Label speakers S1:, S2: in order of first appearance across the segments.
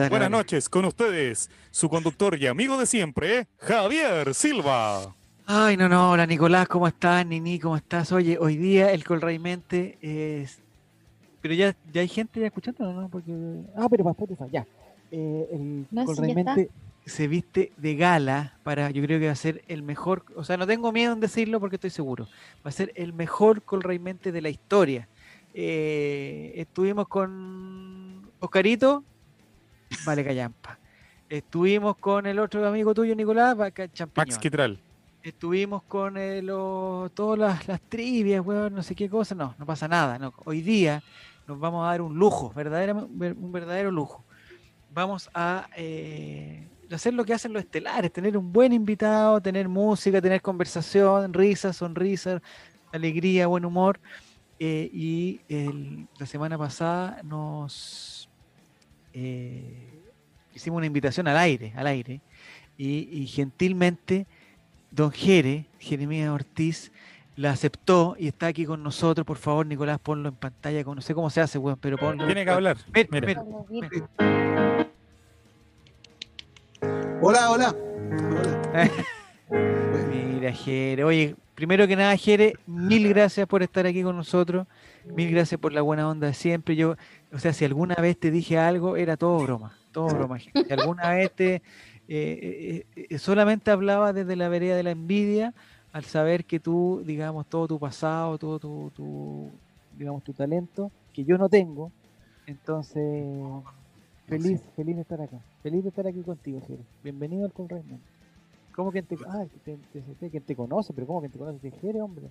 S1: Dale,
S2: Buenas
S1: dale.
S2: noches, con ustedes, su conductor y amigo de siempre, Javier Silva.
S1: Ay, no, no, hola Nicolás, ¿cómo estás? Nini, ¿cómo estás? Oye, hoy día el Colraimente es... Pero ya, ya hay gente ya escuchando, ¿no? Porque... Ah, pero para Spotify, ya. Eh, el
S3: No, sí, ya
S1: Colraimente se viste de gala para, yo creo que va a ser el mejor, o sea, no tengo miedo en decirlo porque estoy seguro, va a ser el mejor Colraimente de la historia. Eh, estuvimos con Oscarito, vale Callampa. Estuvimos con el otro amigo tuyo, Nicolás, Vaca Champiñón.
S2: Max Quitral.
S1: Estuvimos con eh, los- todas las, las trivias, weón, no sé qué cosa. No, no pasa nada. no. Hoy día nos vamos a dar un lujo, verdadera- ver- un verdadero lujo. Vamos a eh, hacer lo que hacen los estelares, tener un buen invitado, tener música, tener conversación, risa, sonrisa, alegría, buen humor. Eh, y el- la semana pasada nos eh, hicimos una invitación al aire, al aire. Y- y gentilmente Don Jere, Jeremías Ortiz, la aceptó y está aquí con nosotros. Por favor, Nicolás, ponlo en pantalla. con- No sé cómo se hace, weón, pero ponlo.
S2: Tiene que hablar.
S1: Mira,
S2: Mira.
S1: mira.
S4: Hola, hola.
S1: Mira, Jere. Oye, primero que nada, Jere, mil gracias por estar aquí con nosotros. Mil gracias por la buena onda de siempre. Yo, o sea, si alguna vez te dije algo, era todo broma. Todo broma, Jere. Si alguna vez te. eh, eh, eh, solamente hablaba desde la vereda de la envidia al saber que tú, digamos, todo tu pasado, todo tu, tu, digamos, tu talento, que yo no tengo. Entonces, feliz, feliz de estar acá. Feliz de estar aquí contigo, Jere. Bienvenido al Conraimen. ¿Cómo que te, ah, que te, te- te- que te conoce? ¿Pero cómo que te conoce? Jere, hombre.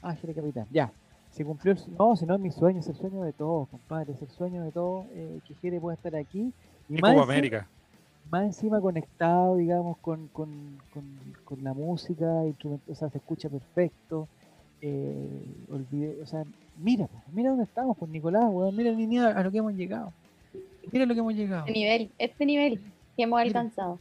S1: Ah, Jere Capitán. Ya. Se cumplió el su- No, si no es mi sueño, es el sueño de todos, compadre. Es el sueño de todos eh, que Jere pueda estar aquí. Y
S2: Y
S1: más enci-
S2: Cuba América.
S1: más encima conectado, digamos, con, con- con- con la música, instrument- o sea, se escucha perfecto. eh, olvidé- o sea, mira, pues, mira dónde estamos, pues Nicolás, weón, mira niña a lo que hemos llegado. Mira lo que hemos llegado.
S3: Este nivel, este nivel que hemos alcanzado.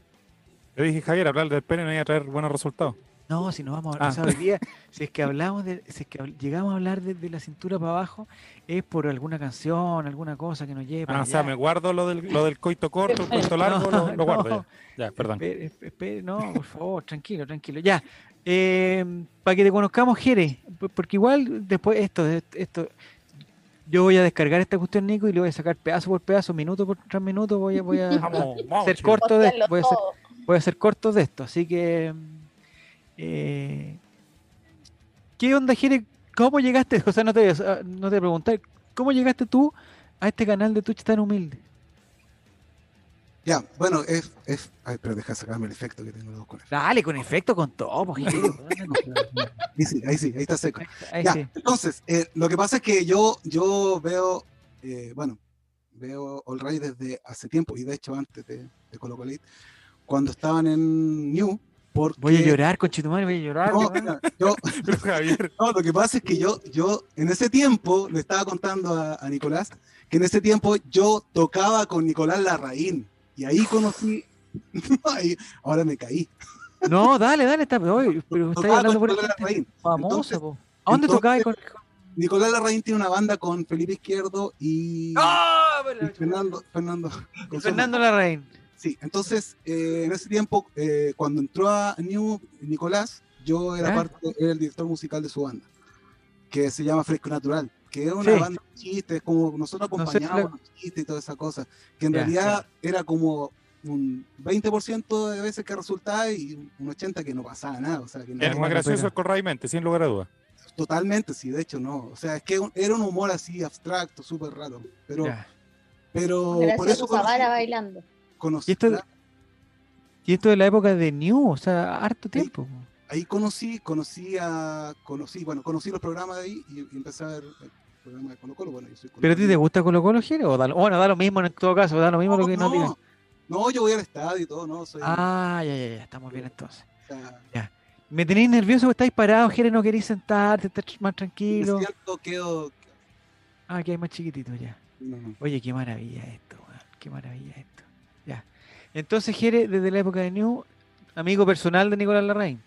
S2: Le dije, Javier, hablar del pene no iba a traer buenos resultados.
S1: No, si nos vamos a
S2: Ah.
S1: o sea, hoy día, si es que hablamos de, si es que habl- llegamos a hablar desde la cintura para abajo, es por alguna canción, alguna cosa que nos lleve. para
S2: Ah, o sea,
S1: allá.
S2: me guardo lo del, lo del coito corto, el coito largo,
S1: No,
S2: lo, lo guardo.
S1: no.
S2: Ya, Ya, perdón.
S1: Espere, espe- espere, no, por favor, tranquilo, tranquilo. Ya, em, para que te conozcamos, Jere, p- porque igual después esto, esto, yo voy a descargar esta cuestión, Nico, y le voy a sacar pedazo por pedazo, minuto por tras minuto, voy a, voy a
S2: Vamos, vamos.
S1: ser
S2: chicos.
S1: corto de,
S3: Postearlo
S1: voy a ser,
S3: todo.
S1: voy a ser corto de esto, así que, em, eh, ¿qué onda, Jere? ¿Cómo llegaste? O sea, no te, voy a- no te voy a preguntar, ¿cómo llegaste tú a este canal de Twitch tan humilde?
S4: Ya, bueno, es, es. Ay, pero deja sacarme el efecto que tengo los dos con él.
S1: Dale, con efecto, con todo, pues, Jere.
S4: Ahí sí, ahí sí, ahí está seco.
S1: Ahí- ahí
S4: Ya,
S1: sí.
S4: entonces, eh, lo que pasa es que yo, yo veo, eh, bueno, veo All Right desde hace tiempo, y de hecho antes de, de Colo Colo, cuando estaban en New, porque...
S1: Voy a llorar, conchetumare, voy a llorar.
S4: No,
S1: weón.
S4: mira, yo,
S2: Pero, Javier,
S4: No, lo que pasa es que yo, yo en ese tiempo, le estaba contando a, a Nicolás, que en ese tiempo yo tocaba con Nicolás Larraín. Y ahí conocí. Ahí- ahora me caí.
S1: No, dale, dale, está, oye, pero estáis
S4: Tocaba
S1: hablando
S4: con
S1: por
S4: Nicolás
S1: gente
S4: ah, Larraín.
S1: famosa,
S4: Entonces-
S1: po. ¿A dónde
S4: entonces-
S1: tocabas con.?
S4: Nicolás Larraín tiene una banda con Felipe Izquierdo y
S1: ¡Ah!
S4: y Fernando. Fernando, con su-
S1: Fernando Larraín.
S4: Sí, entonces eh, en ese tiempo, eh, cuando entró a New Nicolás, yo era
S1: ¿Eh?
S4: parte, era el director musical de su banda, que se llama Fresco Natural, que es una
S1: Sí.
S4: banda de chistes, como nosotros
S1: No sé,
S4: acompañábamos los chistes y toda esa cosa, que en
S1: Ya,
S4: realidad era como un 20% de veces que resultaba y un 80% que no pasaba nada, o sea, que no
S2: el más
S1: bueno,
S2: gracioso
S1: pero-
S2: es Corray Mente, sin lugar a dudas.
S4: totalmente, sí, de hecho no, o sea, es que un- era un humor así abstracto, súper raro, pero,
S1: Ya.
S4: pero por
S3: Gracias
S4: eso
S3: a Zavala
S4: conocí,
S3: bailando.
S4: conocí-
S1: Y esto, y esto de la época de New, o sea, harto tiempo. po.
S4: ahí conocí, conocí a, conocí, bueno, conocí los programas de ahí y, y empecé a ver el programa de Colo Colo, bueno, yo soy Colo
S1: ¿Pero a ti te gusta Colo Colo, Jere? O da lo- bueno, da lo mismo en todo caso, da lo mismo lo que no, digas.
S4: no, pues. no, yo voy al estadio y todo, no, soy,
S1: Ah, ya, ya, ya, estamos bien entonces.
S4: o sea,
S1: ¿Me tenéis nervioso que estáis parados, Jere? ¿No queréis sentarte, estar más
S4: me
S1: tranquilo?
S4: siento, quedo,
S1: Ah, que hay más chiquitito ya.
S4: no, no.
S1: Oye, qué maravilla esto, weón, Qué maravilla esto. Ya. Entonces, Jere, desde la época de New, amigo personal de Nicolás Larraín.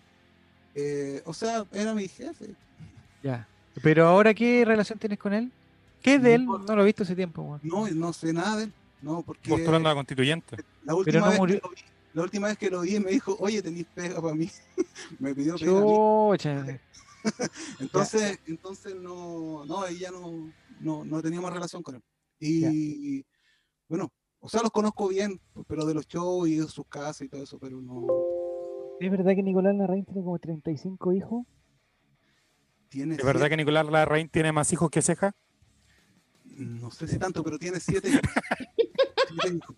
S4: Eh, o sea, era mi jefe,
S1: Ya. Pero ahora, ¿qué relación tienes con él? ¿Qué es de él?
S4: No.
S1: No lo he visto hace tiempo, weón.
S4: no, no sé nada de él, ¿no? Porque
S2: postulando a la constituyente.
S4: la última,
S1: no
S4: vez
S1: murió.
S4: que lo vi, la última vez que lo vi me dijo, oye, tenés pega para mí. me pidió pega a mí.
S1: Chucha.
S4: Entonces, entonces no, no, ahí ya no, no, no teníamos relación con él. Y,
S1: Ya.
S4: y, bueno, o sea, los conozco bien, pero de los shows y de sus casas y todo eso, pero no
S1: ¿Es verdad que Nicolás Larraín tiene como 35 hijos?
S4: tiene.
S2: ¿Es verdad
S4: siete-
S2: que Nicolás Larraín tiene más hijos que ceja?
S4: No sé si tanto, pero tiene siete. hijos. Siete hijos.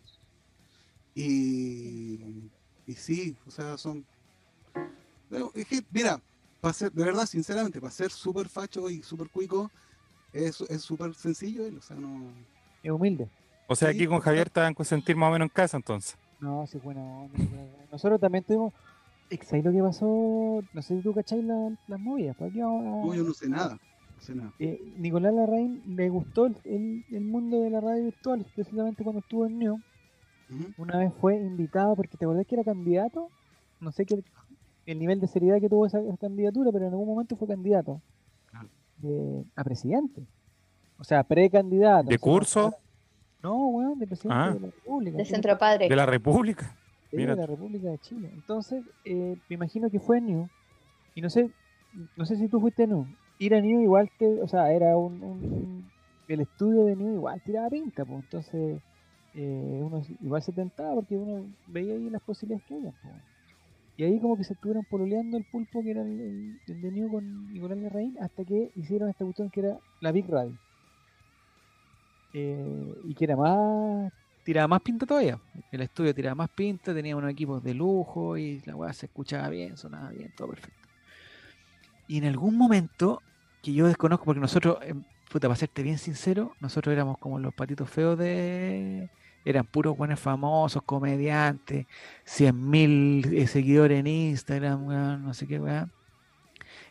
S4: Y, y sí, o sea, son. pero es que, mira, para ser, de verdad, sinceramente, para ser súper facho y súper cuico, es es súper sencillo él, o sea, no.
S1: Es humilde.
S2: O sea,
S4: Sí,
S2: aquí con
S4: pues,
S2: Javier te van a sentir más o menos en casa entonces.
S1: No, sí, bueno. Nosotros también tuvimos. ¿Sabes lo que pasó? No sé si tú cacháis la- las movidas. ¿para qué vamos a-
S4: No, yo no sé nada. No sé nada.
S1: Eh, Nicolás Larraín le gustó el, el- el mundo de la radio virtual, específicamente cuando estuvo en Neo.
S4: Ujú.
S1: Una vez fue invitado, porque te acordás que era candidato, no sé qué el nivel de seriedad que tuvo esa, esa candidatura, pero en algún momento fue candidato
S2: Ah.
S4: Claro.
S1: de- a presidente. O sea, precandidato.
S2: ¿De
S1: o sea, no-
S2: curso?
S1: No, weón, de presidente
S2: Ah.
S1: de la República.
S3: De Centro Padre.
S2: De la República.
S1: de
S2: mira.
S1: la República de Chile. Entonces, eh, me imagino que fue a New. Y no sé, no sé si tú fuiste a New. Ir a New igual que, o sea, era un, un- un- el estudio de New igual tiraba pinta, pues. Entonces, eh, uno igual se tentaba porque uno veía ahí las posibilidades que había, po. Y ahí como que se estuvieron pololeando el pulpo que era el, el- el de New con Nicolás Larraín hasta que hicieron esta cuestión que era la Big Radio. Eh, y que era más tiraba más pinta todavía. El estudio tiraba más pinta, tenía unos equipos de lujo y la weá se escuchaba bien, sonaba bien, todo perfecto. Y en algún momento, que yo desconozco, porque nosotros, eh, puta, para serte bien sincero, nosotros éramos como los patitos feos de. Eran puros buenos famosos, comediantes, 100.000 eh, seguidores en Instagram, weón, no sé qué, weón.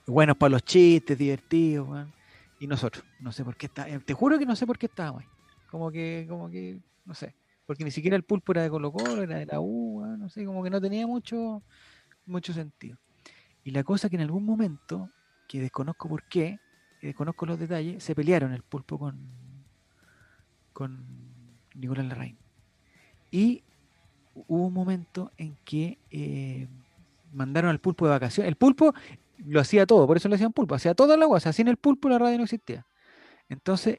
S1: Buenos para los chistes, divertidos, weón. Y nosotros, no sé por qué está, eh, te juro que no sé por qué estábamos ahí. Como que, como que, no sé. Porque ni siquiera el pulpo era de Colo Colo, era de la U, weón, no sé, como que no tenía mucho, mucho sentido. Y la cosa que en algún momento, que desconozco por qué, que desconozco los detalles, se pelearon el pulpo con, con Nicolás Larraín. Y hubo un momento en que eh, mandaron al pulpo de vacaciones. El pulpo lo hacía todo, por eso le decían pulpo, hacía todo el agua, o sea, sin el pulpo la radio no existía. Entonces,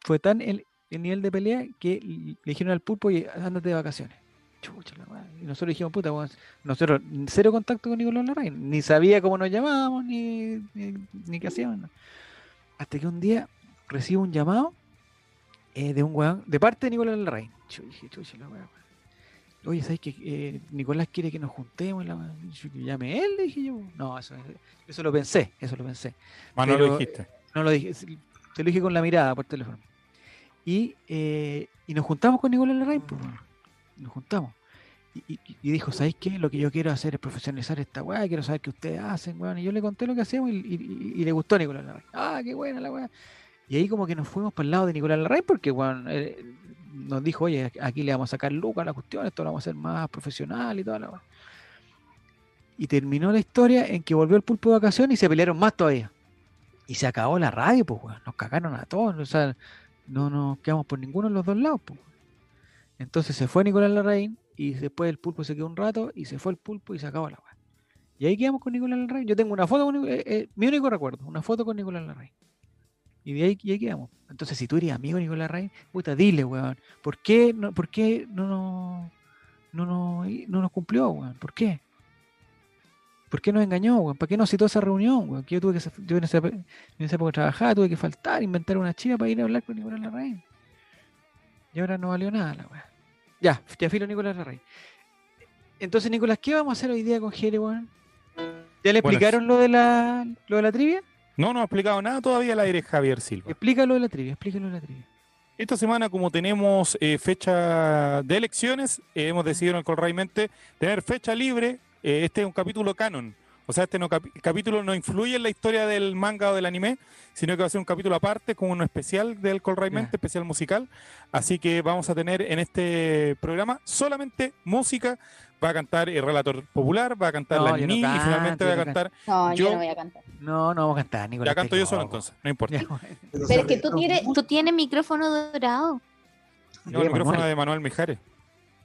S1: fue tan el, el nivel de pelea que l- le dijeron al pulpo, oye, ándate de vacaciones. Chucha la weá. Y nosotros dijimos, puta, weón, nosotros n- cero contacto con Nicolás Larraín, ni sabía cómo nos llamábamos, ni, ni, ni qué hacíamos. no. Hasta que un día recibo un llamado eh, de un weón, de parte de Nicolás Larraín. Yo dije, chucha la weá, weón. Oye, ¿sabes que Nicolás quiere que nos juntemos? La weá. Yo, que llame él, le dije yo. No, eso, eso lo pensé, eso lo pensé.
S2: Más no lo
S1: Pero,
S2: dijiste.
S1: No lo dije, se- te lo dije con la mirada por teléfono. Y, eh, y nos juntamos con Nicolás Larraín, pues, weón. nos juntamos. Y, y- y dijo, ¿sabéis qué? Lo que yo quiero hacer es profesionalizar esta weá, quiero saber qué ustedes hacen, weón. Y yo le conté lo que hacíamos y, y- y- y le gustó a Nicolás Larraín. Ah, qué buena la weá. Y ahí como que nos fuimos para el lado de Nicolás Larraín porque, weón, eh, nos dijo, oye, aquí le vamos a sacar lucas a la cuestión, esto lo vamos a hacer más profesional y toda la weá. Y terminó la historia en que volvió el pulpo de vacaciones y se pelearon más todavía. Y se acabó la radio, pues, weón. Nos cagaron a todos. O sea, no nos quedamos por ninguno de los dos lados, pues. Entonces se fue Nicolás Larraín y después el pulpo se quedó un rato y se fue el pulpo y se acabó la weá. Y ahí quedamos con Nicolás Larraín. Yo tengo una foto con Nic- eh, eh, mi único recuerdo, una foto con Nicolás Larraín. Y de ahí, y ahí quedamos. Entonces, si tú eres amigo de Nicolás Larraín, puta, dile, weón, ¿por qué no, por qué no, nos- no, nos- no nos cumplió, weón? ¿Por qué? ¿Por qué nos engañó, weón? ¿Para qué nos citó a esa reunión, weón? Que yo tuve que, sa- yo en esa, pe- en esa época trabajaba, tuve que faltar, inventar una chiva para ir a hablar con Nicolás Larraín. Y ahora no valió nada la weá. Ya, te afilo Nicolás Larraín. Entonces, Nicolás, ¿qué vamos a hacer hoy día con Jere, weón? ¿Ya le
S2: Bueno,
S1: explicaron lo de la lo de la trivia?
S2: No nos ha explicado nada todavía el aire Javier Silva.
S1: Explícalo de la trivia, explícalo de la trivia.
S2: Esta semana, como tenemos eh, fecha de elecciones, eh, hemos decidido en el Colraimente tener fecha libre. Eh, este es un capítulo canon. O sea, este no capi- capítulo no influye en la historia del manga o del anime, sino que va a ser un capítulo aparte, como un especial del Colraimente,
S1: Ya.
S2: especial musical. Así que vamos a tener en este programa solamente música. Va a cantar el relator popular, va a cantar
S1: No,
S2: la
S1: yo no
S2: Nini y
S1: canto,
S2: finalmente va
S1: yo
S2: a
S1: no
S2: cantar.
S3: No, yo,
S2: Yo-
S3: no voy a cantar.
S1: No, no vamos a cantar, Nicolás.
S2: Ya canto
S1: estáis
S2: yo solo
S1: loco.
S2: entonces, no importa.
S1: Ya, weón.
S3: Pero es que
S4: se
S3: tú
S4: arreglaron
S3: tienes,
S4: mucho.
S3: tú tienes micrófono dorado.
S2: No,
S1: Sí,
S2: el micrófono
S1: Manuel.
S2: de Manuel Mijares.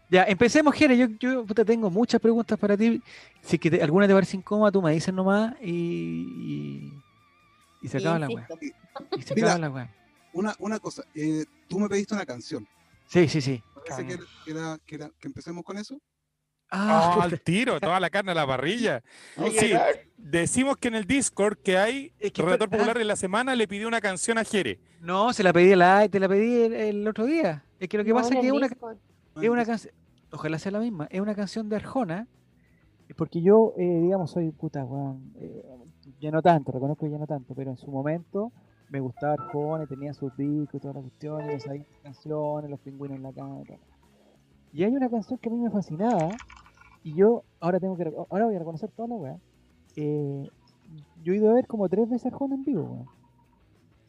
S1: Ya, empecemos, Jere. Yo, yo puta, tengo muchas preguntas para ti. Si es que te- alguna te parece incómoda, tú me dices nomás y. Y, y se acaba la weá.
S3: Insisto.
S1: Y se
S4: Mira.
S1: acaba la weá.
S4: Una, una cosa, eh, tú me pediste una canción.
S1: Sí, sí, sí.
S4: Parece que, que era- que era- que empecemos con eso.
S1: Ah,
S2: Ah,
S1: puta,
S2: al tiro, toda la carne a la parrilla.
S4: Ay,
S2: Sí, decimos que en el Discord que hay
S1: Es que-
S2: Relator
S1: ah.
S2: Popular de la Semana le pidió una canción a Jere.
S1: no, se la pedí la, te la pedí el, el otro día. Es que lo que
S3: No,
S1: pasa
S3: en
S1: es que es
S3: el
S1: una,
S3: Discord.
S1: es una canción, ojalá sea la misma, es una canción de Arjona, porque yo, eh, digamos, soy puta, weón, eh, ya no tanto, reconozco que ya no tanto, pero en su momento me gustaba Arjona, y tenía sus discos y todas las cuestiones, yo sabía las canciones, los pingüinos en la cama y todo. Y hay una canción que a mí me fascinaba, y yo ahora tengo que, rec- ahora voy a reconocer toda la weá, eh, yo he ido a ver como tres veces Arjona en vivo, weón.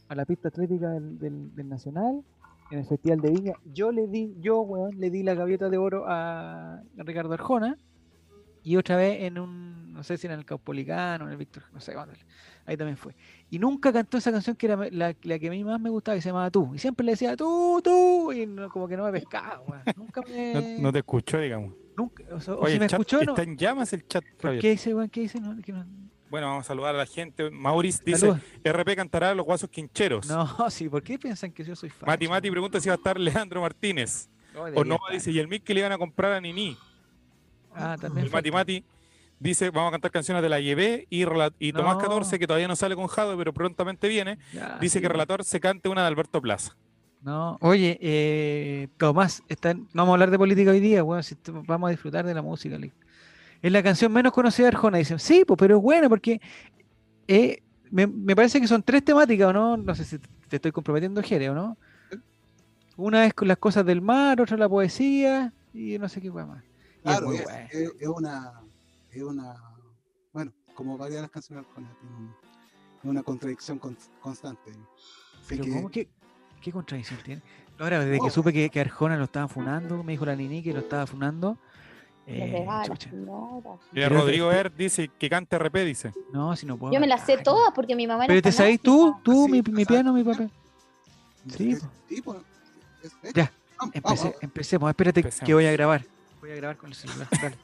S1: A la pista atlética del- del- del Nacional, en el Festival de Viña. Yo le di, yo, weón, le di la gaviota de oro a Ricardo Arjona. Y otra vez en un, no sé si en el Caupolicano, en el Víctor, no sé dónde. Ahí también fue. Y nunca cantó esa canción que era me- la, la que a mí más me gustaba, que se llamaba Tú. Y siempre le decía Tú, Tú. Y no- como que no me pescaba, weón. Nunca
S2: No,
S1: me.
S2: no te escuchó, digamos.
S1: nunca, o sea, o
S2: Oye,
S1: Eh. si
S2: el
S1: me
S2: chat
S1: escuchó, no.
S2: está en llamas el chat. Javier.
S1: ¿Qué dice, weón? ¿Qué dice? No, que no-
S2: Bueno, vamos a saludar a la gente. Maurice dice,
S1: Saludos.
S2: RP cantará a los guasos quincheros.
S1: No, sí, ¿por qué piensan que yo soy fan?
S2: Mati Mati pregunta si va a estar Leandro Martínez. O no, dice, y el mic que le iban a comprar a Nini.
S1: Ah, también.
S2: El Mati
S1: falta.
S2: Mati dice, vamos a cantar canciones de la YB y, Rela- y Tomás
S1: No.
S2: 14, que todavía no sale con Jado, pero prontamente viene,
S1: Ya,
S2: dice
S1: sí,
S2: que
S1: weón.
S2: Relator se cante una de Alberto Plaza.
S1: No, oye, eh, Tomás, está, no vamos a hablar de política hoy día, weón, si te- vamos a disfrutar de la música. le- Es la canción menos conocida de Arjona, dicen. Sí, pues, pero es buena porque eh, me, me parece que son tres temáticas, ¿o no? No sé si te- te estoy comprometiendo, Jere, ¿o no? Una es con las cosas del mar, otra la poesía y no sé qué weá más. Y es
S4: Claro,
S1: muy
S4: es,
S1: buena.
S4: es- es una, es una. Bueno, como varias de las canciones de Arjona, tiene un- una contradicción con- constante. Así
S1: Pero
S4: que-
S1: ¿cómo? ¿Qué, qué contradicción tiene? No, Ahora, desde que
S4: No.
S1: supe que, que Arjona lo estaba funando, me dijo la Nini que lo estaba funando.
S3: Los
S1: eh,
S3: de Bala,
S1: chucha.
S3: no, la-
S2: Y
S1: Creo que-
S2: Rodrigo Er dice que cante RP, dice.
S1: No, si no puedo.
S3: Yo me las sé
S1: cantar.
S3: todas porque mi mamá era
S1: Pero te sabés tú,
S3: fanática.
S1: tú, mi,
S4: Sí,
S1: mi
S4: exacto.
S1: piano, mi papel. Sí,
S4: es-
S1: po.
S4: sí, po, es- es-
S1: Ya,
S4: vamos, vamos,
S1: Empecé- empecemos, espérate que
S2: Empecemos.
S1: voy a grabar. Voy a grabar con el celular. dale.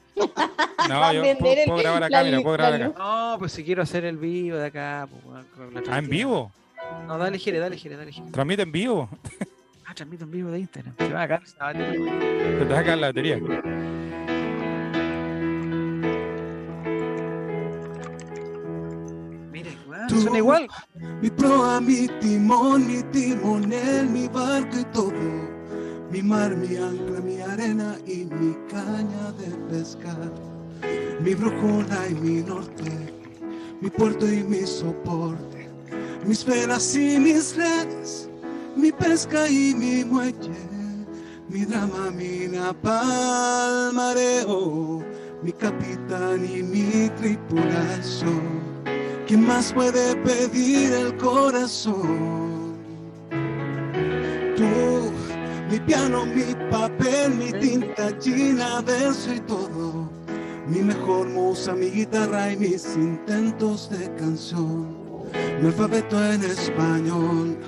S3: Va
S2: No,
S3: a
S2: yo
S3: vender
S2: puedo,
S3: el-
S2: puedo grabar
S3: la
S2: acá, mira,
S3: luz,
S2: puedo
S3: la
S2: grabar acá.
S3: luz.
S1: No, pues si quiero hacer el vivo de acá. pues, weón, con la
S2: Ah, en
S1: tranquila.
S2: vivo.
S1: No, dale, gire, dale, gire, dale, gire.
S2: Transmite en vivo.
S1: Ah, transmito en vivo de Instagram. Se va a caer esa batería, weón.
S2: Te vas a caer la batería.
S1: Mira, weón,
S4: Tú.
S1: suena igual.
S4: Mi proa, mi timón, mi timonel, mi barco y todo. Mi mar, mi ancla, mi arena y mi caña de pescar. Mi brújula y mi norte, mi puerto y mi soporte. Mis velas y mis redes, mi pesca y mi muelle. Mi drama, mi napal, mareo, mi capitán y mi tripulación. ¿Qué más puede pedir el corazón? Tú, mi piano, mi papel, mi tinta llena, verso y todo. Mi mejor musa, mi guitarra y mis intentos de canción. Mi alfabeto en español,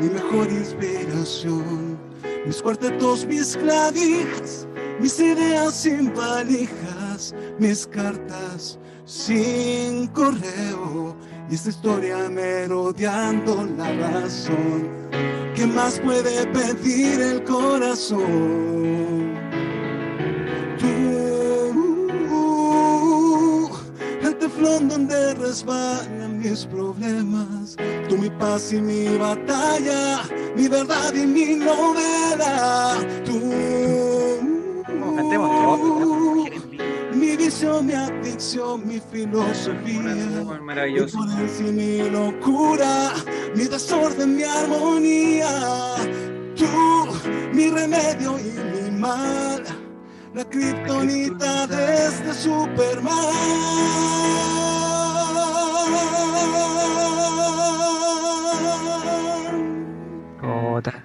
S4: mi mejor inspiración. Mis cuartetos, mis clavijas, mis ideas sin valijas, mis cartas sin correo y esta historia merodeando la razón. ¿Qué más puede pedir el corazón? Tú, el teflón donde resbalan mis problemas, tú mi paz y mi batalla, mi verdad y mi novela. Tú,
S1: No, cantemos todo, cantemos, gire.
S4: mi visión, mi adicción, mi filosofía.
S1: Weón,
S4: Mi
S1: Maravilloso.
S4: podencia y mi locura, mi desorden, mi armonía. Tú, mi remedio y mi mal. La kriptonita de este Superman.
S1: Cota.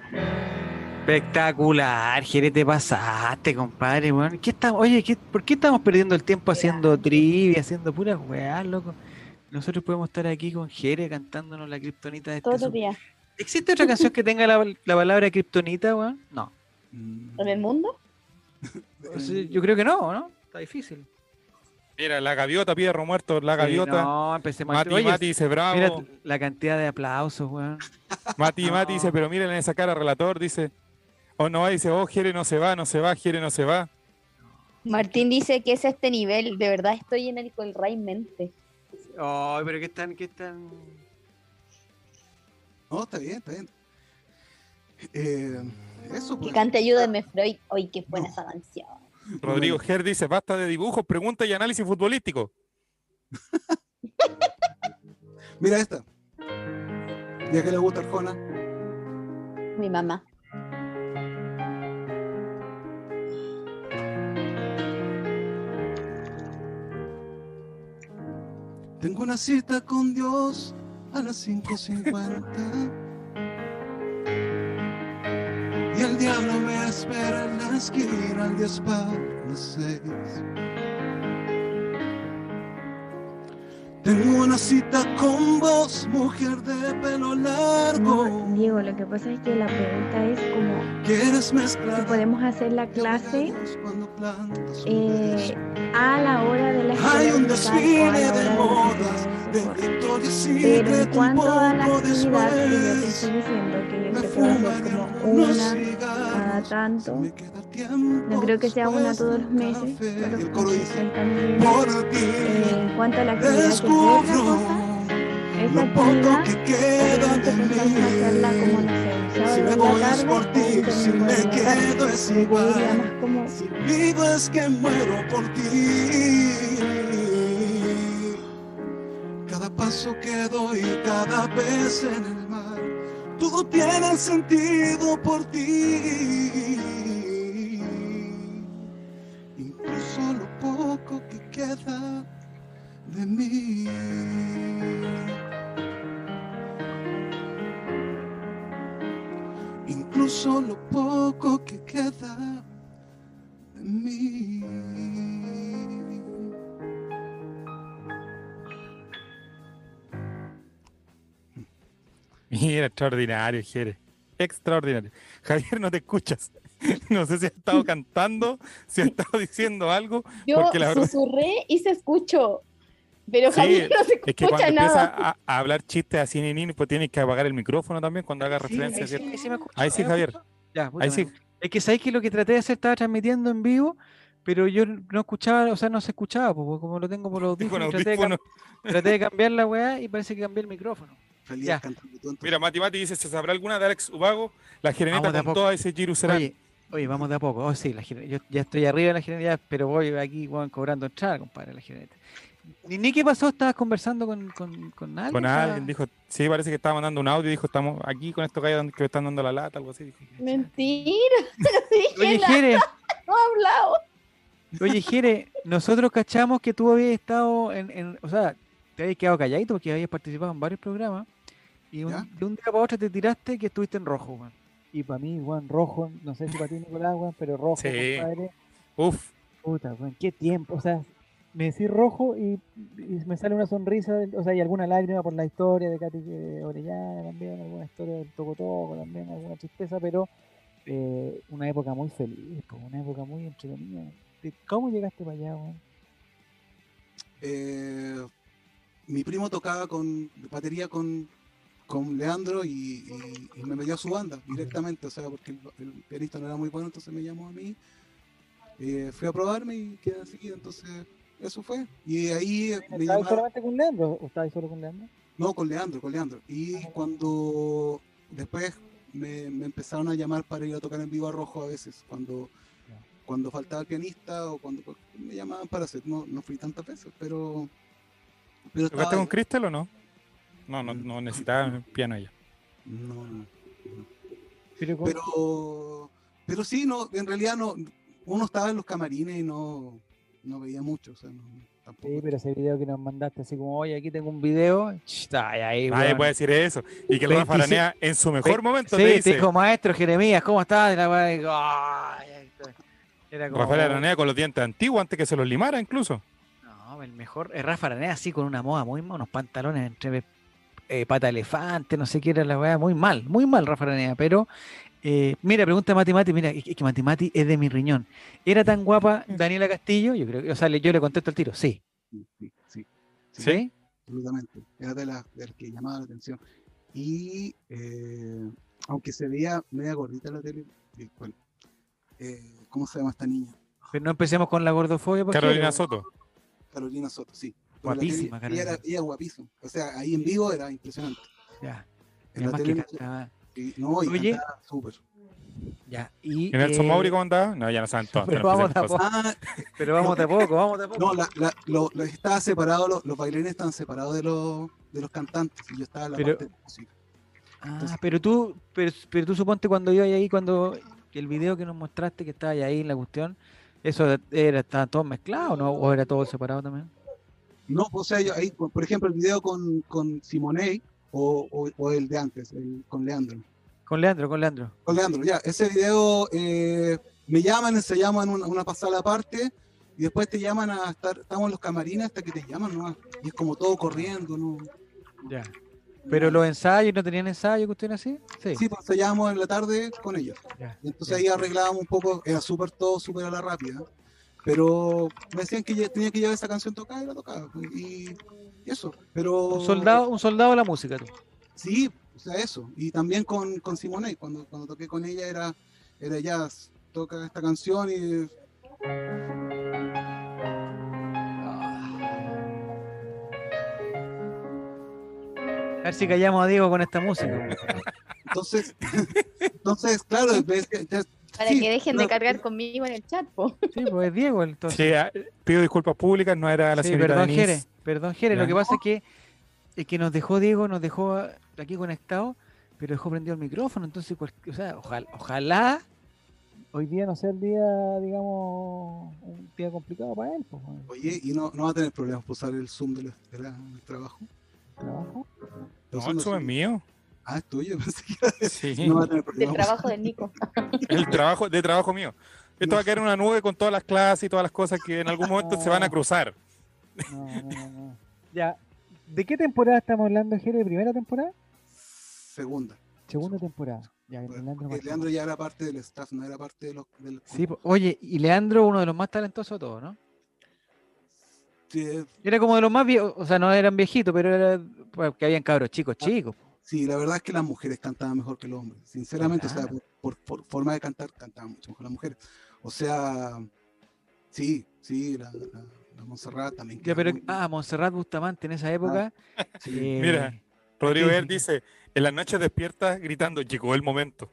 S1: Espectacular, Jere, te pasaste, compadre, weón. ¿Qué está- oye, ¿qué- ¿por qué estamos perdiendo el tiempo haciendo trivia, haciendo puras weas, loco? Nosotros podemos estar aquí con Jere cantándonos la kriptonita de este
S3: Todos los
S1: su-
S3: días.
S1: ¿Existe otra canción que tenga la, la palabra kriptonita, weón? No.
S3: ¿En el mundo?
S2: Eh,
S1: O sea, Yo creo que no, ¿no? Está difícil.
S2: Mira, la gaviota, Piedro Muerto, la gaviota.
S1: Sí, no, empecemos.
S2: Mati,
S1: Oye,
S2: Mati dice bravo.
S1: Mira la cantidad de aplausos, weón.
S2: Mati, Mati
S1: No.
S2: dice, pero miren esa cara, relator, dice. O no, dice, oh, Jere no se va, no se va, Jere no se va.
S3: Martín dice que es este nivel. De verdad estoy en el Colray mente.
S1: Ay, pero qué están, qué están.
S4: No, está bien, está bien. Eh, eso,
S3: Que
S4: pues.
S3: cante Ayúdame Freud. Hoy qué buena
S4: No.
S3: esa canción.
S2: Rodrigo Ger dice, basta de dibujos, preguntas y análisis futbolístico.
S4: Mira esta. Ya que le gusta Arjona.
S3: Mi mamá.
S4: Tengo una cita con Dios a las 5.50. Y el diablo me espera en la esquina al 10 para las 6. Tengo una cita con vos, mujer de pelo largo.
S5: No, Diego, lo que pasa es que la pregunta es como
S4: ¿Quieres
S5: si
S4: mezclar
S5: podemos hacer la clase eh, a la hora de la escuela
S4: Hay un
S5: musical o a la
S4: desfile de
S5: hora de
S4: modas, de
S5: la clase socorro.
S4: Victoria's
S5: Pero en
S4: Secret un
S5: cuanto a la
S4: poco
S5: actividad que yo te
S4: después.
S5: estoy diciendo que yo
S4: Me
S5: creo que va a
S4: fumaría
S5: ser como
S4: unos
S5: una cada
S4: cigarros.
S5: tanto,
S4: Me queda tiempo
S5: no creo que sea una
S4: después
S5: todos los
S4: del
S5: meses,
S4: café.
S5: pero
S4: Y el
S5: creo
S4: coro
S5: que
S4: dice,
S5: el cambio de-
S4: Por ti
S5: eh, en cuanto a la actividad que yo otra
S4: descubro
S5: cosa, esa
S4: lo poco
S5: actividad
S4: que queda de
S5: obviamente pensamos hacerla como no
S4: mí.
S5: sé, un
S4: Si
S5: sábado
S4: me
S5: en la
S4: voy es
S5: tarde, este
S4: por ti,
S5: un
S4: si
S5: domingo
S4: me
S5: en la tarde.
S4: quedo es
S5: Yo diría
S4: igual.
S5: más como
S4: Si vivo es que muero por ti. Cada paso que doy, cada vez en el mar, todo tiene sentido por ti. Incluso lo poco que queda de mí. Incluso lo poco que queda de mí.
S2: Mira, extraordinario, Jere. Extraordinario. Javier, no te escuchas. No sé si has estado cantando, si has estado diciendo algo.
S3: Yo
S2: Porque la verdad-
S3: susurré y se escuchó. Pero
S2: Sí,
S3: Javier no se
S2: Es que
S3: escucha
S2: cuando empiezas
S3: nada.
S2: a, a hablar chistes así, ninin, pues tienes que apagar el micrófono también cuando hagas referencia.
S1: ahí, sí,
S2: ¿cierto?
S1: ahí sí me escucho,
S2: Ahí sí,
S1: me
S2: Javier.
S1: escucho. Ya, puta,
S2: Ahí
S1: me
S2: sí.
S1: escucho. Es que sabéis que lo que traté de hacer estaba transmitiendo en vivo, pero yo no escuchaba, o sea, no se escuchaba, po, porque como lo tengo por los
S2: Dijo un
S1: audífonos, traté, de cam-
S2: audífono.
S1: traté de cambiar la weá y parece que cambié el micrófono.
S4: Feliz
S1: Ya.
S4: cantando tú en tu-
S2: Mira, Mati Mati dice, ¿se sabrá alguna de Alex Ubago? La
S1: Vamos
S2: gereneta
S1: de a
S2: con
S1: poco.
S2: toda ese Giru será.
S1: Oye, oye, vamos de a poco. Oh, sí, la gener- yo ya estoy arriba de la generalidad, pero voy aquí weón, cobrando entrada, compadre, la generalidad. Ni, ni qué pasó, estabas conversando con, con, con alguien.
S2: Con
S1: estaba-
S2: alguien dijo, sí, parece que estaba mandando un audio, dijo, estamos aquí con estos gallos que me están dando la lata, algo así. dijo.
S3: Mentira. Dije,
S1: Oye,
S3: la-
S1: Jere,
S3: no he hablado.
S1: oye, Jere, nosotros cachamos que tú habías estado en, en- o sea, te habías quedado calladito porque habías participado en varios programas y un-
S4: ¿Ya?
S1: de un día para otro te tiraste que estuviste en rojo, weón. Y para mí, Juan, rojo, no sé si para ti, Nicolás, weón, pero rojo,
S2: Sí.
S1: compadre.
S2: Uf,
S1: Puta, weón, qué tiempo. O sea, me decís rojo y, y me sale una sonrisa, o sea, y alguna lágrima por la historia de Katy eh, Orellana también, alguna historia del Toco Toco también, alguna tristeza, pero eh, una época muy feliz, po, una época muy entretenida. ¿De ¿Cómo llegaste para allá, weón?
S4: Eh, mi primo tocaba con batería con, con Leandro y, y- y me metió a su banda directamente, o sea, porque el, el pianista no era muy bueno, entonces me llamó a mí. Eh, fui a probarme y quedé así, entonces eso fue. Y ahí eh, me
S1: ¿Estabas
S4: llamaron.
S1: solamente con Leandro o estabas solo con Leandro?
S4: No, con Leandro, con Leandro. Y cuando después me, me empezaron a llamar para ir a tocar en vivo a Rojo a veces, cuando,
S1: Ya.
S4: cuando faltaba el pianista o cuando me llamaban para hacer, no, no fui tantas veces, pero... pero estaba
S2: ¿tocaste con
S4: ahí.
S2: Crystal o no? No, no, no necesitaba piano ella.
S4: No, no.
S1: Pero, con-
S4: Pero, pero sí, no, en realidad no, uno estaba en los camarines y no, no veía mucho, o sea, no, tampoco.
S1: Sí, pero ese video que nos mandaste, así como, oye, aquí tengo un video, está ahí,
S2: Nadie
S1: weón.
S2: puede decir eso. Y que el Rafa
S1: 26
S2: Aranea en su mejor
S1: Ve-
S2: momento
S1: sí,
S2: te
S1: te
S2: dice,
S1: dijo, maestro Jeremías, ¿cómo estás? Y la weá, digo, "Ay, ahí está". Era como,
S2: Rafael Aranea con los dientes antiguos antes que se los limara incluso.
S1: eh, No, el mejor es Rafa Aranea, así con una moda muy, unos pantalones entre eh, pata elefante, no sé qué era la weá, muy mal, muy mal Rafa Araneda, pero eh, mira, pregunta a Mati Mati, mira, es que es que Mati Mati es de mi riñón. ¿Era tan guapa Daniela Castillo? Yo creo que, o sea, le- yo le contesto al tiro, sí.
S4: Sí, sí, sí, sí,
S1: ¿Sí?
S4: absolutamente. Era de las de las que llamaba la atención. Y eh, aunque se veía media gordita la tele, eh, bueno, eh, ¿cómo se llama esta niña?
S1: Pero no empecemos con la gordofobia. porque-
S2: Carolina Soto.
S4: Carolina Soto, sí. Pero la tele-
S1: Guapísima,
S4: Ella era,
S1: Carolina.
S4: ella era guapísima. O sea, ahí en vivo era impresionante.
S1: Ya,
S4: En la
S1: además
S4: tele
S1: que
S4: no-
S1: cantaba,
S4: y- no, y
S1: Oye.
S4: cantaba súper.
S1: ya, y,
S2: ¿Y Nelson
S1: eh,
S2: Mauri cómo andaba? No, ya no saben todas.
S1: pero
S2: no empecemos
S1: vamos a
S2: con esas
S4: Ah,
S1: Pero vamos de a poco, vamos de a poco.
S4: no, la, la, lo- lo- estaba separado, los, los bailarines estaban separados de los, de los cantantes. Y yo estaba en la
S1: Pero-
S4: parte de música.
S1: Ah,
S4: Entonces-
S1: pero tú, pero, pero tú suponte cuando yo ahí, cuando el video que nos mostraste que estaba ahí en la cuestión, eso de- era, estaba todo mezclado, ¿no? O era todo separado también.
S4: No, o sea, yo ahí, por por ejemplo, el video con, con Simonei o, o- o el de antes, el, con Leandro.
S1: Con Leandro, con Leandro.
S4: Con Leandro, ya, ese video eh, me llaman, se llaman una, una pasada aparte y después te llaman a estar, estamos en los camarines hasta que te llaman, ¿no? Y es como todo corriendo, ¿no?
S1: Ya. Pero los ensayos, ¿no tenían ensayos, cuestiones así? Sí.
S4: Sí, pues ensayábamos en la tarde con ellos.
S1: Ya,
S4: Y Entonces ahí arreglábamos un poco, era súper todo, súper a la rápida. Pero me decían que ya- tenía que llevar esa canción tocada y la tocaba. pues, Y, y eso. Pero.
S1: Un soldado, un soldado de la música, tú.
S4: Sí, o sea, eso. Y también con, con Simone, cuando, cuando toqué con ella era, era jazz, toca esta canción y...
S1: A ver si callamos a Diego con esta música.
S4: Entonces, entonces claro, ves que- ya-
S3: Para
S4: sí,
S3: que dejen de
S4: no,
S3: cargar conmigo en el chat, po.
S1: Sí, pues es Diego
S2: cosas.
S1: entonces.
S2: Sí, ah, pido disculpas públicas, no era la
S1: Sí,
S2: señorita
S1: perdón,
S2: Denise.
S1: Jere, perdón, Jere. Lo
S2: Ya.
S1: que pasa es que, es que nos dejó Diego, nos dejó ah, aquí conectado, pero dejó prendido el micrófono. Entonces, cual- o sea, ojalá, ojalá hoy día no sea el día, digamos, un día complicado para él. pues, bueno,
S4: Oye, y no, no va a tener problemas por usar el Zoom del, del- del trabajo.
S1: trabajo.
S4: Estoy
S2: No,
S4: usando
S2: el Zoom es
S4: Zoom.
S2: mío.
S4: Ah, es tuyo, pensé que iba a decir,
S2: Sí,
S4: no va a
S3: Del
S4: tener problemas.
S3: trabajo de Nico.
S2: el trabajo, de trabajo mío. Esto
S4: No.
S2: va a caer en una nube con todas las clases y todas las cosas que en algún momento se van a cruzar.
S1: No, no, no, no. Ya. ¿De qué temporada estamos hablando, Jere? ¿De ¿Primera temporada?
S4: Segunda.
S1: Segunda temporada. Ya,
S4: Porque
S1: Leandro
S4: Leandro,
S1: Martínez.
S4: ya era parte del staff, no era parte de los... Del,
S1: Sí, pues, oye, y Leandro, uno de los más talentosos de todos, ¿no?
S4: Sí,
S1: Era como de los más viejos, o sea, no eran viejitos, pero era pues, que habían cabros chicos,
S4: Ah,
S1: chicos.
S4: Sí, la verdad es que las mujeres cantaban mejor que los hombres. Sinceramente, o sea,
S1: Claro.
S4: por, por- por forma de cantar, cantaban mucho mejor las mujeres. O sea, sí, sí, la, la, la Montserrat también.
S1: Ya,
S4: queda
S1: pero,
S4: muy-
S1: ah, Montserrat Bustamante en esa época.
S4: Ah. sí.
S1: eh,
S2: Mira. Rodrigo
S1: Sí.
S2: Ver dice, en las noches despiertas gritando, llegó el momento.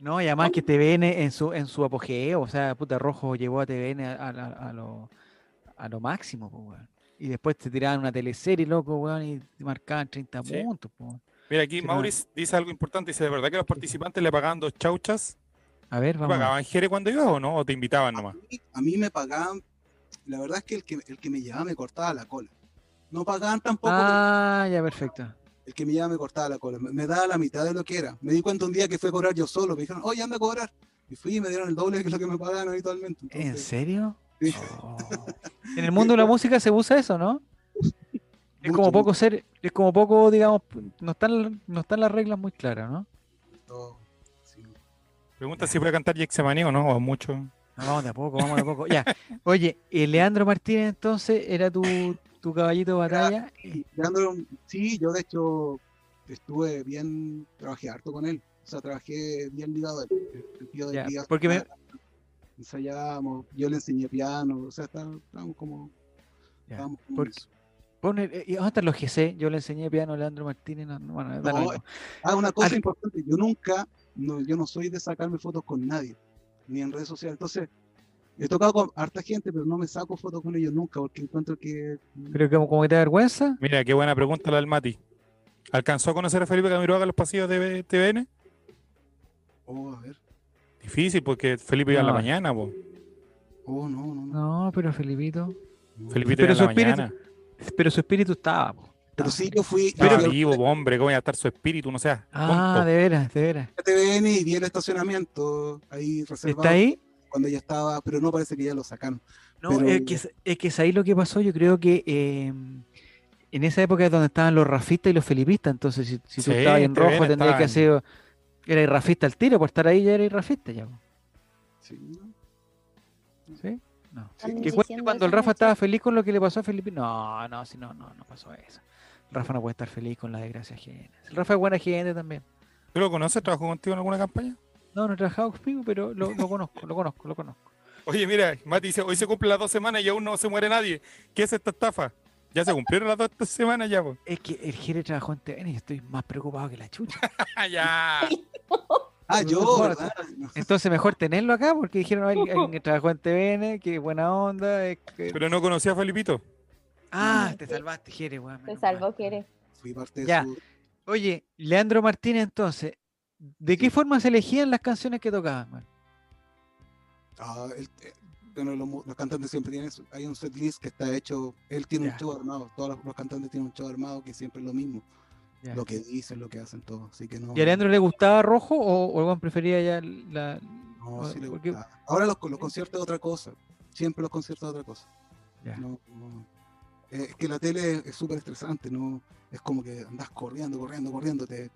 S1: No, y además que TVN en su, en su apogeo, o sea, puta rojo llevó a TVN a, a- a- a lo, a lo máximo, po, weón. Y después te tiraban una teleserie, loco, weón, y te marcaban 30
S2: Sí.
S1: puntos, po.
S2: Mira, aquí
S1: Sí, no.
S2: Maurice dice algo importante. Dice, ¿de verdad que los participantes le pagaban dos chauchas?
S1: A ver,
S2: ¿Te
S1: vamos. a ver.
S2: pagaban Jere cuando ibas o no? ¿O te invitaban
S4: A
S2: nomás?
S4: mí, a mí me pagaban, la verdad es que el que, el que me llevaba me cortaba la cola. No pagaban tampoco, pero
S1: Ah, ya, perfecto.
S4: el que me llevaba me cortaba la cola. Me, me daba la mitad de lo que era. Me di cuenta un día que fui a cobrar yo solo. Me dijeron, oye, anda a cobrar. Y fui y me dieron el doble que lo que me pagaban habitualmente.
S1: ¿En
S4: Entonces,
S1: serio?
S4: sí,
S1: Oh. En el mundo de la música se usa eso, ¿no? Es como
S4: mucho,
S1: poco ser, es como poco, digamos, no están, no están las reglas muy claras, ¿no?
S4: mucho, sí.
S2: Pregunta si puede cantar Yexemani o no, o mucho.
S1: No, vamos de a poco, vamos de a poco. Ya. Oye, eh, Leandro Martínez entonces era tu, tu caballito de
S4: Era-
S1: batalla.
S4: Sí, Leandro, sí, yo de hecho estuve bien, trabajé harto con él. O sea, trabajé bien ligado a él. El- el tío del
S1: Ya,
S4: día
S1: porque me-
S4: ensayábamos, yo le enseñé piano, o sea, está- estábamos como.
S1: Ya,
S4: estábamos como
S1: porque-
S4: en eso.
S1: Pone, eh, ¿y ¿Dónde están los GC? Yo le enseñé piano a Leandro Martínez. no- no, bueno, da lo
S4: No,
S1: mismo.
S4: Ah, una cosa
S1: Al-
S4: importante, yo nunca, no, yo no soy de sacarme fotos con nadie, ni en redes sociales. Entonces, he tocado con harta gente, pero no me saco fotos con ellos nunca, porque encuentro que.
S1: Pero como, como que te da vergüenza.
S2: Mira, qué buena pregunta la del Mati. ¿Alcanzó a conocer a Felipe Camiroaga en los pasillos de TVN?
S4: Oh, a ver.
S2: Difícil, porque Felipe iba en la
S1: No.
S2: mañana, po.
S4: Oh, no, no, no.
S1: No, pero Felipito.
S4: no.
S2: Felipito
S1: Pero
S2: iba en la
S1: su espíritu-
S2: mañana.
S1: Pero su espíritu estaba. po.
S4: Pero sí, yo fui. yo-
S2: Estaba
S4: yo-
S2: vivo, po, hombre, ¿cómo iba a estar su espíritu? No seas
S1: Ah,
S2: tonto.
S1: de veras, de veras.
S4: TVN y vi el estacionamiento ahí reservado
S1: ¿Está ahí?
S4: cuando ya estaba, pero no parece que ya lo sacaron.
S1: No,
S4: Pero-
S1: es, que, es- es que es ahí lo que pasó. Yo creo que eh, en esa época es donde estaban los rafistas y los felipistas, entonces si, si tú
S2: Sí,
S1: estabas en
S2: te ven,
S1: rojo tendrías que hacer, era rafista al tiro, por estar ahí ya eres rafista ya. po.
S4: Sí.
S1: ¿Sí? No.
S3: Están
S1: Que cuente
S3: diciendo
S1: cuando el
S3: eso,
S1: Rafa
S3: Nacho.
S1: estaba feliz con lo que le pasó a Felipe. No, no, si no, no, no pasó eso. El Rafa no puede estar feliz con la desgracia ajena. El Rafa es buena gente también.
S2: ¿Tú lo conoces? ¿Trabajó contigo en alguna campaña?
S1: No, no he trabajado conmigo, pero lo, lo conozco, lo conozco, lo conozco.
S2: Oye, mira, Mati dice, hoy se cumplen las dos semanas y aún no se muere nadie. ¿Qué es esta estafa? Ya se cumplieron las dos estas semanas ya, po.
S1: Es que el Jere trabajó en TVN y estoy más preocupado que la chucha.
S2: Ah, ya.
S4: Ah,
S1: No
S4: yo,
S1: importa.
S4: ¿verdad?
S1: Entonces mejor tenerlo acá porque dijeron "Hay alguien que trabajó en TVN, que buena onda. es que-".
S2: Pero no conocía a Felipito.
S1: Ah, te salvaste, Jere, weón.
S3: Te
S1: menos
S3: salvo
S1: mal.
S3: que eres.
S4: Fui parte de
S1: Ya.
S4: su-
S1: Oye, Leandro Martínez, entonces, ¿de qué forma se elegían las canciones que tocaban, man?
S4: Ah, él- eh, bueno, los, mu- los cantantes siempre tienen, su- hay un setlist que está hecho, él tiene
S1: Ya.
S4: un show armado, todos los, los cantantes tienen un show armado que siempre es lo mismo,
S1: Ya.
S4: lo que dicen, lo que hacen, todo, así que no...
S1: ¿Y a Leandro le gustaba rojo o, o el weón prefería ya la...
S4: no,
S1: o-
S4: sí le
S1: porque-
S4: gustaba. Ahora los, los conciertos es otra cosa, siempre los conciertos es otra cosa.
S1: Ya.
S4: No, no. Eh, Es que la tele es- es súper estresante, ¿no? Es como que andas corriendo, corriendo, corriendo, te-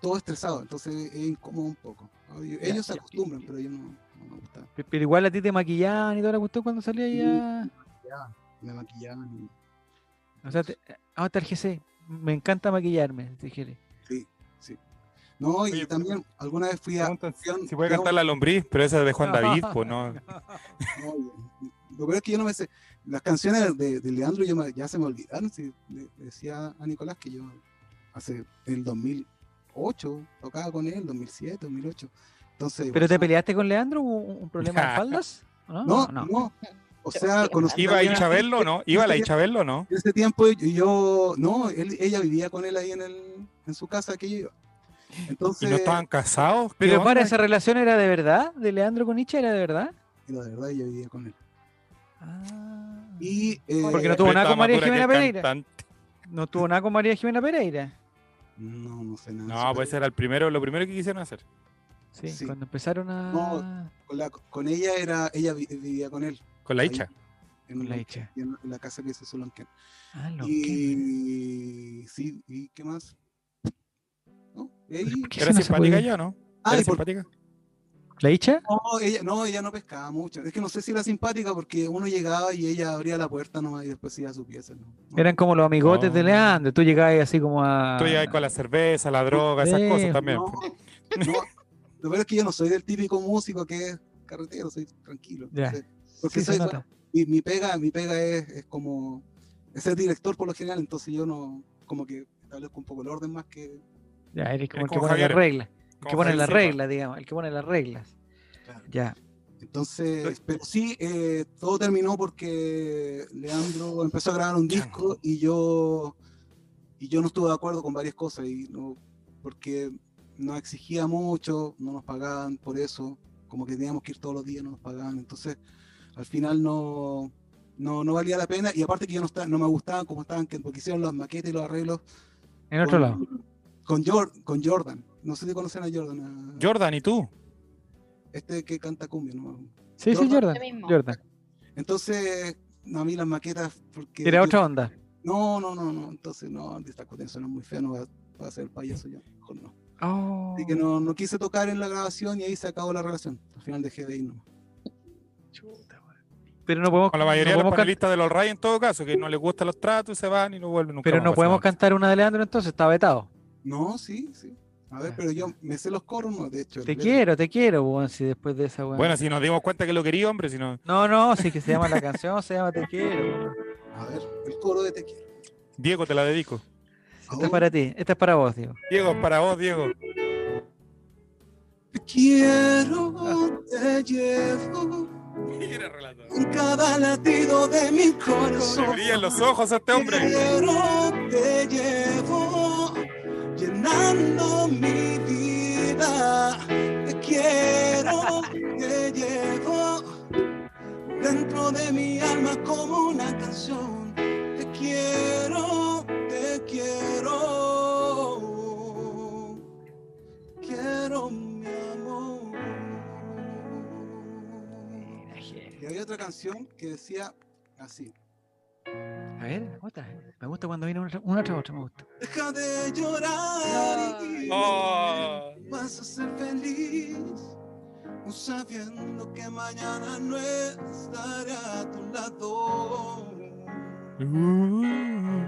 S4: todo estresado, entonces es incómodo un poco. Ah, yo-
S1: Ya,
S4: Ellos se
S1: ya.
S4: acostumbran, pero yo no, no me gusta.
S1: Pe- Pero igual a ti te maquillaban y toda la cuestión cuando salía
S4: Sí.
S1: ya...
S4: Me maquillaban y...
S1: O sea, te- ah, está el GC. Me encanta maquillarme, te dijere.
S4: No, y
S2: Oye,
S4: también alguna vez fui a...
S2: Preguntan
S4: fui a un-
S2: si puede
S4: fui a un-
S2: cantar la lombriz, pero esa es de Juan David, pues no.
S4: No, yo- Lo peor es que yo no me sé. Las canciones de, de Leandro yo me- ya se me olvidaron. sí. Le- le decía a Nicolás que yo hace el 2008 tocaba con él, 2007, 2008. Entonces,
S1: ¿Pero te
S4: igual-
S1: peleaste con Leandro? ¿Hubo un, un problema de faldas? ¿No?
S4: No, no. O sea,
S3: Pero-
S4: conocí
S2: ¿Iba a
S4: también-
S2: Ichabelo no? ¿Iba a Ichabelo no?
S4: En ese tiempo yo, yo- no, él- ella vivía con él ahí en, el, en su casa que yo iba.
S2: ¿Y
S4: Entonces,
S2: no estaban casados? ¿Qué
S1: Pero para,
S2: onda?
S1: ¿esa relación era de verdad? ¿De Leandro con Nietzsche era de verdad?
S4: la verdad yo vivía con él.
S1: Ah.
S4: Y eh,
S1: Porque no
S2: Pero
S1: tuvo nada
S2: estaba
S1: con María
S2: más dura que
S1: Jimena
S2: el
S1: Pereira.
S2: cantante.
S1: No tuvo nada con María Jimena Pereira.
S4: no, no sé nada.
S2: No,
S4: Eso,
S2: pues
S4: pero
S2: era el primero, lo primero que quisieron hacer.
S1: Sí,
S4: Sí.
S1: cuando empezaron a...
S4: No, con, la- con ella era, ella vi- vivía con él.
S2: Con la
S4: Ahí,
S2: Icha.
S4: en
S1: con la
S4: Lonquén,
S1: Nietzsche.
S4: en en la casa que se hizo Lonquén.
S1: Ah, lo que...
S4: Y sí, ¿y qué más? ¿No? Y ahí-
S1: ¿Por qué
S2: Era
S1: eso no se
S2: simpática
S1: puede?
S2: ya, ¿no?
S4: Ah,
S2: Era
S4: y por-
S2: simpática.
S1: ¿La Icha?
S4: no, ella, no, ella no pescaba mucho. Es que no sé si era simpática porque uno llegaba y ella abría la puerta nomás y después se iba a su pieza. ¿no? No,
S1: Eran como los amigotes de
S2: No.
S1: Leandro. Tú llegabas así como a...
S2: Tú llegabas con la cerveza, la droga, esas
S1: Sí,
S2: cosas también.
S4: Ah. no, no. Lo peor es que yo no soy del típico músico que es carretero, soy tranquilo.
S1: Ya.
S4: entonces,
S1: Sí,
S4: Porque
S1: se
S4: soy-
S1: nota.
S4: mi, mi pega, mi pega es, es como es ser director por lo general, entonces yo no como que establezco un poco el orden más que
S1: Ya, eres como el que
S2: como
S1: pone las
S2: Javier,
S1: reglas. El
S2: como
S1: que pone
S2: Javier
S1: las
S2: Silva.
S1: reglas, digamos. El que pone las reglas.
S4: Claro.
S1: Ya.
S4: Entonces, pero sí, eh, todo terminó porque Leandro empezó a grabar un disco y yo y yo no estuve de acuerdo con varias cosas y no porque nos exigía mucho, no nos pagaban por eso, como que teníamos que ir todos los días, no nos pagaban, entonces al final no no, no valía la pena y aparte que yo no, estaba, no me gustaban como estaban que- porque hicieron las maquetas y los arreglos
S1: En otro
S4: con-
S1: lado.
S4: Con, Jor- con Jordan, no sé si conocen a Jordan, a-
S2: pues. Jordan, ¿y tú?
S4: este que canta cumbia, ¿no?
S1: Sí, sí,
S4: Jordan,
S1: Jordan.
S3: lo mismo.
S1: Jordan.
S4: Entonces, no, a mí las maquetas, porque.
S1: Era
S4: yo-
S1: otra onda.
S4: No, no, no, no. Entonces, no, estas cosas son muy feas, no va, va a ser payaso yo. Mejor no.
S1: Oh,
S4: Así que no, no quise tocar en la grabación y ahí se acabó la relación. Al final dejé de ir nomás.
S1: chuta, weón. Pero no podemos,
S2: Con la mayoría
S1: no
S2: de los
S1: podemos can-
S2: panelistas de los Ray en todo caso, que no les gustan los tratos y se van y no vuelven nunca.
S1: pero
S2: más,
S1: no podemos
S2: básicamente.
S1: cantar una de Leandro entonces, está vetado.
S4: No, sí, sí. A ver,
S1: Ah, Ya.
S4: pero yo me sé los coros, no, de hecho.
S1: Te
S4: la-
S1: quiero, te quiero, weón, si después de esa weón.
S2: Bueno, si nos dimos cuenta que lo quería, hombre, si no.
S1: No, no, sí que se llama la canción, se llama Te quiero. weón.
S4: A ver, el coro de Te quiero.
S2: Diego, te la dedico.
S1: Esta Este es
S4: Ahora,
S1: para ti, esta es para vos, digo.
S2: Diego, es para vos, Diego.
S4: Te quiero, te llevo en cada latido de mi
S2: Le
S4: corazón.
S2: brillan los ojos a este
S4: Te
S2: hombre.
S4: quiero, te llevo llenando mi vida. Te quiero, te llevo dentro de mi alma como una canción. Te quiero, te quiero. Quiero mi amor. Y había otra canción que decía así.
S1: A ver, otra. Me gusta cuando viene una, una tras otra, me gusta.
S4: Deja de llorar y
S6: Oh.
S4: vas a ser feliz. aún Sabiendo que mañana no estaré a tu lado. Uh.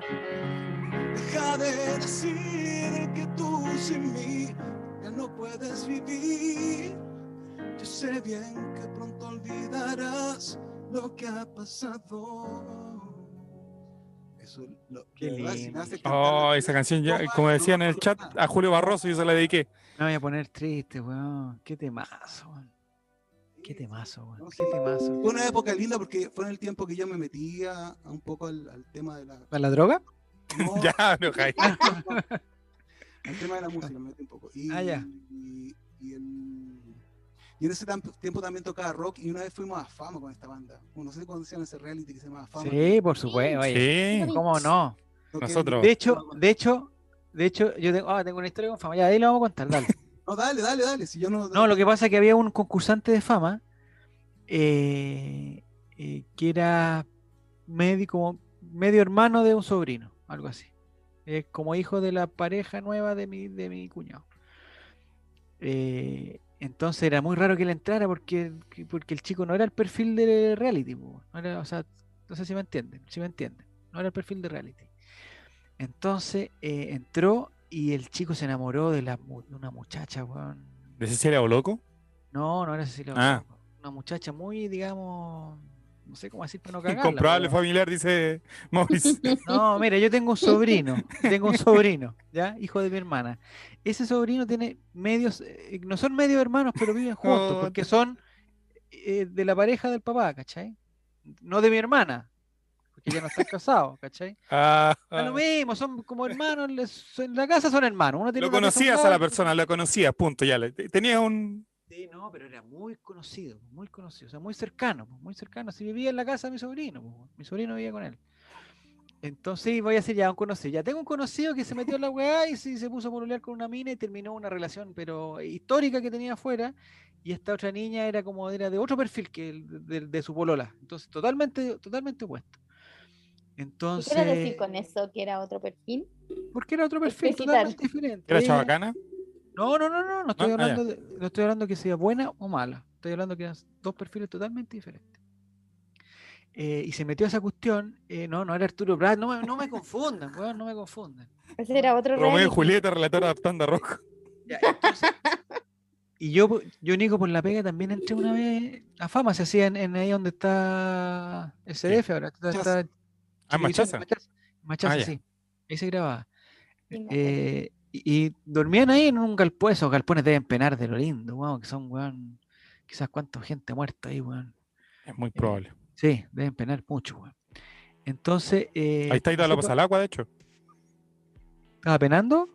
S4: Deja de decir que tú sin mí ya no puedes vivir. Yo sé bien que pronto olvidarás lo que ha pasado. Eso es lo
S1: Qué
S4: que más me
S1: lindo.
S4: hace cantar
S2: Oh,
S4: la-
S2: esa canción ya, como decían en el chat, a Julio Barroso yo se la dediqué.
S1: Me voy a poner triste, weón. Qué temazo, weón. Qué temazo, weón.
S4: No,
S1: Qué
S4: sí.
S1: temazo.
S4: Fue una época linda porque fue en el tiempo que yo me metía a un poco al, al tema de la.
S1: ¿Para la droga?
S4: no,
S2: Ya, no, Jaime.
S4: al tema de la música, me metí un poco. Y,
S1: Ah, ya.
S4: Y, y el- y en ese tam- tiempo también tocaba rock y una vez fuimos a Fama con esta banda. Bueno, no sé si conocían ese reality que se llama Fama.
S1: Sí, por supuesto. Oye,
S2: Sí.
S1: ¿cómo no?
S4: No, que-
S2: nosotros.
S1: De hecho, de hecho, de hecho, yo tengo, ah, tengo una historia con fama. Ya, ahí la vamos a contar, dale.
S4: No, dale, dale, dale. Si yo no.
S1: No, lo que pasa es que había un concursante de fama eh, eh, que era medio, como medio hermano de un sobrino, algo así. Es como hijo de la pareja nueva de mi, de mi cuñado. Eh, entonces era muy raro que él entrara porque, porque el chico no era el perfil de reality. po, no era- o sea, no sé si me entienden, si me entienden. No era el perfil de reality. Entonces eh, entró y el chico se enamoró de, la, mu- de una muchacha, weón.
S2: ¿De Cecilia o Loco?
S1: No, no era Cecilia
S2: Ah.
S1: Boloco. Una muchacha muy, digamos, no sé cómo decir para no cagarla.
S2: Incomprobable
S1: pero-
S2: familiar, dice Mauricio.
S1: No, mira, yo tengo un sobrino, tengo un sobrino, ¿ya? Hijo de mi hermana. Ese sobrino tiene medios, eh, no son medios hermanos, pero viven juntos,
S2: Oh,
S1: porque son eh, de la pareja del papá, ¿cachai? No de mi hermana, porque ya no están casados, ¿cachai?
S2: Ah,
S1: No lo mismo, son como hermanos, les- son- en la casa son hermanos. Uno tiene
S2: lo
S1: una casa a un
S2: conocías a la
S1: lado,
S2: persona, lo conocías, punto, ya. le- te- Tenías un...
S1: Sí, no, pero era muy conocido, pues, muy conocido, o sea, muy cercano, pues, muy cercano. Si vivía en la casa de mi sobrino, pues, weón, mi sobrino vivía con él. Entonces voy a decir ya un conocido. Ya tengo un conocido que se metió en la weá y sí, se puso a pololear con una mina y terminó una relación, pero histórica que tenía afuera. Y esta otra niña era como era de otro perfil que el de, de- de su polola. Entonces, totalmente, totalmente opuesto.
S3: ¿Qué
S1: Entonces,
S3: quiero decir con eso? ¿Que era otro perfil?
S1: porque era otro perfil
S3: Explicitar.
S1: totalmente diferente.
S2: ¿Era
S1: Ella-
S2: chabacana?
S1: no, no, no, no, no estoy
S2: Ah, ya.
S1: hablando, de- no estoy hablando que sea buena o mala. Estoy hablando que eran dos perfiles totalmente diferentes. Eh, y se metió a esa cuestión. eh, no, no era Arturo Prat. No, me- no me confundan, weón, no me confundan.
S3: Ese era otro
S2: Romeo y
S3: reality.
S2: Julieta, relator adaptando a rock.
S1: Ya, entonces- y yo, po- yo, Nico, por la pega también entré una vez a fama. Se hacía en, en ahí donde está SDF ahora. Está,
S4: Machaza.
S1: está
S2: Ah,
S1: Machaza,
S2: machaza.
S1: Machaza, Machaza,
S2: Ah, ya.
S1: sí. Ahí se grababa.
S3: Sí, me acuerdo.
S1: Eh, y, y dormían ahí en un galpón. Esos galpones deben penar de lo lindo, weón, que son, weón, quizás cuánta gente muerta ahí, weón.
S2: Es muy probable.
S1: Sí, deben penar mucho, weón. Entonces. eh,
S2: Ahí está Ítalo
S1: nosotros-
S2: Pasalacua, de hecho.
S1: ¿Estaba penando?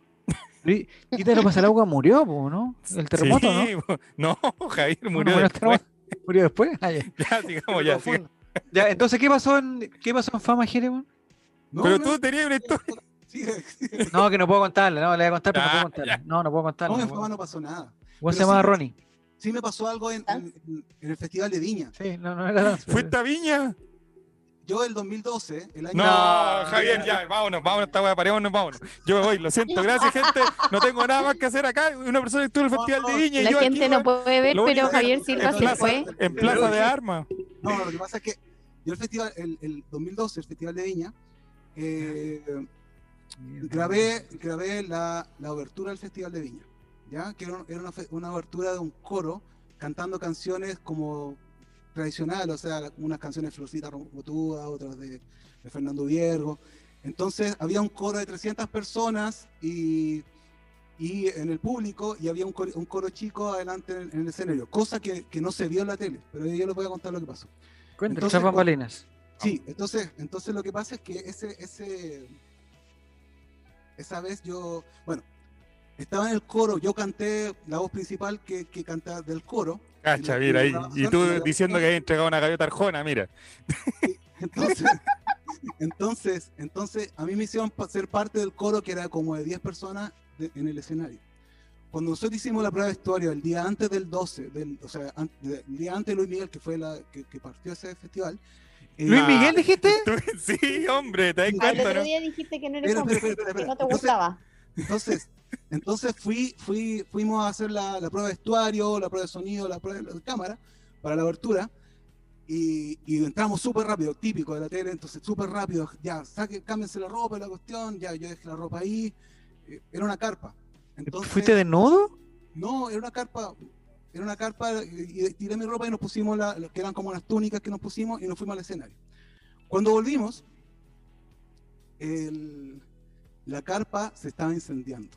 S1: Y Ítalo Pasalagua murió, po, ¿no? El terremoto, ¿no?
S2: Sí, po. ¿no? Javier
S1: No,
S2: murió
S1: no, no,
S2: después.
S1: terremoto. Murió después. Ah, ya.
S2: Ya, sigamos, ya, sigamos.
S1: Ya, entonces, ¿qué pasó en, qué pasó en Fama, Jere, weón?
S4: No,
S2: Pero
S4: no,
S2: tú tenías una historia.
S4: sí,
S1: No, que no puedo contarle, no, le voy a contar, pero no
S2: Ah, Ya,
S1: puedo contarle. No, no puedo contarle.
S4: no,
S1: No,
S4: en
S1: puedo-
S4: Fama no pasó nada.
S1: Weón se
S4: pero
S1: llamaba
S4: sí-
S1: Ronnie.
S4: Sí me pasó algo en, en- en- en el Festival de Viña.
S1: Sí, no, no era dance, pero-
S2: ¿Fuiste a Viña?
S4: Yo el 2012, el año...
S2: No, Javier, ya, vámonos, vámonos, esta weá, parémonos, vámonos. Yo me voy, lo siento, gracias, gente. No tengo nada más que hacer acá. Una persona que estuvo en el Festival de Viña y yo
S3: La
S2: aquí,
S3: gente no
S2: weón,
S3: puede ver,
S2: lo único
S3: pero
S2: que-
S3: Javier Silva
S2: en
S3: se
S2: plaza-
S3: fue. Ah,
S2: en Plaza de Armas.
S4: No, no, lo que pasa es que yo el festival, el, el 2012, el Festival de Viña, eh, grabé, grabé la, la obertura del Festival de Viña, ¿ya? Que era, un- era una, fe- una obertura de un coro cantando canciones como tradicional, o sea, unas canciones de Florcita Rombotúa, otras de, de Fernando Viergo. Entonces había un coro de 300 personas y, y en el público y había un coro, un coro chico adelante en, en el escenario, cosa que, que no se vio en la tele, pero yo les voy a contar lo que pasó.
S1: Cuéntale,
S4: Entonces,
S1: tras
S4: cuando-
S1: bambalinas.
S4: Sí, entonces, entonces lo que pasa es que ese, ese, esa vez yo, bueno, estaba en el coro, yo canté la voz principal que, que canta del coro.
S2: Cacha, mira, ahí. Y tú diciendo que habías entregado una gaviota arjona, mira.
S4: Entonces, entonces, entonces a mí me hicieron pa- ser parte del coro que era como de 10 personas de- en el escenario. Cuando nosotros hicimos la prueba de vestuario el día antes del 12, del, o sea, an- de- el día antes de Luis Miguel, que fue la que, que partió ese festival, Eh,
S1: ¿Luis Miguel dijiste?
S2: Tú- Sí, hombre, te das
S3: Al
S2: cuenta,
S3: otro
S2: ¿no?
S3: día dijiste que no eres
S4: Espera,
S3: hombre,
S4: espera, espera,
S3: que
S4: espera.
S3: no te
S4: Entonces-
S3: gustaba.
S4: Entonces, entonces fui, fui, fuimos a hacer la, la prueba de vestuario, la prueba de sonido, la prueba de cámara para la abertura. Y, y entramos súper rápido, típico de la tele, entonces súper rápido, ya, saquen, cámbiense la ropa, la cuestión, ya, yo dejé la ropa ahí, eh, era una carpa. Entonces,
S1: ¿Fuiste desnudo?
S4: No, era una carpa, era una carpa, y y tiré mi ropa y nos pusimos, la, que eran como las túnicas que nos pusimos, y nos fuimos al escenario. Cuando volvimos, el- la carpa se estaba incendiando.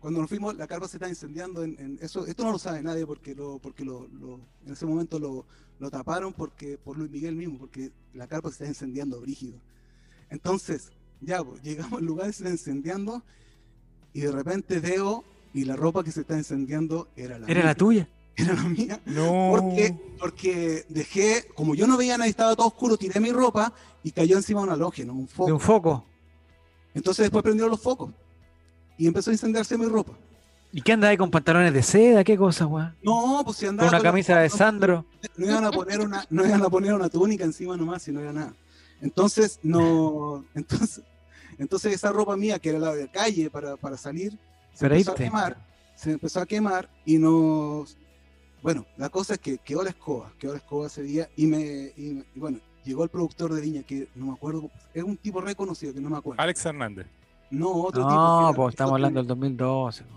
S4: Cuando nos fuimos, la carpa se estaba incendiando. En, en- eso, esto no lo sabe nadie porque, lo, porque lo, lo- en ese momento lo, lo taparon porque, por Luis Miguel mismo, porque la carpa se estaba incendiando, brígido. Entonces, ya, pues, llegamos al lugar, se está incendiando, y de repente veo, y la ropa que se está incendiando era la
S1: Era
S4: mía.
S1: la tuya.
S4: Era la mía.
S2: No.
S4: Porque, porque dejé, como yo no veía nadie, estaba todo oscuro, tiré mi ropa y cayó encima de un halógeno, un
S1: De un
S4: foco.
S1: foco.
S4: Entonces después prendieron los focos y empezó a incendiarse mi ropa.
S1: ¿Y qué andaba ahí con pantalones de seda? ¿Qué cosa, weón?
S4: No, pues si
S1: Con
S4: andaba
S1: una
S4: la-
S1: camisa de Sandro.
S4: no iban a poner una, no iban a poner una túnica encima nomás y no era nada. Entonces, no, entonces, entonces esa ropa mía que era la de calle para, para salir, se
S1: Para
S4: empezó
S1: irte.
S4: a quemar, se empezó a quemar y nos bueno, la cosa es que quedó la escoba, quedó la escoba ese día y me, y me- y bueno, llegó el productor de Viña que no me acuerdo, es un tipo reconocido que no me acuerdo.
S2: Alex Hernández.
S4: No, otro tipo. que
S1: No,
S4: era-
S1: pues estamos
S4: otro-
S1: hablando del 2012. po.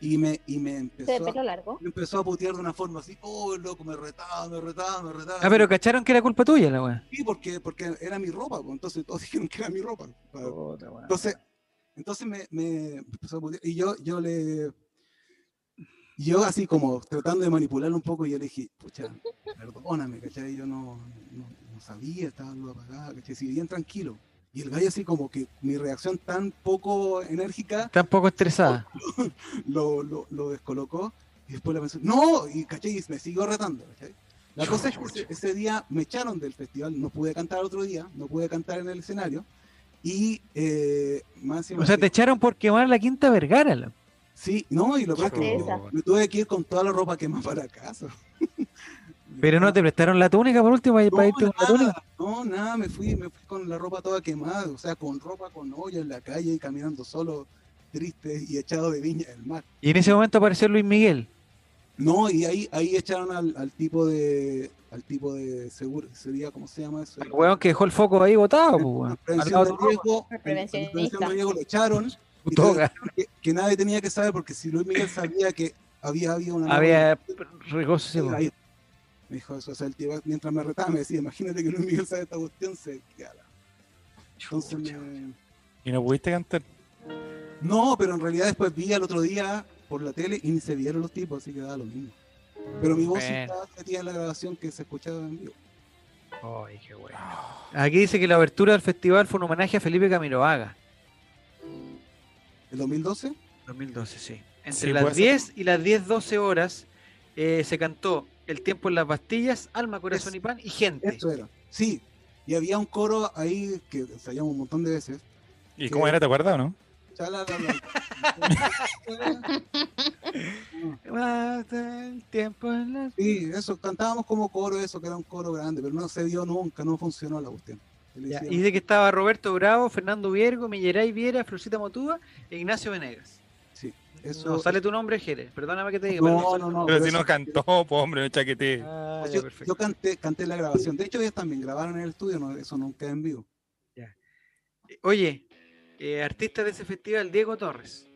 S4: y me y me
S3: ¿Te de
S4: empezó,
S3: pelo largo?
S4: me empezó a putear de una forma así, oh, loco, me retaba, me retaba, me retaba.
S1: Ah, pero cacharon que era culpa tuya la weá.
S4: Sí, porque, porque era mi ropa, pues, entonces todos dijeron que era mi ropa. pa-
S1: Oh.
S4: Entonces, entonces me, me empezó a putear, y yo, yo le. Yo así como tratando de manipularlo un poco, yo le dije, pucha, perdóname, ¿cachai? Yo no, no, no sabía, estaba en luz apagada, ¿cachai? Sí, bien tranquilo. Y el gallo así como que mi reacción tan poco enérgica
S1: Tampoco estresada.
S4: lo, lo, lo descolocó y después la pensó, no, y caché, y me siguió retando. ¿cachai? La cosa es que ese, ese día me echaron del festival, no pude cantar otro día, no pude cantar en el escenario. Y eh, más encima
S1: O sea,
S4: que-
S1: te echaron por quemar la quinta vergara. la-
S4: Sí, no, y lo peor es que
S3: Esa.
S4: me tuve que ir con toda la ropa quemada para casa.
S1: Pero no te prestaron la túnica por último para para
S4: No,
S1: irte con la túnica.
S4: nada, no, nada, me fui, me fui con la ropa toda quemada, o sea, con ropa con olla en la calle y caminando solo, triste y echado de viña del mar.
S1: Y en ese momento apareció Luis Miguel.
S4: No, y ahí, ahí echaron al, al tipo de al tipo de seguro, sería como se llama eso.
S1: El weón que dejó el foco ahí botado, pues,
S4: La
S1: weón. Al
S4: prevención
S1: lado
S4: de
S1: de tu ropa.
S4: riesgo,
S3: El
S4: en- en prevención
S3: prevencionista.
S4: de riesgo lo echaron y
S1: Toga.
S4: le dijeron que, que nadie tenía que saber porque si Luis Miguel sabía que había habido una
S1: Había
S4: nueva-
S1: regoso ese weón.
S4: ahí. Me dijo eso, o sea, el tío mientras me retaba me decía, imagínate que Luis Miguel sabe esta cuestión, se cala. Entonces
S1: Chucha.
S4: me-
S2: Y no pudiste cantar.
S4: No, pero en realidad después vi al otro día por la tele y ni se vieron los tipos, así que da lo mismo. Pero mi voz sí
S1: Bueno.
S4: estaba metida en la grabación que se escuchaba en vivo.
S1: Ay, qué bueno. Ah. Aquí dice que la abertura del festival fue un homenaje a Felipe Camiroaga.
S4: ¿El 2012?
S1: 2012, sí. Entre
S2: Sí,
S1: las
S2: puede ser.
S1: 10 y las 10, 12 horas eh, se cantó El tiempo en las pastillas, Alma, Corazón
S4: Es-
S1: y Pan y Gente.
S4: Eso era. Sí. Y había un coro ahí que ensayamos un montón de veces.
S2: ¿Y cómo era? ¿Te acuerdas o no?
S4: Chala, la, la.
S1: Mata el tiempo en las-
S4: Sí, eso, cantábamos como coro eso, que era un coro grande, pero no se dio nunca, no funcionó la cuestión. Y le
S1: Ya,
S4: decíamos,
S1: Y de que estaba Roberto Bravo, Fernando Viergo, Milleray Viera, Florcita Motúa e Ignacio Venegas.
S4: sí, eso-
S1: No sale tu nombre, Jerez. Perdóname que te diga. pero
S4: No,
S1: sale
S4: no,
S1: tu
S4: no.
S1: nombre.
S2: Pero si
S4: eso-
S2: no cantó, pues hombre, no chaquete.
S1: Ah,
S4: Pues
S1: ya,
S4: yo,
S1: perfecto.
S4: yo canté, canté la grabación. De hecho, ellos también grabaron en el estudio, no, eso nunca en vivo.
S1: Eh, Oye, eh, artista de ese festival, Diego Torres,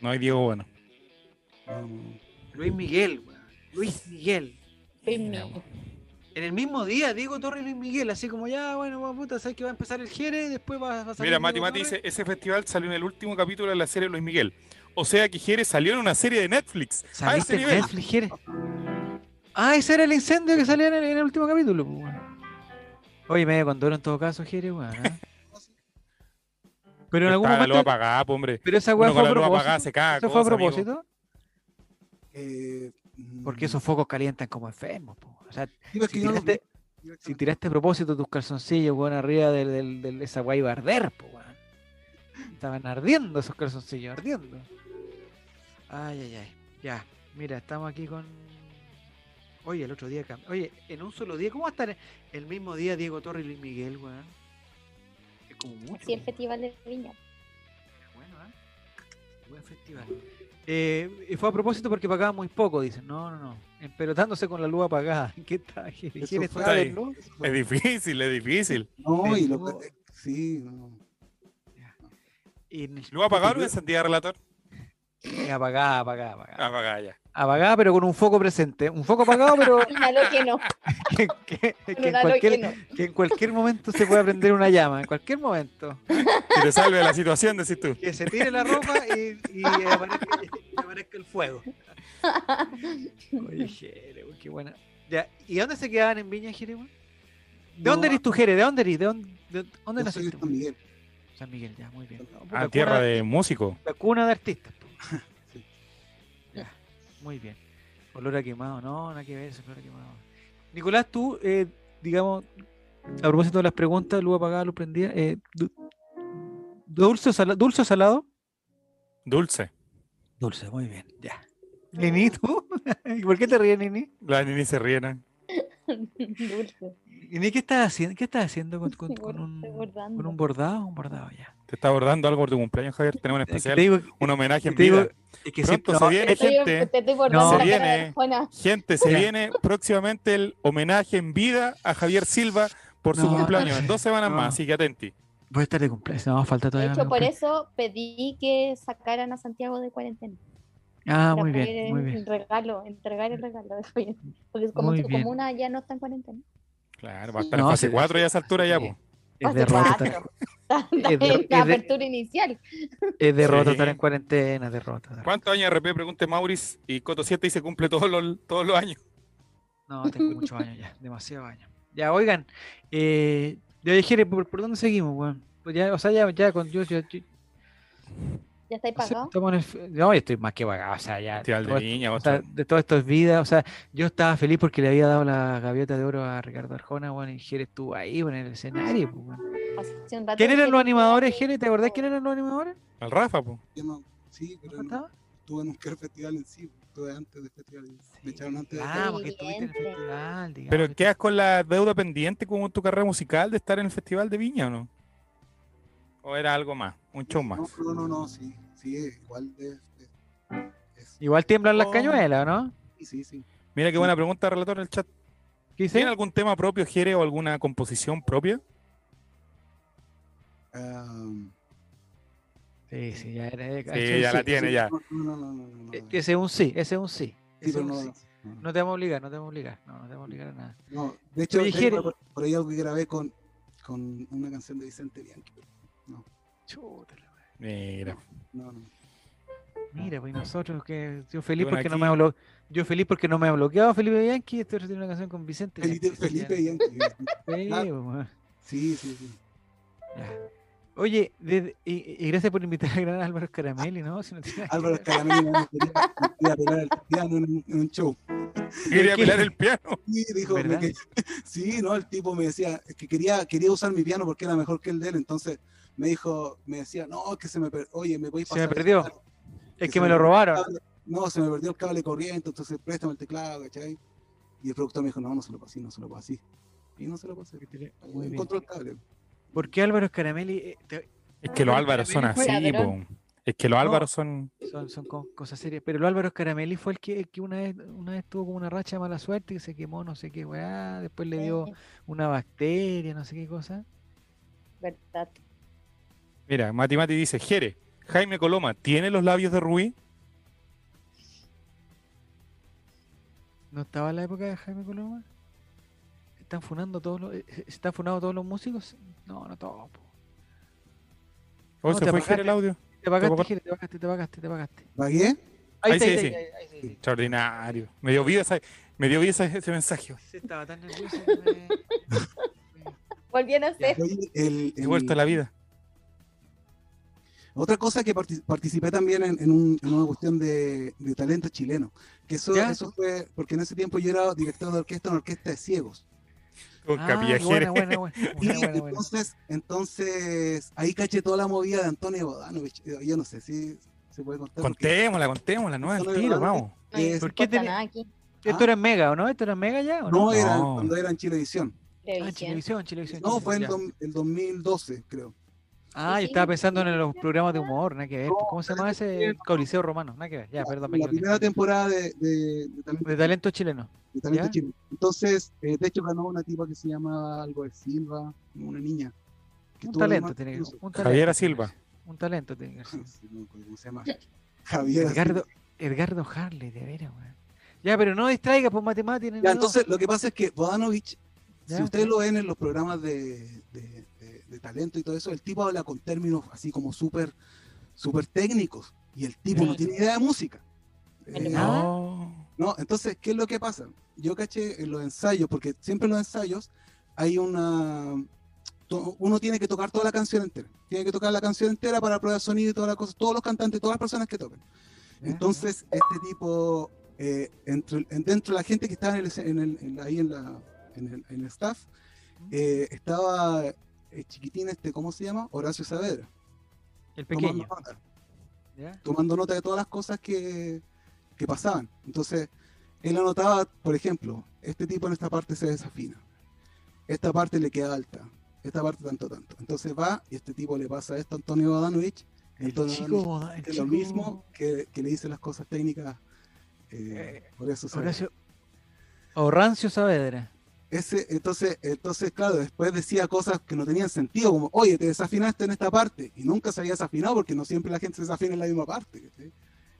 S2: No hay Diego Bueno.
S4: No,
S1: Mm.
S4: no.
S1: Luis Miguel, weón, Luis Miguel.
S3: Primero.
S1: En el mismo día, Diego Torres y Luis Miguel, así como ya, bueno, weón, puta, sabes que va a empezar el Jerez, después va, va a salir.
S2: Mira, Mati
S1: Diego
S2: Mati
S1: Torres.
S2: dice, ese festival salió en el último capítulo de la serie Luis Miguel. O sea que Jerez salió en una serie de Netflix. A
S1: ¿Saliste
S2: ese
S1: en
S2: nivel.
S1: Netflix, Jerez? Ah, ese era el incendio que salía en el, en el último capítulo, pues, weón. Oye, medio condoro en todo caso, Jerez, weón. ¿ah? Pero en algún
S2: Estaba la luz
S1: momento.
S2: apagada, pues, hombre.
S1: Pero esa weá
S2: Uno
S1: fue
S2: con
S1: a
S2: la luz apagada
S1: propósito.
S2: se caga.
S1: ¿Eso fue a
S2: cosa, amigo.
S1: propósito?
S4: Eh,
S1: Porque esos focos calientan como enfermos, po. O sea,
S4: Sí, pero es
S1: si este,
S4: que yo no los
S1: tiraste,
S4: vi directamente.
S1: si tiraste a propósito tus calzoncillos, weón, arriba del- del- del- de esa weá iba a arder, po, weón. Estaban ardiendo esos calzoncillos, ardiendo. Ay, ay, ay. Ya, mira, estamos aquí con. Oye, el otro día cambió. Oye, en un solo día, ¿cómo va a estar el mismo día Diego Torres y Luis Miguel, weón? Es como mucho.
S3: Así el festival de Viña.
S1: Bueno, ¿eh? Buen festival. Eh, y fue a propósito porque pagaban muy poco, dicen. No, no, no. Empelotándose con la luz apagada. ¿Qué tal? ¿Qué-
S4: Eso
S1: quién
S4: fue-
S1: está?
S2: ahí.
S4: ¿no?
S2: Es difícil, es difícil.
S4: No, y lo
S1: Estuvo-
S4: que- Sí, no.
S1: Y ni-
S2: ¿Lo va a apagar o encendía relator?
S1: Eh, Apagada, apagada, apagada.
S2: Apagada ya.
S1: Apagada, pero con un foco presente. Un foco apagado, pero
S3: Claro que no.
S1: que, que- que en
S3: claro que
S1: cualquier,
S3: no.
S1: que en cualquier momento se puede prender una llama. En cualquier momento.
S2: Que te salve la situación, decís tú.
S1: Que se tire la ropa y, y aparezca, y aparezca el fuego. Oye, Jere, weón, qué buena. Ya, ¿Y dónde se quedaban en Viña, Jere? weón? ¿De dónde eres tú, Jere? ¿De dónde eres? ¿De dónde, de dónde
S4: yo soy de
S1: naciste?
S4: San Miguel.
S1: San Miguel, ya, muy bien.
S4: Ah,
S1: La
S2: A
S1: cuna-
S2: tierra de músico.
S1: La cuna de artistas. po.
S4: Sí.
S1: Ya, muy bien. Olor a quemado, no, nada que ver, ese olor a quemado. Nicolás, tú, eh, digamos, a propósito de las preguntas, luz apagada, luz prendida, eh, du- dulce, o sala- ¿dulce o salado?
S2: Dulce.
S1: Dulce, muy bien, ya. Ah. Nini, ¿tú? ¿Y ¿Por qué te ríes, Nini?
S2: La nini se riena.
S3: Dulce.
S1: Nini, ¿qué estás haciendo? ¿Qué estás haciendo con, con- con un,
S3: Estoy bordando.
S1: con un bordado? Un bordado, ya.
S2: Te está abordando algo por tu cumpleaños, Javier. Tenemos un
S1: Es que
S2: especial,
S1: te digo,
S2: un homenaje en
S1: te digo
S2: vida.
S1: es que
S2: Pronto
S1: siempre-
S2: se
S1: no,
S2: viene.
S3: Te estoy-
S2: gente,
S3: te estoy bordando
S1: no.
S3: la cara de
S2: viene.
S3: Arjona.
S2: Gente, se
S1: Ya.
S2: viene próximamente el homenaje en vida a Javier Silva por su
S1: No.
S2: cumpleaños. En dos semanas
S1: No.
S2: más, así que atenti.
S1: voy a estar de cumpleaños, no, falta
S3: De
S1: todavía. mi
S3: hecho, por
S1: cumpleaños.
S3: eso pedí que sacaran a Santiago de cuarentena.
S1: Ah,
S3: para
S1: muy
S3: poder
S1: bien, muy bien.
S3: en- regalo, entregar el regalo de Javier. Porque como
S1: Muy
S3: su
S1: bien.
S3: comuna ya no está en cuarentena.
S2: Claro, va a estar
S1: No,
S2: en fase
S1: se-
S2: 4 ya a esa altura ya,
S1: sí.
S2: po.
S1: Es
S3: Fase
S1: derrota,
S3: cuatro.
S1: estar-
S3: Está- está
S1: Es de-
S3: en la
S1: es de-
S3: apertura inicial.
S1: es derrota
S2: Sí.
S1: estar en cuarentena, es derrota. derrota.
S2: ¿Cuántos años RP? Pregunte Maurice. Y Coto 7 dice cumple todos los, todos los años.
S1: No, tengo muchos años ya, demasiados años. Ya, oigan, eh, ya dije, ¿por, por dónde seguimos, weón? Pues ya, o sea, ya, ya con yo, yo- yo-
S3: ¿Ya estáis
S1: o sea,
S3: pagado?
S1: estamos en el fe- no, yo estoy más que pagado, o sea, ya.
S2: Festival
S1: todo
S2: de
S1: esto-
S2: niña,
S1: o sea,
S2: otro.
S1: de todo esto es vida, o sea, yo estaba feliz porque le había dado la gaviota de oro a Ricardo Arjona, weón, y Jere estuvo ahí, weón, en el escenario, pues, weón.
S3: Hace un rato
S1: ¿Quién eran
S3: que-
S1: los animadores, Jere? ¿Te acordás quién eran los animadores?
S2: Al Rafa, po.
S4: Yo no- sí,
S1: ¿No
S4: pero no,
S1: estaba?
S4: estuve en Oscar Festival en sí, estuve antes del festival. Me echaron antes de
S1: Ah, porque estuviste en el
S3: Excelente.
S1: festival, digamos.
S2: Pero quedas con la deuda pendiente con tu carrera musical de estar en el Festival de Viña, ¿o no? ¿O era algo más? Un show más.
S4: No, no, no, no, sí, sí, igual de... de- es-
S1: Igual tiemblan las
S2: Oh.
S1: cañuelas, ¿no?
S4: sí, sí.
S2: Mira qué buena pregunta, relator, en el chat.
S1: ¿Qué dice?
S2: ¿Tiene algún tema propio, Jere, o alguna composición propia?
S4: Am,
S1: Sí, sí, ya era. eh,
S2: Sí,
S1: eso
S2: ya la
S1: sí.
S2: tiene, ya.
S4: No, no, no, no, no, no,
S1: E-
S4: no.
S1: Ese es un sí, ese es un sí.
S4: Sí,
S1: ese
S4: pero
S1: es un
S4: no,
S1: sí.
S4: no, no.
S1: No te vamos a obligar, no te vamos a obligar. No, no te vamos a obligar a nada.
S4: No, de hecho,
S1: Oye,
S4: tengo
S1: Jere.
S4: por, por ahí algo que grabé con, con una canción de Vicente Bianchi. pero
S1: Chuta la wea.
S2: Mira.
S4: No, no.
S1: Mira, pues y nosotros que yo feliz
S2: Bueno,
S1: porque no
S2: aquí-
S1: me ha bloqueado. Yo feliz porque no me ha bloqueado Felipe Bianchi y este otro tiene una canción con Vicente.
S4: Felipe,
S1: Bianchi, eso ya-
S4: Felipe Bianchi.
S1: Sí,
S4: Ah.
S1: pues, weón,
S4: Sí, sí, sí.
S1: ya. Oye, desde- y, y gracias por invitar al gran Álvaro Caramelli, ¿no? Si no tiene nada que
S4: Álvaro
S1: ver.
S4: Escaramel me quería, me quería pegar al piano en un, en un show.
S2: Quería
S1: ¿Qué?
S2: pelar el piano.
S4: Sí, dijo, me
S1: ¿Verdad?
S4: que- sí, no, el tipo me decía es que quería, quería usar mi piano porque era mejor que el de él, entonces me dijo, me decía, no, es que se me per- oye, me voy a
S1: Se me
S4: pasar el
S1: perdió.
S4: teclado".
S1: Es que
S4: se
S1: me lo
S4: perdió el
S1: robaron.
S4: cable. No, se me perdió el cable corriente, entonces préstame el teclado, ¿cachai? Y el productor me dijo, no, no se lo pasé, no se lo pasé. Y no se lo pasé.
S1: Muy bien.
S4: Encontró el cable.
S1: ¿Por qué Álvaro Caramelli eh, te-
S2: Es que
S1: Pero
S2: los Álvaros son
S1: también
S3: fue
S2: así, po.
S3: ladrón.
S2: Es que los
S1: No.
S2: Álvaros son.
S1: Son, son co- cosas serias. Pero el Álvaro Caramelli fue el que, el que una, vez, una vez tuvo como una racha de mala suerte y se quemó, no sé qué, weá. Después le dio una bacteria, no sé qué cosa.
S3: ¿Verdad?
S2: Mira, Mati Mati dice: Jere, Jaime Coloma, ¿tiene los labios de Rubí?
S1: ¿No estaba en la época de Jaime Coloma? ¿Están funando todos los, eh, eh, ¿Están funados todos los músicos? No, no todos. po.
S2: ¿O
S1: No,
S2: se
S1: te
S2: fue Jere el audio?
S1: Te pagaste,
S2: apagaste.
S1: Gil, te pagaste, te pagaste, te pagaste.
S4: ¿Pagué?
S1: Ahí,
S2: Ahí
S1: está,
S2: sí,
S1: ahí
S2: ahí
S1: está, ahí está, ahí está.
S2: Extraordinario. Me dio vida, esa- me dio vida esa- ese mensaje.
S1: Sí, Estaba tan nervioso. que me-
S3: Volví a nacer.
S4: Oye, el-
S2: He vuelto a
S4: el-
S2: la vida.
S4: Otra cosa que parti- participé también en, en un- en una cuestión de, de talento chileno, que eso,
S1: ¿Ya?
S4: eso fue, porque en ese tiempo yo era director de orquesta en orquesta de ciegos.
S2: Con
S1: Ah,
S2: Capilla Jere.
S1: buena, buena, buena,
S4: Y
S1: buena, buena, buena.
S4: entonces, entonces ahí caché toda la movida de Antonio Bodanovich. Eh, Yo no sé si se puede contar. porque
S2: Contémosla, contémosla, no al
S4: Solo
S2: tiro,
S4: Iván,
S2: vamos.
S3: No, no
S4: es-
S1: ¿Por qué Ah,
S3: importa
S1: tenía-
S3: nada aquí.
S1: Esto era en Mega, ¿o no? ¿Esto era en Mega ya? ¿o no,
S2: No.
S4: No, era cuando era en Chilevisión.
S1: Ah, en
S3: Televisión.
S1: Chilevisión, Chilevisión.
S4: No, fue en
S1: Chilevisión,
S4: dom- el 2012, creo.
S1: ya. Ah, yo estaba pensando en los programas de humor, nada que ver. pues, ¿Cómo se llama ese? Coliseo Romano, nada que ver. Ya, perdón, me
S4: la primera
S1: equivoqué.
S4: temporada de, de, de Talento,
S1: De talento chileno.
S4: de Talento
S1: ¿Ya?
S4: Chile. Entonces, eh, de hecho, ganó una tipa que se llama algo de Silva, como una niña. que
S1: Un
S4: tuvo
S1: talento
S4: más-
S1: tiene que
S4: no
S1: ser.
S4: sé,
S1: un talento
S2: Javiera
S1: tiene que
S2: Silva.
S1: ser, Un talento tiene que ser.
S4: no, ¿Cómo se llama? Javier.
S1: Edgardo, Edgardo Harley, de veras, weón. Ya, pero no distraigas por matemáticas.
S4: Ya, entonces, lo que pasa es que Bodanovich,
S1: Ya.
S4: si ustedes lo ven en los programas de, de- de- de talento y todo eso, el tipo habla con términos así como súper súper técnicos y el tipo
S3: Sí.
S4: no tiene idea de música. Eh,
S3: ¿Nada?
S2: No.
S4: no, entonces, ¿qué es lo que pasa? Yo caché en los ensayos, porque siempre en los ensayos hay una... to- Uno tiene que tocar toda la canción entera. Tiene que tocar la canción entera para prueba de sonido y todas las cosas. Todos los cantantes, todas las personas que tocan. Entonces, este tipo, eh, entre- en- dentro de la gente que estaba en el, en el- en la- ahí en, la, en, el, en el staff, eh, estaba el chiquitín este, ¿cómo se llama? Horacio Saavedra.
S1: El
S4: Tomando
S1: pequeño.
S4: nota,
S1: ¿ya?
S4: tomando nota de todas las cosas que, que pasaban. Entonces, él anotaba, por ejemplo, este tipo en esta parte se desafina, esta parte le queda alta, esta parte tanto, tanto. Entonces va y este tipo le pasa esto a Antonio Badanovich.
S1: El
S4: Antonio
S1: chico,
S4: Badanovich
S1: Boda- el
S4: es lo
S1: chico-
S4: mismo que, que le dice las cosas técnicas. eh, por eso se-
S1: Horacio. Horrancio Saavedra.
S4: ese, entonces, entonces, claro, después decía cosas que no tenían sentido, como, oye, te desafinaste en esta parte, y nunca se había desafinado porque no siempre la gente se desafina en la misma parte. ¿cachai?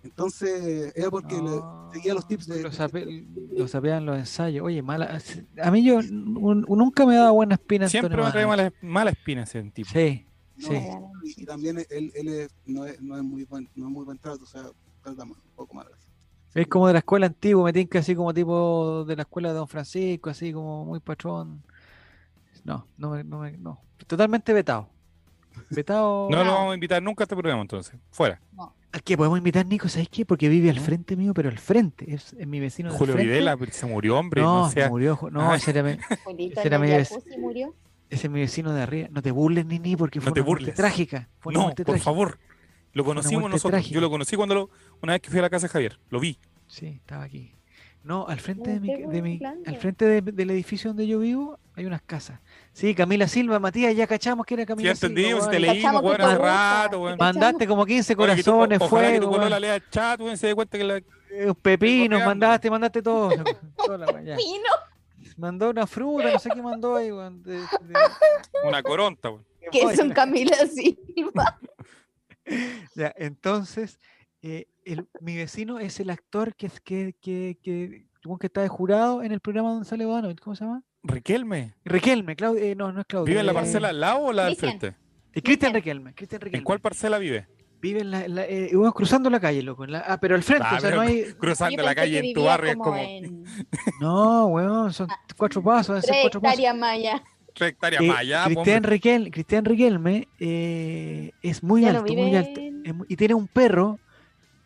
S4: Entonces, era porque le-
S1: No,
S4: seguía los tips de-
S1: Lo, sape- lo sapean los ensayos. Oye, mala. A mí yo un- nunca me daba buena espina.
S2: Siempre
S1: Antonio
S2: me trae
S1: Banderas.
S2: mala, mala espina ese tipo.
S1: Sí,
S4: no,
S1: sí.
S4: y, y también él, él es- no, es, no es muy buen, no es muy buen trato, o sea, trata un poco mal. a la gente.
S1: Es como de la escuela antigua, me tinca así como tipo de la escuela de Don Francisco, así como muy patrón. No, no me, no me- no. Totalmente vetado. Vetado.
S2: No lo vamos a invitar nunca a este programa entonces. Fuera.
S1: ¿A qué podemos invitar, Nico? ¿Sabes qué? Porque vive al frente mío, pero al frente. Es, es mi vecino del
S2: Julio
S1: frente.
S2: Videla se murió, hombre.
S1: No,
S2: no sea-
S1: murió. Ju- No,
S2: Ah.
S1: ese, era mi,
S3: Julito
S1: Ese era
S3: en
S1: mi
S3: el
S1: vez.
S3: jacuzzi murió.
S1: ese es mi vecino de arriba. No te burles, Nini, porque fue
S2: No te
S1: una muerte
S2: burles.
S1: trágica. Fue una
S2: No,
S1: muerte
S2: por
S1: trágica.
S2: favor. Lo conocimos
S1: muerte
S2: nosotros.
S1: trágica.
S2: Yo lo conocí cuando lo, una vez que fui a la casa de Javier. Lo vi.
S1: Sí, estaba aquí. No, al frente
S3: No
S1: de mi,
S3: te
S1: ca-
S3: voy
S1: de mi- al
S3: hablando.
S1: frente de- del edificio donde yo vivo hay unas casas. Sí, Camila Silva, Matías, ya cachamos que era
S2: Sí, ya
S1: Camila Silva.
S2: entendimos, si pues, te
S1: weón.
S3: leí,
S2: leímos,
S3: Cachamos
S2: weón,
S3: que
S2: hace
S3: te gusta.
S2: rato, weón.
S3: Te
S1: Mandaste como 15
S2: Ojalá que tu-
S1: corazones,
S2: Ojalá que tu
S1: fuego,
S2: polola
S1: weón,
S2: lea el chat, weón, se dé cuenta que la...
S1: eh, pepinos,
S2: weando.
S1: mandaste, mandaste todo. toda la weá, ya.
S3: Pino.
S1: Mandó una fruta, no sé qué mandó ahí, weón, de- de-
S2: una coronta, weón.
S3: Que
S1: Oye,
S3: es un
S1: la-
S3: Camila Silva.
S1: Ya, entonces, eh, el- mi vecino es el actor que, que, que, que, que está de jurado en el programa donde sale Bodanovich, ¿cómo se llama?
S2: Riquelme.
S1: Riquelme, Claudio, eh, no, no es Claudio.
S2: ¿Vive en la
S1: eh,
S2: parcela al lado o la del
S3: Cristian.
S2: frente?
S1: eh, Cristian Riquelme, Cristian Riquelme.
S2: ¿En cuál parcela vive?
S1: Vive en la, en la- eh, bueno, cruzando la calle, loco. en la- ah, pero al frente,
S2: Ah,
S1: o sea,
S2: pero
S1: no hay.
S2: Cruzando
S3: Yo
S2: la
S3: pensé
S2: calle
S3: que
S2: en tu
S3: vivía
S2: barrio es como
S3: en
S1: No, weón, son cuatro pasos, hacer
S3: tres
S1: cuatro pasos.
S3: hectáreas maya.
S2: tres hectáreas
S1: Eh,
S2: más allá, po,
S1: Cristian,
S2: hombre.
S1: Riquel- Cristian Riquelme eh, es muy
S3: Ya lo
S1: alto, muy alto.
S3: viven.
S1: es mu- y tiene un perro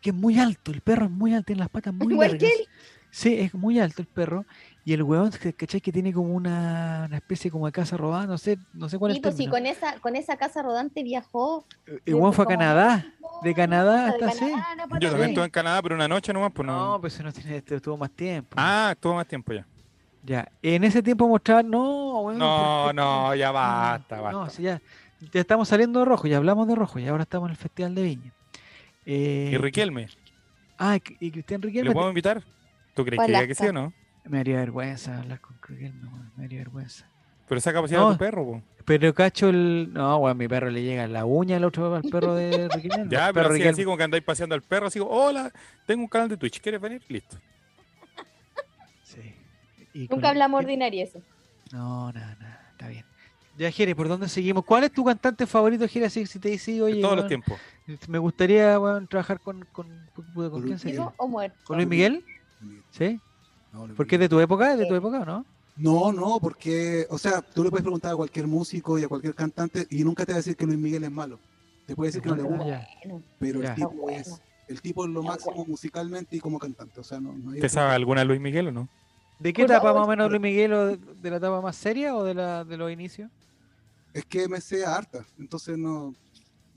S1: que es muy alto. El perro es muy alto, tiene las patas muy
S3: Igual que
S1: largas. Sí, es muy alto el perro. Y el huevón, que- ¿cachai? Que tiene como una, una especie como de casa robada, no sé, no sé cuál es
S3: Sí,
S1: el
S3: pues, y
S1: término.
S3: con esa, con esa casa rodante viajó.
S1: El huevón fue a
S3: como-
S1: Canadá. De Canadá
S3: De
S1: hasta así.
S3: Canadá, no,
S2: Yo
S1: Sí.
S2: también estuve en Canadá, pero una noche nomás, pues no.
S1: No, pues eso no tiene, este estuvo más tiempo.
S2: Ah, estuvo más tiempo ya.
S1: Ya. En ese tiempo mostrar, no, weón,
S2: No,
S1: porque-
S2: no, ya
S1: No, no,
S2: basta,
S1: no,
S2: basta.
S1: si ya, ya estamos saliendo de rojo, ya hablamos de rojo, y ahora estamos en el Festival de Viña. Eh,
S2: ¿Y Riquelme?
S1: Ah, y Cri- y Cristian
S2: ¿Lo
S1: Riquelme.
S2: podemos invitar? ¿Tú crees que
S3: Hola,
S2: diga que sí o no?
S1: Me haría vergüenza hablar con Riquelme, weón, me haría vergüenza.
S2: Pero esa capacidad
S1: No.
S2: de tu perro, po.
S1: Pero cacho el. No, weón, mi perro le llega la uña al otro al perro de Riquelme.
S2: Ya,
S1: el
S2: pero
S1: perro
S2: así,
S1: Riquelme.
S2: así como que andáis paseando al perro, así como, hola, tengo un canal de Twitch, ¿quieres venir? Listo.
S1: Sí. Y con-
S3: Nunca hablamos ordinario eso.
S1: No, nada, nada, está bien. Ya, Jere, ¿por dónde seguimos? ¿Cuál es tu cantante favorito, Jere? Así, si te dice,
S2: De
S1: oye,
S2: todos los
S1: weón,
S2: tiempos.
S1: me gustaría weón, trabajar con. ¿Con, con, con
S4: Con
S1: quién
S4: Luis
S1: sería?
S3: ¿Vivo o muerto?
S1: ¿Con Luis Miguel? ¿Sí?
S4: No, le-
S1: ¿Porque es de tu época? ¿Es de tu época o no?
S4: No, no, porque, o sea, tú le puedes preguntar a cualquier músico y a cualquier cantante y nunca te va a decir que Luis Miguel es malo. Te puede decir que no le
S1: Ah,
S4: gusta,
S1: ya.
S3: Bueno,
S4: pero
S1: ya.
S4: el tipo
S3: Está bueno.
S4: es el tipo es lo
S3: Está
S4: máximo musicalmente y como cantante, o sea, no, no hay-
S2: ¿Te sabe alguna Luis Miguel o no?
S1: ¿De qué
S3: Por
S1: etapa
S3: favor.
S1: más o menos Luis Miguel? ¿O de- ¿De la etapa más seria o de, la, de los inicios?
S4: Es que me sea harta, entonces no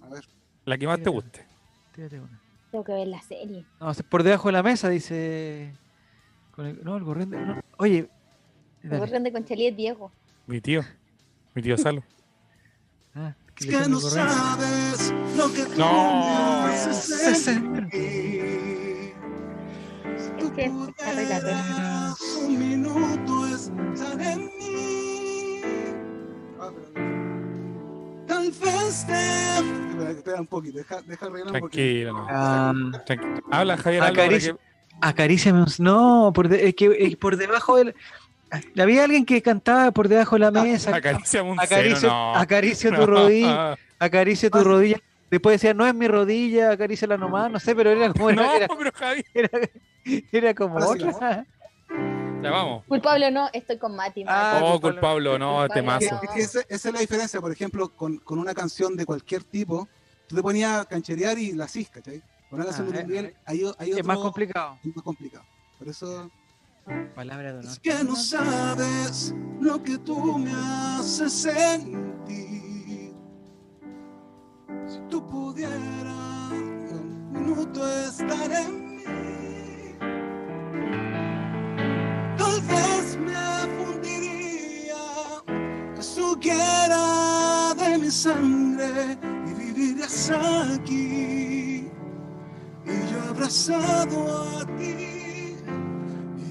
S4: a ver,
S2: La que más
S1: Mira.
S2: te guste.
S1: Tírate una.
S3: tengo que ver la serie.
S1: No, se- por debajo de la mesa, dice Con el- no, el gorrión de- no. Oye,
S3: El
S1: dale.
S3: gorrión de Conchalí es Diego.
S2: Mi tío. Mi tío Salo.
S1: Ah, que
S4: Es
S1: le
S4: que
S1: tengo
S4: no
S1: el gorrión.
S4: sabes lo que tú
S2: No.
S4: me haces
S1: Sí, sí.
S4: sentir.
S3: Es que esta relatera.
S4: Pudieras Un minuto estar en mí. Ah, Tal vez te. Espera, espera un poquito, deja, deja arreglar un poquito.
S2: Tranquilo. no.
S1: Ah,
S2: Tranquilo. Habla Javier Alba,
S1: Acaricia-
S2: porque-
S1: acaríciame un- No, por, de- es que, es por debajo del. Había alguien que cantaba por debajo de la mesa.
S2: Acaricia Ah, un
S1: Acaricia,
S2: cero, no.
S1: acaricia tu
S2: No.
S1: rodilla, acaricia tu rodilla. Después decía, no es mi rodilla, acaríciala nomás, no sé, pero era como,
S2: No,
S1: era,
S2: pero Javi.
S1: era, era como
S4: Ahora sí,
S1: otra.
S2: Ya vamos.
S3: Culpable o no, estoy con Mati.
S1: Ah,
S2: oh,
S1: culpable.
S2: culpable, no,
S3: Culpable,
S2: este mazo.
S3: no.
S4: Es que esa, esa es la diferencia, por ejemplo, con, con una canción de cualquier tipo, tú te ponías a cancherear y la cisca, ¿cachai? Con una canción
S1: Ah,
S4: de
S1: eh,
S4: Luis Miguel, hay, o- hay
S1: Es
S4: otro-
S1: más complicado.
S4: es más complicado. Por eso.
S1: Palabra de honor.
S4: Es que no sabes lo que tú me haces sentir. Si tú pudieras un minuto estar en mí, tal vez me fundiría que supiera de mi sangre y vivirías aquí. Y yo abrazado a ti.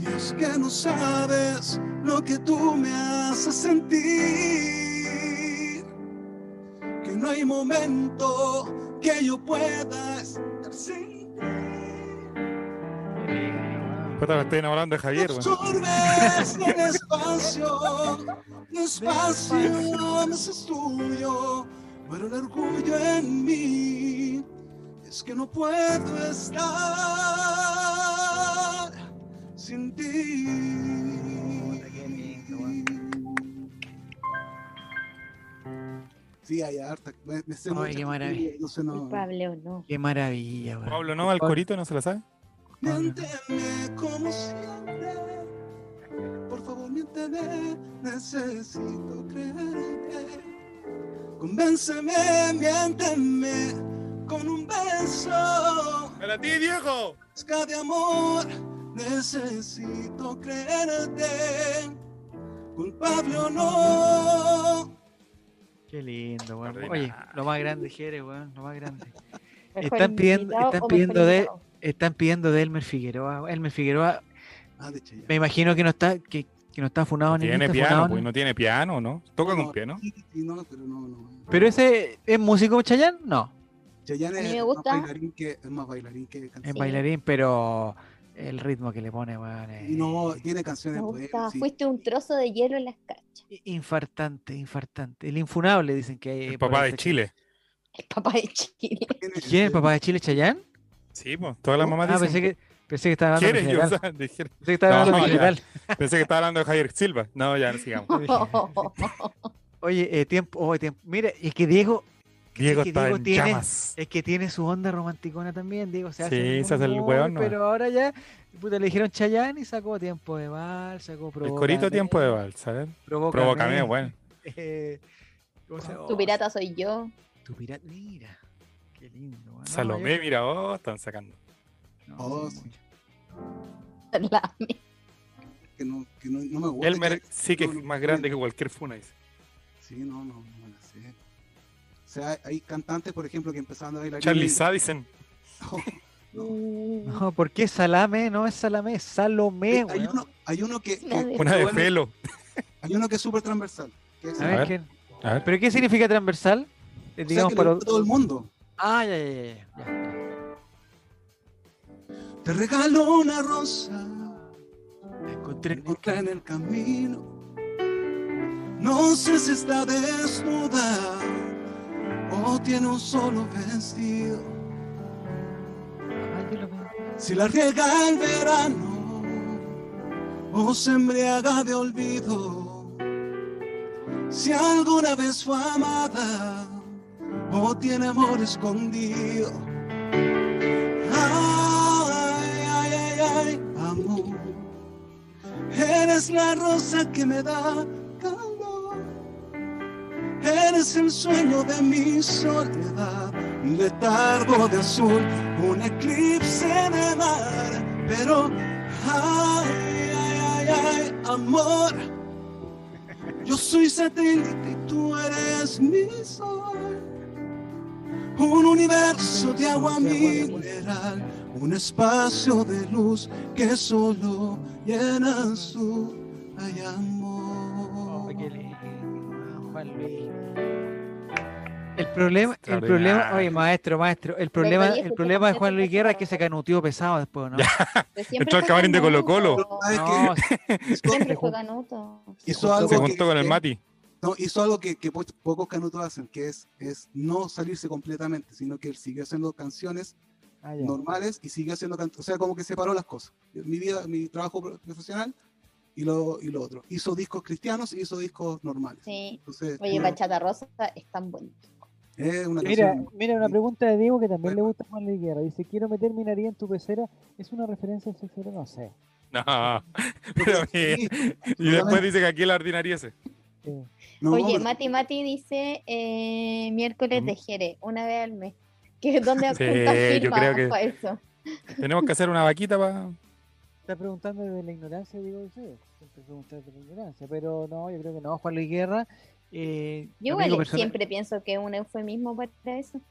S4: Y es que no sabes lo que tú me haces sentir. Que no hay momento que yo pueda estar sin ti.
S2: Puta, me estoy enamorando de Javier, weón.
S4: Absorbes el espacio, el espacio me haces tuyo, pero el orgullo en mí es que no puedo estar sin ti. Sí, hay harta. Me, me sé
S1: Ay,
S4: muchas
S1: qué maravilla.
S4: canciones, no sé, no-
S3: Culpable o no.
S1: Qué maravilla, weón.
S2: Pablo, ¿no? ¿Al corito no se la sabe?
S4: Miénteme como siempre. Por favor, miénteme. Necesito creerte. Convénceme, miénteme con un beso.
S2: ¡Para ti, Diego!
S4: Busca de amor, necesito creerte. Culpable o no.
S1: Qué lindo, weón. Oye,
S2: Ordinario.
S1: lo más grande, Jere, weón, lo más grande.
S3: Mejor
S1: Están pidiendo-
S3: invitado
S1: están
S3: o mejor
S1: pidiendo de-
S3: invitado.
S1: Están pidiendo de Elmer Figueroa. Elmer Figueroa,
S4: Ah, de Chillán.
S1: me imagino que no está, que, que no está funado ni
S2: Tiene
S1: está
S2: piano,
S1: funado,
S2: pues,
S1: ¿no?
S2: no tiene piano, ¿no? Toca con
S4: No,
S2: piano.
S4: sí, sí, no, pero no, no.
S1: Pero ese es músico Chayán, no,
S4: Chayanne
S3: A mí
S4: es
S3: me
S4: más
S3: gusta.
S4: bailarín que- es más bailarín que
S1: es
S4: cantante.
S3: Sí.
S1: bailarín, pero el ritmo que le pone, weón, es
S4: Y no, tiene canciones
S3: Me
S4: buenas,
S3: gusta.
S4: sí.
S3: Fuiste un trozo de hielo en las canchas.
S1: infartante, infartante. El infunable dicen que hay.
S2: El
S1: por
S2: papá
S1: ahí
S2: de
S1: está-
S2: Chile.
S3: El papá de Chile.
S4: Tiene-
S1: ¿Quién es el papá de Chile, Chayán?
S2: Sí, pues, todas las mamás
S1: Ah,
S2: dicen.
S1: pensé que, pensé que estaba hablando en
S2: ¿Quieres? Yo,
S1: general,
S2: o sea, dije-
S1: Pensé que estaba
S2: No,
S1: hablando en
S2: ya.
S1: general.
S2: pensé que estaba hablando de Javier Silva. No, ya, sigamos.
S1: Oye, eh, tiempo, oh, tiempo. Mira, es que Diego,
S2: Diego
S1: que
S2: está
S1: Diego
S2: en
S1: tiene-
S2: llamas.
S1: es que tiene su onda romanticona también, Diego. Se hace
S2: Sí,
S1: muy,
S2: se hace el
S1: muy,
S2: hueón nomás.
S1: Pero ahora ya, puta, le dijeron Chayán y sacó tiempo de bal, sacó
S2: El corito
S1: Provócame,
S2: tiempo de vals, a ver.
S1: Provócame.
S2: Provócame, bueno.
S1: Eh, ¿cómo se llama? Oh,
S3: Tu pirata soy yo.
S1: Tu pirata, mira. Qué lindo. weón. No,
S2: Salomé, mira, oh, están sacando.
S1: yo- no,
S4: Oh,
S1: sí, muy-
S3: La-
S4: que no, que no, no me gusta.
S2: Elmer
S4: que-
S2: sí que es
S4: no, no,
S2: más grande que cualquier funa, dice.
S4: Sí, no, no, no me la sé. O sea, hay- hay cantantes, por ejemplo, que empezaban a bailar.
S2: Charlie Sa, dicen.
S3: Mm,
S1: No, ¿por qué Salame? No es Salame, es Salomé,
S4: hay,
S1: Eh, weón.
S4: uno, hay uno que,
S3: Una
S4: que-
S3: de-
S2: Una de
S4: Bueno.
S2: pelo.
S4: hay uno que es súper transversal. Que es,
S1: A
S2: A
S1: ver,
S2: ver.
S1: ¿quién?
S2: A ver.
S1: ¿Pero qué significa transversal? Eh,
S4: o sea,
S1: digamos
S4: que le
S1: para...
S4: gusta a todo el mundo.
S1: Ah, ya, ya, ya, ya, ya.
S4: Te regalo una rosa,
S1: La
S4: te
S1: Encontré.
S4: encontré en el camino. No sé si está desnuda o tiene un solo vestido.
S1: Ah, yo lo vi.
S4: Si la riega el verano o se embriaga de olvido, si alguna vez fue amada o tiene amor escondido. Ay, ay, ay, ay, amor, eres la rosa que me da calor, eres el sueño de mi soledad, un letargo de azul un eclipse de mar, pero ay, hay amor. Yo soy satélite y tú eres mi sol. Un universo de agua mineral, un espacio de luz que solo llena en azul hay
S1: Oh,
S4: amor.
S1: qué lindo, Juan Luis. El problema, el problema, oye,
S2: Extraordinario.
S1: maestro, maestro, el problema,
S3: María,
S1: el
S3: escucha,
S1: problema de
S3: escucha,
S1: Juan Luis
S3: escucha.
S1: Guerra es que se canuteó pesado después, ¿no?
S3: Pero siempre
S2: Entró el
S3: fue
S2: camarín de
S3: Canuto,
S2: Colo-Colo.
S4: Ay,
S1: No,
S3: Siempre
S1: se
S3: fue
S1: jun-
S3: Canuto.
S4: Hizo algo
S2: Se
S4: que-
S2: juntó con el
S4: que-
S2: Mati.
S4: No, hizo algo que, que po- pocos canutos hacen, que es, es no salirse completamente, sino que él siguió haciendo canciones
S1: Ah, ya.
S4: normales y siguió haciendo canciones. O sea, como que separó las cosas. Mi vida, mi trabajo pro- profesional y lo, y lo otro. Hizo discos cristianos y hizo discos normales.
S3: Sí.
S4: Entonces,
S3: Oye,
S4: no,
S3: Bachata Rosa es tan bueno.
S4: es una
S6: Mira,
S4: canción.
S6: mira, una pregunta de Diego que también le gusta a Juan Luis Guerra. Dice, quiero meter mi nariz en tu pecera. ¿Es una referencia sexual? No sé.
S2: No. Pero bien.
S4: Sí,
S2: Y después dice que aquí la ordinariese.
S6: Sí.
S4: no,
S3: Oye,
S4: pero-
S3: Mati Mati dice eh, miércoles de Jere, una vez al mes. Que es donde
S2: Sí,
S3: apuntan
S2: yo
S3: firma
S2: creo que-
S3: pa' eso.
S2: Tenemos que hacer una vaquita para.
S6: Está preguntando desde la ignorancia, Diego, de ustedes. Siempre pregunta desde la ignorancia. Pero no, yo creo que no, Juan Luis Guerra.
S1: Eh,
S3: Yo
S1: amigo
S3: igual
S1: personal-
S3: siempre pienso que un eufemismo para eso.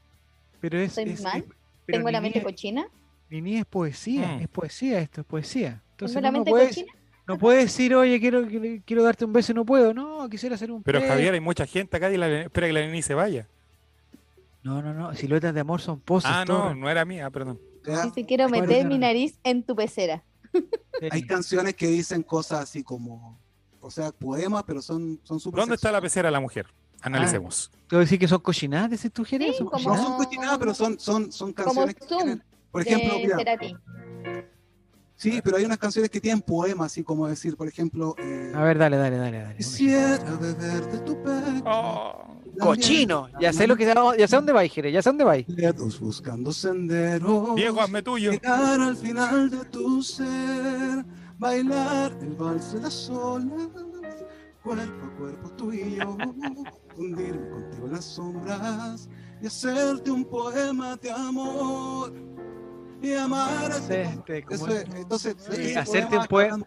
S1: pero es,
S3: estoy
S1: es-
S3: mal,
S1: es- pero
S3: Tengo la mente
S1: niñez-
S3: cochina.
S1: niñez es poesía,
S2: Mm.
S1: es poesía esto, es poesía. Entonces
S3: Tengo la
S1: uno
S3: mente
S1: puede-
S3: cochina.
S1: No puedes decir, oye, quiero, quiero- quiero darte un beso y no puedo. No, quisiera hacer un
S2: Pero
S1: beso.
S2: Javier, hay mucha gente acá y la- espera que la Nini se vaya.
S1: No, no, no. Siluetas de amor son pozos.
S2: Ah, no,
S1: torres.
S2: no era mía, perdón.
S4: ya,
S3: Dice, quiero
S1: Bueno,
S3: meter
S1: no,
S3: mi
S1: no.
S3: nariz en tu pecera.
S4: hay canciones que dicen cosas así como, o sea, poemas, pero son, son súper
S2: ¿Dónde está la
S4: sexuales.
S2: pecera de la mujer? Analicemos.
S1: Te voy a decir que son cochinadas, decís tú, Jerez.
S3: Sí,
S1: son
S3: como-
S4: No
S1: cochinadas.
S4: son cochinadas, pero son, son, son
S3: Como
S4: canciones que
S3: Zoom
S4: tienen- por ejemplo,
S3: de
S4: mira,
S3: Cerati.
S4: Sí, pero hay unas canciones que tienen poemas, así como decir, por ejemplo, eh,
S1: A ver, dale, dale, dale. dale.
S4: quisiera beber de tu pecho.
S2: Oh,
S1: Cochino. Ya sé lo que ya sé dónde vais, Jerez. Ya sé dónde vais.
S4: Dedos buscando senderos.
S2: Diego, hazme tuyo.
S4: Llegar al final de tu ser, bailar el vals de las olas, cuerpo a cuerpo tú y yo, hundirme contigo en las sombras y hacerte un poema de amor y amarte.
S1: Este, como-
S4: Eso es, entonces,
S1: Sí,
S4: ese
S1: hacerte un
S4: poema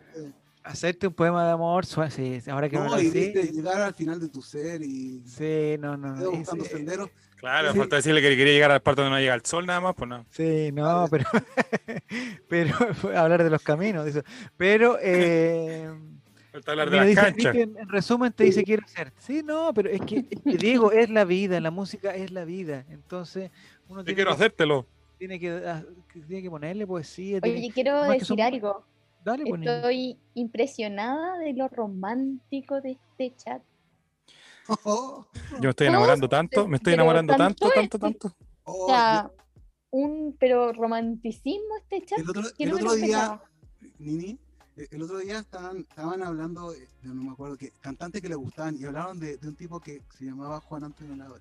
S1: Hacerte un poema de amor. su- sí, ahora que
S4: No,
S1: me lo
S4: y
S1: decís.
S4: viste, llegar al final de tu ser y
S1: Sí, no, no.
S4: dedos
S1: es-
S4: buscando senderos.
S2: Claro,
S4: Sí.
S2: falta decirle que quería llegar al parto donde no llega el sol nada más, pues no.
S1: Sí, no, pero, pero fue hablar de los caminos, dice. Pero, eh,
S2: Falta hablar de
S1: mira,
S2: las
S1: dice,
S2: canchas.
S1: viste, en, en resumen te dice quiero ser. Sí, no, pero es que, es que, Diego, es la vida, la música es la vida. Entonces, uno
S2: Yo
S1: tiene
S2: quiero
S1: que,
S2: hacértelo.
S1: tiene, que, ah, que tiene que ponerle poesía. tiene-
S3: Oye, quiero
S1: Además que son-
S3: decir algo.
S1: dale, pues, niño.
S3: Estoy impresionada de lo romántico de este chat.
S4: Oh,
S2: Yo me estoy
S3: Todos
S2: enamorando tanto, me estoy
S3: pero
S2: enamorando tanto, tanto,
S3: tanto
S2: tanto.
S4: Oh,
S3: O sea, un pero romanticismo este chat.
S4: el otro,
S3: que
S4: el
S3: no me lo
S4: otro día,
S3: esperaba.
S4: Nini, eh, el otro día estaban, estaban hablando, de, de- no me acuerdo qué, cantantes que le gustaban, y hablaron de, de un tipo que se llamaba Juan Antonio Labra.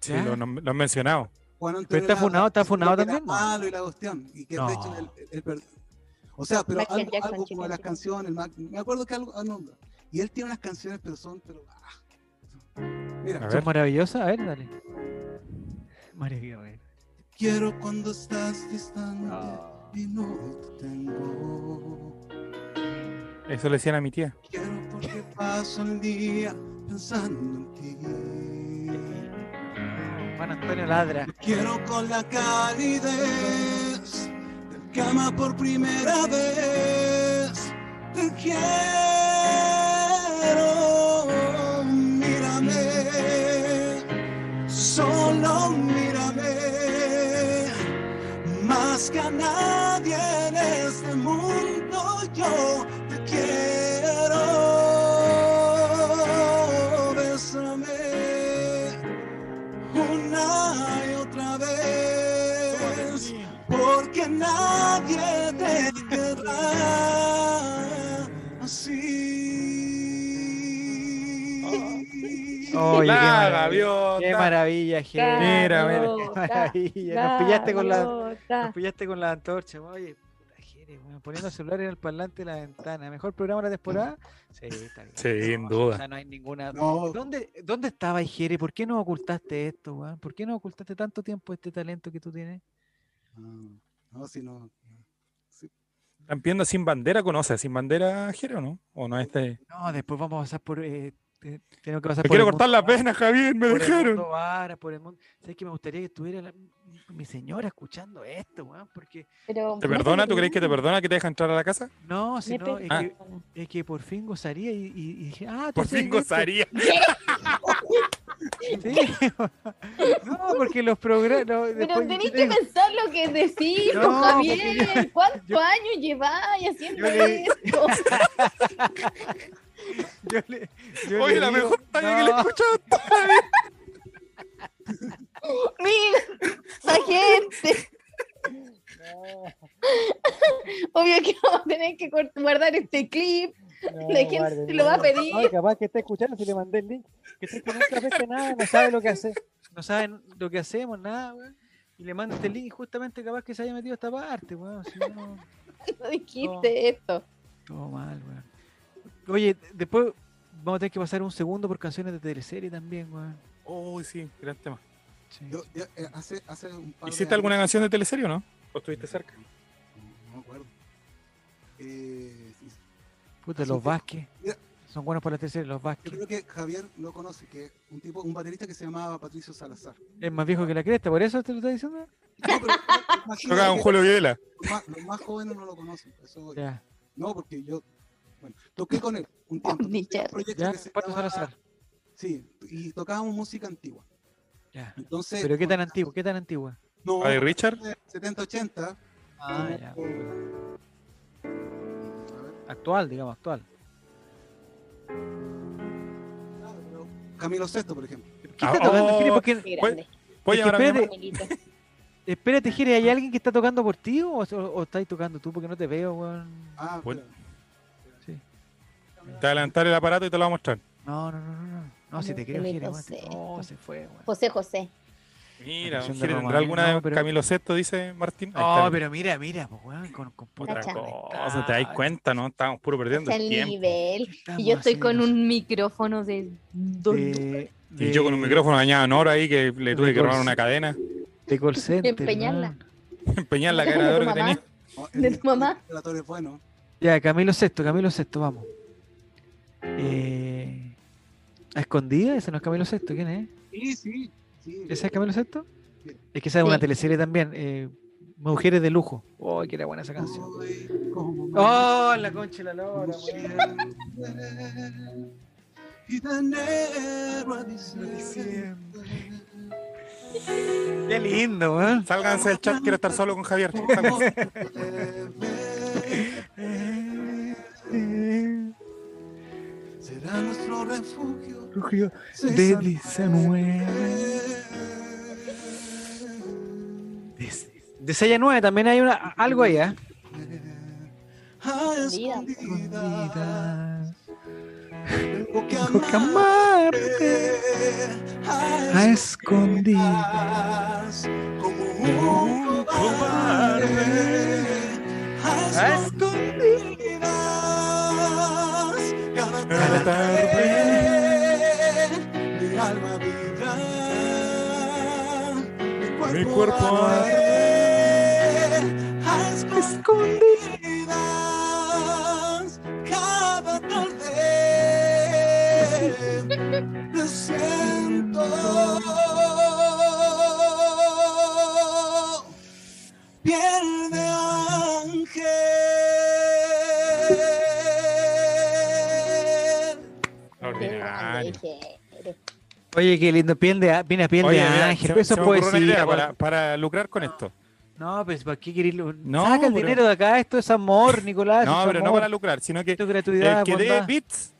S2: Sí,
S1: ¿Ya?
S2: lo, nom- lo han mencionado.
S4: Juan Antonio
S1: está
S4: Labra,
S1: funado, está
S4: que
S1: funado
S4: era
S1: también, ¿no?
S4: malo y la cuestión, y que de hecho
S1: No.
S4: él- él perdió. O sea, pero
S3: Michael
S4: algo,
S3: Jackson,
S4: algo como
S3: chicos,
S4: las
S3: chicos.
S4: canciones, ma- me acuerdo que algo, ah, no, y él tiene unas canciones, pero son, pero, ah.
S2: A
S4: mira,
S2: ver.
S1: ¿Son maravillosas? A ver, dale. Maravilloso.
S4: quiero cuando estás distante y no te tengo.
S2: Eso le decían a mi tía.
S4: Quiero porque paso el día pensando en ti.
S1: Juan Antonio Ladra.
S4: Quiero con la calidez del cama por primera vez. Te quiero, mírame, solo mírame. Más que a nadie en este mundo yo te quiero. Bésame una y otra vez, porque nadie te querrá así.
S1: Oye, qué
S2: la
S1: maravilla.
S2: gaviota.
S1: Qué maravilla, Jerez.
S2: Mira,
S1: Qué maravilla. Nos pillaste con la... Nos
S5: la...
S1: pillaste con la antorcha, weón. oye, puta Jerez, weón, poniendo el celular en el parlante de la ventana. ¿Mejor programa de la temporada? Sí, está bien.
S2: Sí, sin
S1: No,
S2: duda.
S1: o sea, no hay ninguna.
S4: No,
S1: ¿Dónde, ¿Dónde estaba Jerez? ¿Por qué no ocultaste esto, weón? ¿Por qué no ocultaste
S4: Ah,
S1: tanto tiempo este talento que tú tienes?
S4: no, no, si no.
S2: Están pidiendo sin bandera, ¿conoce a sin bandera, Jero, no? ¿O no este?
S1: No, después vamos a pasar por. eh, te- tenemos que pasar
S2: Te
S1: por.
S2: quiero
S1: el
S2: cortar
S1: mundo
S2: la
S1: Varas,
S2: pena, Javier, me
S1: por el
S2: dejaron.
S1: mundo Varas, por el mundo- ¿Sabes que me gustaría que estuviera la- mi señora escuchando esto, weón? Porque.
S3: Pero,
S2: ¿Te perdona? ¿Tú crees que te perdona que te deja entrar a la casa?
S1: No, si
S3: Me
S1: no, es,
S3: perdona.
S1: que, es que por fin gozaría y, y- y dije, ah, tú
S2: Por
S1: haces
S2: fin
S1: esto.
S2: gozaría.
S1: Sí, no, porque los programas.
S3: Pero tenés que pensar lo que decís,
S1: No,
S3: po,
S1: porque
S3: Javier. ¿Cuántos
S1: yo-
S3: años lleváis haciendo
S1: yo le-
S3: esto?
S1: Yo le, yo
S2: Oye,
S1: le
S2: la
S1: digo,
S2: mejor talla que le he
S1: "No,
S2: escuchado.
S3: Mira, esa gente. Obvio que vamos a tener que cort- guardar este clip.
S6: No,
S3: ¿De quién
S6: guarden,
S3: se lo va a
S6: no.
S3: pedir?
S6: Ay, capaz que está escuchando si le mandé el link. Que está que nunca vete nada, no sabe lo que hace.
S1: No saben lo que hacemos, nada, weón. Y le mando este link y justamente capaz que se haya metido a esta parte, weón. Si no,
S3: No dijiste esto.
S1: todo Oh, mal, weón. Oye, después vamos a tener que pasar un segundo por canciones de teleserie también, weón.
S2: Uy, sí, gran tema.
S1: Sí.
S4: Yo- yo, eh, hace, hace un par de
S2: ¿Hiciste alguna
S4: años-
S2: canción de teleserie o no? ¿O estuviste cerca?
S4: No me acuerdo. Eh, sí, sí.
S1: Puta,
S4: hace
S1: los
S4: un tiempo-
S1: Vázquez.
S4: Mira.
S1: Son buenos para la teleserie, los
S4: yo
S1: Vázquez.
S4: creo que Javier lo conoce, que es un tipo, un baterista que se llamaba Patricio Salazar.
S1: Es más viejo que la cresta, ¿por eso te lo estoy diciendo?
S4: No, pero imagino
S2: Tocaba un
S4: que
S2: Julio Videla.
S4: los más- los más jóvenes no lo conocen. Eso voy.
S1: Ya,
S4: No, porque yo, bueno, toqué con él un tiempo.
S3: Ni
S4: tenía
S3: cher-
S4: un proyecto
S1: ya,
S4: este que se
S1: Pato
S4: llamaba-
S1: Salazar.
S4: Sí, y tocábamos música antigua.
S1: Ya.
S4: Entonces,
S1: Pero qué tan
S4: bueno,
S1: antiguo, qué tan antigua.
S4: No,
S2: ¿La de Richard?
S4: 70, 80.
S1: Ah,
S4: eh,
S1: ya.
S4: a ver,
S1: Actual, digamos, actual.
S4: claro, pero Camilo Sesto, por ejemplo.
S1: ¿Qué
S2: Ah,
S1: está tocando,
S2: oh,
S1: Jere? Porque-
S3: Qué grande,
S2: Voy
S1: Es que
S2: a llamar a mi
S1: espérate,
S2: mamá.
S3: Camilito.
S1: Espérate, Jere, ¿hay alguien que está tocando por ti o, o- o estáis tocando tú? Porque no te veo, weón.
S4: Ah,
S2: Bueno.
S4: espera.
S2: Te adelantar el aparato y te lo voy a mostrar.
S1: No, no, no, no. No, no si te creo,
S3: Camilo
S1: Jere, weón. te-
S3: Sesto.
S1: No, se fue, weón.
S3: José José.
S2: Mira,
S1: canción de
S2: ¿quiere-
S1: Romané,
S2: ¿tendrá alguna
S1: no,
S2: de
S1: pero-
S2: Camilo Sesto? Dice Martín. Ahí
S1: No,
S2: está,
S1: Oh, pero mira, mira, pues, weón, con, con puta
S2: Otra
S3: Cacha.
S2: cosa, te das cuenta, ¿no? Estábamos puro perdiendo
S3: Está
S2: el
S3: el
S2: tiempo.
S3: nivel. Y yo estoy con un micrófono de. dos-
S2: Y yo con un micrófono dañado en oro ahí que le tuve que robar una cadena.
S1: De call center,
S3: Empeñarla.
S1: weón.
S2: Empeñar la
S3: ¿De
S2: cadena de oro
S3: tu
S2: que
S3: mamá?
S2: tenía.
S4: No,
S3: ¿De tu mamá?
S4: El relator es bueno.
S1: Ya, Camilo Sexto, Camilo Sexto, vamos. Eh, ¿A escondida? Ese no es Camilo Sexto, ¿quién es?
S4: Sí, sí. sí.
S1: ¿Ese es Camilo Sexto?
S4: Sí.
S1: Es que esa es una
S3: Sí.
S1: teleserie también, eh, Mujeres de Lujo. Oh, que era buena esa canción.
S4: Hoy, como
S1: Oh, la concha de la
S4: me
S1: lora, weón.
S4: siento, Y de enero a
S1: diciembre.
S4: diciembre.
S1: Qué lindo, weón.
S2: Sálganse del chat, quiero estar solo con Javier.
S4: como te veré. Será nuestro refugio.
S1: de
S4: San-
S1: De 6 a 9 también hay una, algo ahí, ¿eh?
S4: A
S3: Escondida.
S4: escondidas. Tengo que
S1: Tengo que
S4: amar.
S1: amarte a escondidas.
S4: escondidas. Como un cobarde.
S1: A
S4: A escondidas. Cada
S2: Cada
S4: tarde. Mi alma vibra. Mi
S2: Mi
S4: cuerpo
S2: cuerpo
S4: arde. A escondidas. Cada tarde. Te siento. Piel de ángel.
S3: Qué grande,
S2: Ordinario.
S3: Jere.
S1: Oye, qué lindo, piel de, a- viene a piel
S2: Oye,
S1: de
S2: mira,
S1: ángel.
S2: se-
S1: Eso
S2: se
S1: es
S2: me ocurrió una idea
S1: poesía.
S2: para,
S1: Para...
S2: para lucrar con esto.
S1: No, pues ¿para qué querés? lo-
S2: No,
S1: Saca el
S2: pero-
S1: dinero de acá, esto es amor, Nicolás.
S2: No,
S1: es
S2: pero no
S1: Ah, amor.
S2: para lucrar, sino que
S1: Esto es
S2: el
S1: gratuidad,
S2: que dé
S1: bondad.
S2: beats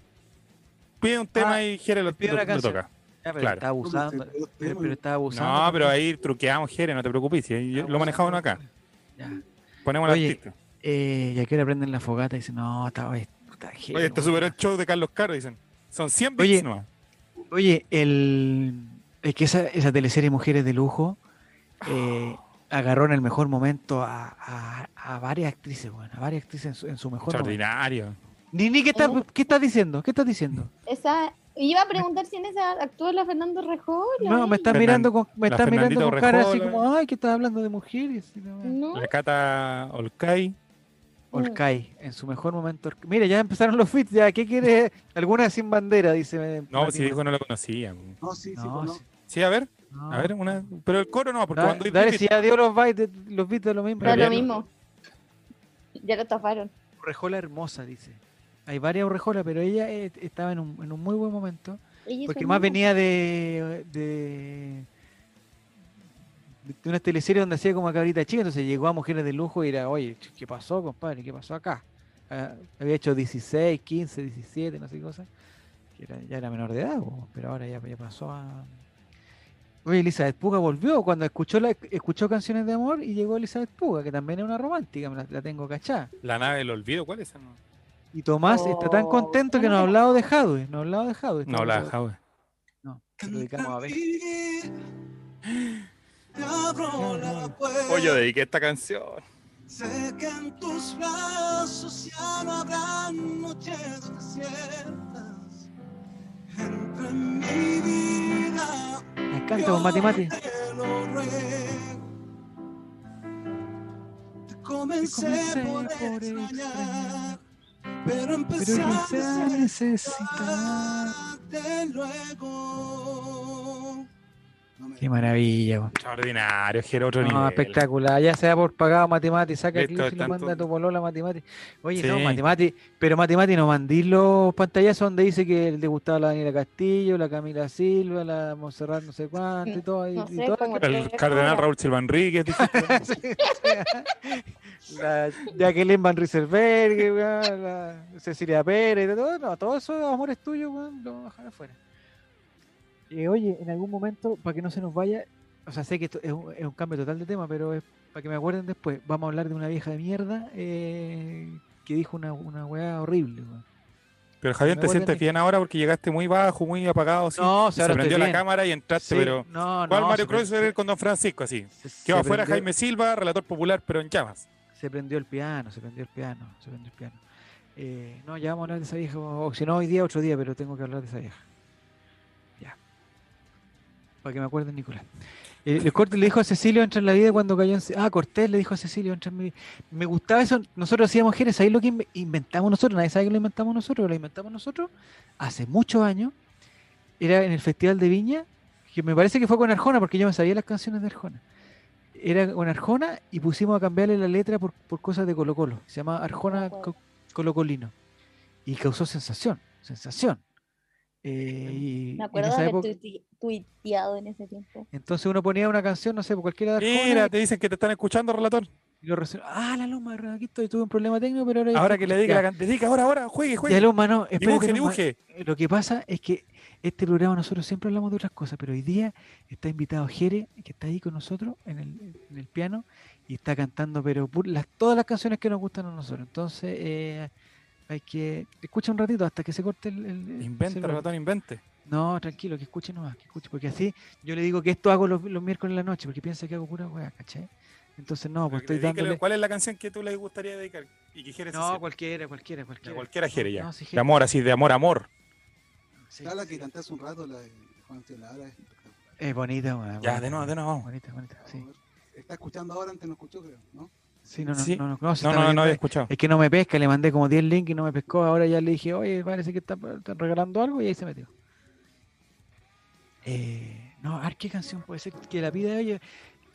S2: pide un tema
S1: Ah,
S2: y Jere lo,
S1: pide
S2: lo-
S1: una
S2: lo
S1: canción.
S2: toca.
S1: Ya, pero
S2: claro.
S1: está abusando. Pero, pero está abusando.
S2: No, pero ahí truqueamos Jere, no te preocupes. si yo- lo manejamos uno acá.
S1: Ya.
S2: Ponemos la
S1: Oye,
S2: artista.
S1: Eh, y aquí le prenden la fogata y dicen, no, está, está
S2: Oye, esto superó el show de Carlos Caro, dicen. Son 100 beats
S1: Oye,
S2: nomás.
S1: Oye, el... es que esa, esa teleserie Mujeres de Lujo eh, agarró en el mejor momento a, a- a varias actrices, bueno, a varias actrices en su, en su mejor momento.
S2: Extraordinario.
S1: Nini, ¿qué estás,
S3: ¿Cómo?
S1: ¿qué estás diciendo? ¿Qué estás diciendo?
S3: Esa. Iba a preguntar si en esa actúa la Fernando Rejola.
S1: No, me
S3: ¿eh?
S1: estás
S2: Fernan-
S1: mirando con, me
S2: la
S1: estás mirando
S2: Fernandita
S1: con cara así
S2: Urrejola.
S1: como, ay, que estás hablando de mujeres. y la weá.
S3: No.
S2: La Cata Olcay.
S1: Olcay, en su mejor momento. Olcay. Mira, ya empezaron los fits, ya. ¿Qué quiere? Alguna sin bandera, dice.
S2: No,
S1: Martín.
S2: si dijo no la conocía. po.
S4: No, sí, sí,
S1: No,
S4: no.
S1: sí,
S2: Sí, a ver,
S1: no.
S2: a ver, una. Pero el coro no, porque
S1: Ah. Da-
S2: cuando hay
S1: dale,
S2: pipis-
S1: si ya dio los bytes, los bits de lo mismo.
S3: No es lo
S2: Mariano.
S3: mismo. Ya lo taparon.
S1: Urrejola hermosa, dice. Hay varias Urrejola, pero ella eh, estaba en un, en un muy buen momento.
S3: Ella es
S1: Porque
S3: un
S1: más
S3: niño.
S1: venía de, de. de una teleserie donde hacía como a cabrita chica, entonces llegó a Mujeres de Lujo y era, oye, ch- ¿qué pasó, compadre? ¿Qué pasó acá? Ah, había hecho 16, 15, 17, no sé qué cosa. que era- ya era menor de edad, po, pero ahora ya, ya pasó a. Oye, Elizabeth Puga volvió cuando escuchó, la, escuchó canciones de amor y llegó Elizabeth Puga, que también es una romántica, me la, la tengo cachada.
S2: La nave del olvido, ¿cuál es esa? No,
S1: Y Tomás está tan
S3: Oh,
S1: contento que no ha hablado de Hadwe, no ha hablado de Hadwe.
S2: no la Java.
S1: Se lo dedicamos a ver.
S4: Te abro la puerta.
S2: Oye, dediqué esta canción.
S4: Sé que en tus brazos ya no habrán noches desiertas. Entre en mi vida.
S1: Me encanta con Mati Mati.
S4: Yo te lo ruego. Te comencé
S1: comencé
S4: por
S1: por
S4: extrañar,
S1: extrañar,
S4: pero empecé
S1: Pero
S4: a
S1: empecé a necesitar.
S4: necesitarte luego. No me-
S1: Qué maravilla, po.
S2: Extraordinario, que era otro
S1: No,
S2: nivel.
S1: espectacular. Ya se da por pagado Matimati. Saca el
S2: Listo,
S1: clip y lo
S2: tanto-
S1: manda a tu polola Matimati. Oye, no,
S2: Sí.
S1: Matimati. Pero Matimati nos mandí los pantallazos donde dice que le gustaba la Daniela Castillo, la Camila Silva, la Monserrat no sé cuánto y todo. Y,
S3: No
S1: y
S3: sé,
S1: todo
S3: como
S2: El cardenal Raúl Silva Enríquez. dijiste.
S1: la Jacqueline Van Rieselberg, weón, la Cecilia Pérez, todo, no, todos esos amores tuyos, weón, lo bajan afuera.
S6: Eh, oye, en algún momento, para que no se nos vaya,
S1: O sea, sé que esto es un, es un cambio total de tema, pero es para que me acuerden después. Vamos a hablar de una vieja de mierda eh, que dijo una, una weá horrible, weón.
S2: Pero Javier,
S1: Me
S2: te
S1: vuelven
S2: sientes
S1: a-
S2: bien ahora porque llegaste muy bajo, muy apagado. Así.
S1: No, o
S2: se
S1: sea, ahora estoy
S2: prendió la
S1: bien.
S2: cámara y entraste,
S1: Sí,
S2: pero.
S1: no,
S2: ¿Cuál
S1: no,
S2: Mario
S1: se prendió-
S2: Cruz era con Don Francisco así?
S1: se- se
S2: Que afuera
S1: prendió-
S2: Jaime Silva, relator popular, pero en llamas.
S1: Se prendió el piano, se prendió el piano, se prendió el piano. Eh, no, ya vamos a hablar de esa vieja, o o si no, hoy día, otro día, pero tengo que hablar de esa vieja. Ya. Para que me acuerden, Nicolás. Eh, el Cortés le dijo a Cecilio entra en la vida cuando cayó en... C- Ah, Cortés le dijo a Cecilio entra en mi vida. Me gustaba eso. Nosotros hacíamos mujeres, ahí lo que inve- inventamos nosotros, nadie sabe que lo inventamos nosotros, lo inventamos nosotros hace muchos años. Era en el Festival de Viña, que me parece que fue con Arjona, porque yo me sabía las canciones de Arjona. Era con Arjona y pusimos a cambiarle la letra por, por cosas de Colo Colo. Se llama Arjona
S3: acuerdo.
S1: Co- Colo Colino. Y causó sensación, sensación. Eh, y
S3: Me
S1: en
S3: acuerdo de
S1: esa
S3: haber
S1: época-
S3: tuite- tuiteado en ese tiempo.
S1: entonces uno ponía una canción, no sé, por cualquiera de Arjona
S2: Mira, te dicen que te están escuchando, relator.
S1: y lo recibe, Ah, la Luma, aquí estoy, tuve un problema técnico, pero ahora. ya
S2: Ahora
S1: estoy
S2: que le
S1: escuchando".
S2: diga la can- Dedica ahora, ahora, juegue,
S1: Ya, ya
S2: juegue.
S1: Luma, no, espérate,
S2: Dibuje,
S1: Luma, Eh,
S2: dibuje.
S1: Lo que pasa es que este programa nosotros siempre hablamos de otras cosas, pero hoy día está invitado Jere, que está ahí con nosotros en el, en el piano y está cantando, pero pu- las, todas las canciones que nos gustan a nosotros. Entonces, eh, hay que. Escucha un ratito hasta que se corte el. el- el
S2: Invente,
S1: celular.
S2: relator, invente.
S1: No, tranquilo, que escuche nomás, que escuche, porque así yo le digo que esto hago los, los miércoles en la noche, porque piensa que hago pura weá, ¿cachai? Entonces, no,
S2: Pero
S1: pues
S2: que
S1: estoy
S2: dedícale-
S1: dándole.
S2: ¿Cuál es la canción que tú le gustaría dedicar? Y que quieres
S1: No,
S2: hacer?
S1: cualquiera, cualquiera,
S2: De
S1: cualquiera.
S2: cualquiera jere ya.
S1: No, sí,
S2: De amor, así, de amor, amor.
S1: sí.
S4: Ya la que canté hace un rato, la de Juan Telara, es espectacular.
S1: Es bonita, weá,
S2: Ya,
S1: bonita,
S2: de nuevo, de nuevo. vamos.
S1: Bonita, bonita, sí.
S4: Está escuchando ahora, antes no escuchó, creo, ¿no?
S1: Sí, no, no,
S2: Sí.
S1: no, no, no, se está
S2: No, no, no
S1: metiendo
S2: había
S1: ahí.
S2: escuchado.
S1: Es que no me pesca, le mandé como 10 links y no me pescó. Ahora ya le dije, oye, parece que está- están regalando algo y ahí se metió. Eh, no, a ver qué canción puede ser que la pida oye.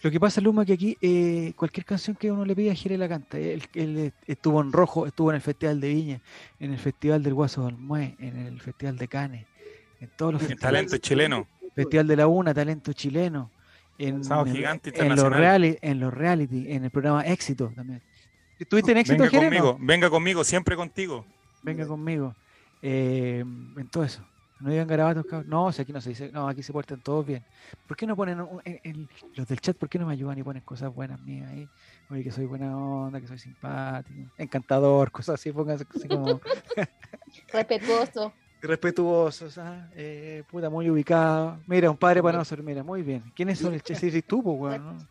S1: Lo que pasa, Luma, que aquí eh, cualquier canción que uno le pida, Jere la canta. Él, él estuvo en Rojo, estuvo en el Festival de Viña, en el Festival del Guaso del Mue, en el Festival de Canes, en todos los
S2: El
S1: festivales.
S2: talento
S4: Pues,
S2: chileno.
S1: Festival de la Una, Talento Chileno, en,
S2: Sábado
S1: en-
S2: Gigante
S1: en, los
S2: Internacional.
S1: reali- en los reality, en el programa Éxito también. ¿Estuviste en Éxito,
S2: Venga
S1: Jere? No.
S2: conmigo, venga conmigo, siempre contigo.
S1: Venga conmigo. Eh, en todo eso. No digan garabatos, cabros. No, si aquí no se dice, no, aquí se portan todos bien. ¿Por qué no ponen, un- en- en- los del chat, por qué no me ayudan y ponen cosas buenas mías ahí? Oye, que soy buena onda, que soy simpático, encantador, cosas así, pónganse así como...
S3: Respetuoso.
S1: respetuosos, ¿ah? Eh, puta, muy ubicado. Mira, un padre para nosotros, mira, muy bien. ¿Quiénes son el Chelsea y tú, po, weón? no?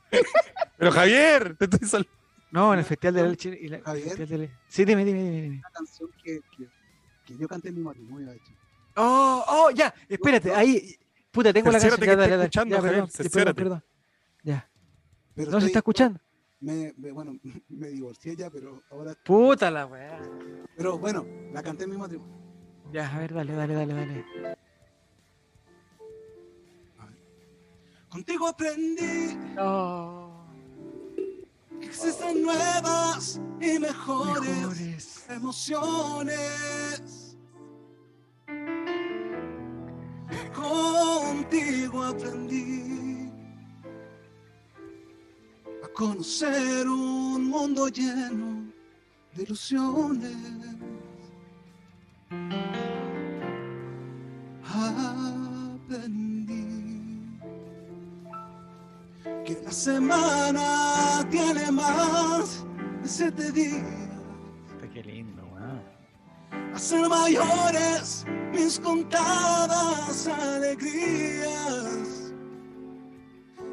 S2: Pero Javier, te estoy sal-
S1: No, en el Festival de la Leche. y la- el
S4: Javier.
S1: Festival de la- Sí, dime, dime, dime. dime.
S4: Una canción que, que, que yo canté en mi matrimonio, de hecho.
S1: Oh, oh, ya, espérate, ahí. Puta, tengo la canción.
S2: Cerciórate que
S1: ya,
S2: está
S1: dale, dale,
S2: escuchando,
S1: ya, perdón,
S2: Javier,
S1: sí, perdón,
S2: cerciórate.
S1: perdón. Ya.
S4: Pero
S1: No se
S4: estoy-
S1: está escuchando.
S4: me, me- bueno, me divorcié ya, pero ahora,
S1: Puta la weá.
S4: pero bueno, la canté en mi matrimonio.
S1: Ya, a ver, dale, dale, dale, dale.
S4: Contigo aprendí
S1: No.
S4: que existen nuevas y mejores
S1: Mejores.
S4: emociones. Contigo aprendí a conocer un mundo lleno de ilusiones. Aprendí que la semana tiene más de siete días
S1: Qué lindo, weón.
S4: a ser mayores mis contadas alegrías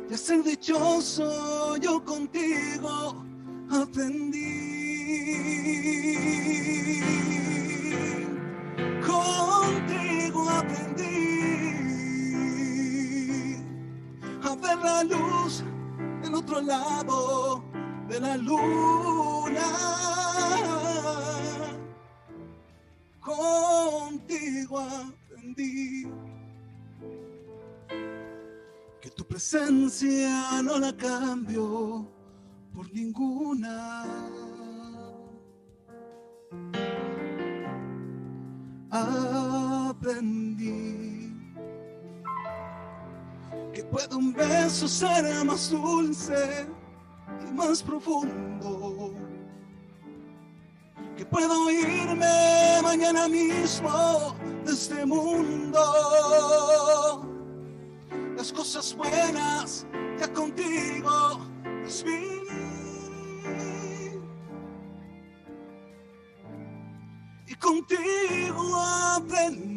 S4: y a ser dichoso yo contigo aprendí contigo aprendí a ver la luz del otro lado de la luna contigo aprendí que tu presencia no la cambio por ninguna. Aprendí que puede un beso ser más dulce y más profundo que puedo irme mañana mismo de este mundo. Las cosas buenas ya contigo las vi. Y contigo aprendí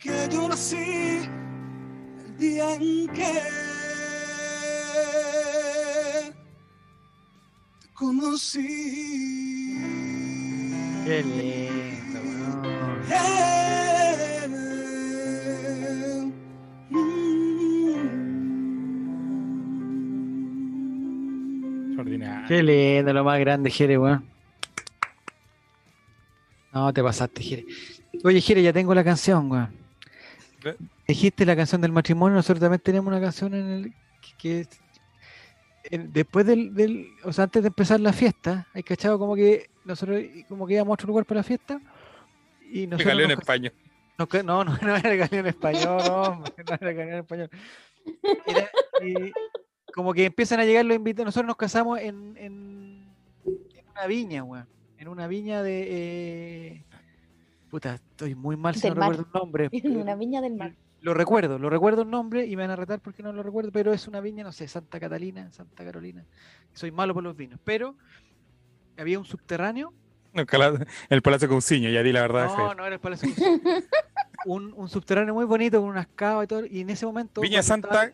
S4: que yo nací el día en que te conocí.
S1: Qué lindo, weón.
S4: Eh, mm.
S2: Extraordinario.
S1: Qué lindo, lo más grande, Jere, weón. No, te pasaste, Jere. Oye, Jere, ya tengo la canción, weón.
S2: ¿Qué?
S1: Dijiste la canción del matrimonio, nosotros también tenemos una canción en el que, que es- en- después del, del, o sea, antes de empezar la fiesta, hay cachado como que nosotros y como que íbamos a otro lugar para la fiesta y
S2: Me
S1: nosotros
S2: calé en
S1: nos-
S2: España.
S1: no, que- no, no, no era el galeón español, hombre, no era el galeón español. Era, eh, como que empiezan a llegar los invitados. Nosotros nos casamos en, en, en una viña, weón. En una viña de. eh, Puta, estoy muy mal si no
S3: Del mar.
S1: recuerdo el nombre.
S3: En una viña del mar.
S1: Lo recuerdo, lo recuerdo el nombre y me van a retar porque no lo recuerdo, pero es una viña, no sé, Santa Catalina, Santa Carolina. Soy malo por los vinos, pero había un subterráneo
S2: No, cala- el Palacio Cousiño, ya di la verdad.
S1: no,
S2: Javier.
S1: no era el Palacio Municipal. un, un subterráneo muy bonito con unas cavas y todo. Y en ese momento.
S2: Viña
S1: cuando
S2: Santa
S1: estaba-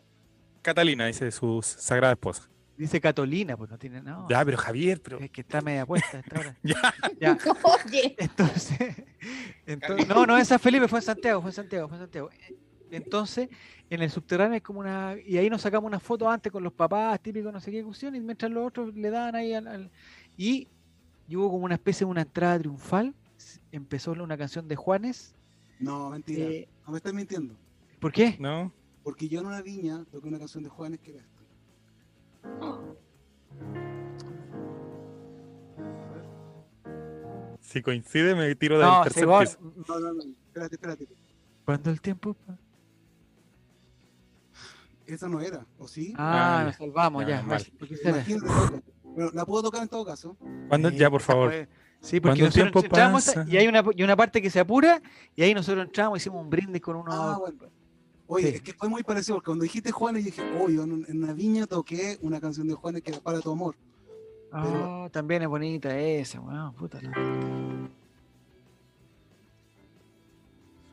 S2: Catalina, dice su sagrada esposa.
S1: dice Catolina, pues no tiene. No,
S2: Ya, pero Javier, pero.
S1: es que está media puesta a esta hora.
S2: Ya.
S1: Ya,
S3: Oye,
S1: Entonces. entonces- no, no, esa Felipe fue en Santiago, fue en Santiago, fue en Santiago. Entonces, en el subterráneo es como una. Y ahí nos sacamos una foto antes con los papás, típico, no sé qué cuestión, y mientras los otros le daban ahí al. al- y, y hubo como una especie de una entrada triunfal. Empezó una canción de Juanes.
S4: No, mentira.
S1: eh,
S4: No me estás mintiendo.
S1: ¿Por qué?
S2: ¿No?
S4: Porque yo en una viña toqué una canción de Juanes que era esta.
S2: Si coincide, me tiro del
S1: No,
S2: tercer
S1: Segor,
S2: piso.
S4: No, no, no. Espérate, espérate.
S1: Cuando el tiempo. pa-
S4: Esa no era, ¿o sí?
S1: Ah,
S2: ya.
S1: nos salvamos
S2: Ya,
S1: ya.
S2: mal.
S1: vale, porque será.
S4: Imagínate. Bueno, la puedo tocar en todo caso.
S2: ¿Cuándo?
S1: Sí,
S2: Ya, por favor.
S1: pues, Sí, porque
S2: Cuando el
S1: nosotros
S2: tiempo
S1: entramos
S2: pasa.
S1: y hay una, y una parte que se apura y ahí nosotros entramos, hicimos un brindis con unos.
S4: Ah, bueno. Oye,
S1: Sí.
S4: es que fue muy parecido, porque cuando dijiste Juanes, yo dije, oh, yo en, un- en una viña toqué una canción de Juanes que era para tu amor.
S1: Ah, también es bonita esa, weón. Puta la-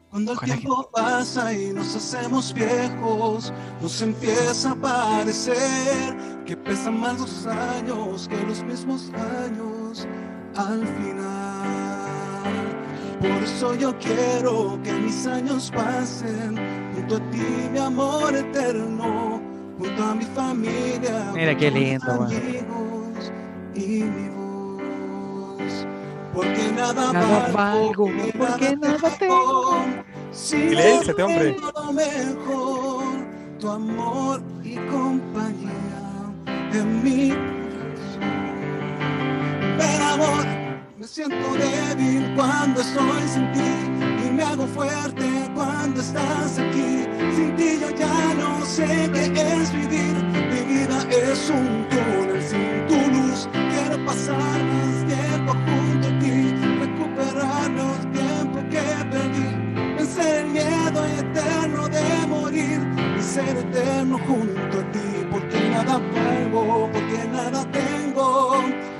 S4: Cuando el
S1: Ojalá que-
S4: tiempo pasa y nos hacemos viejos, nos empieza a parecer que pesan más los años que los mismos años al final. Por eso yo quiero que mis años pasen junto a ti, mi amor eterno, junto a mi familia.
S1: Mira qué
S4: junto a mis
S1: lindo, weón.
S4: amigos y mi voz. Porque nada,
S1: Nada valgo, porque nada tengo.
S2: Silencio, este hombre.
S4: Lo mejor, tu amor y compañía en mi corazón. Pero amor, me siento débil cuando estoy sin ti y me hago fuerte cuando estás aquí. Sin ti yo ya no sé qué es vivir. Mi vida es un túnel sin tu luz. Quiero pasar más tiempo junto a ti, recuperar los tiempos que perdí. Vencer el miedo eterno de morir y ser eterno junto a ti, porque nada valgo, porque nada tengo,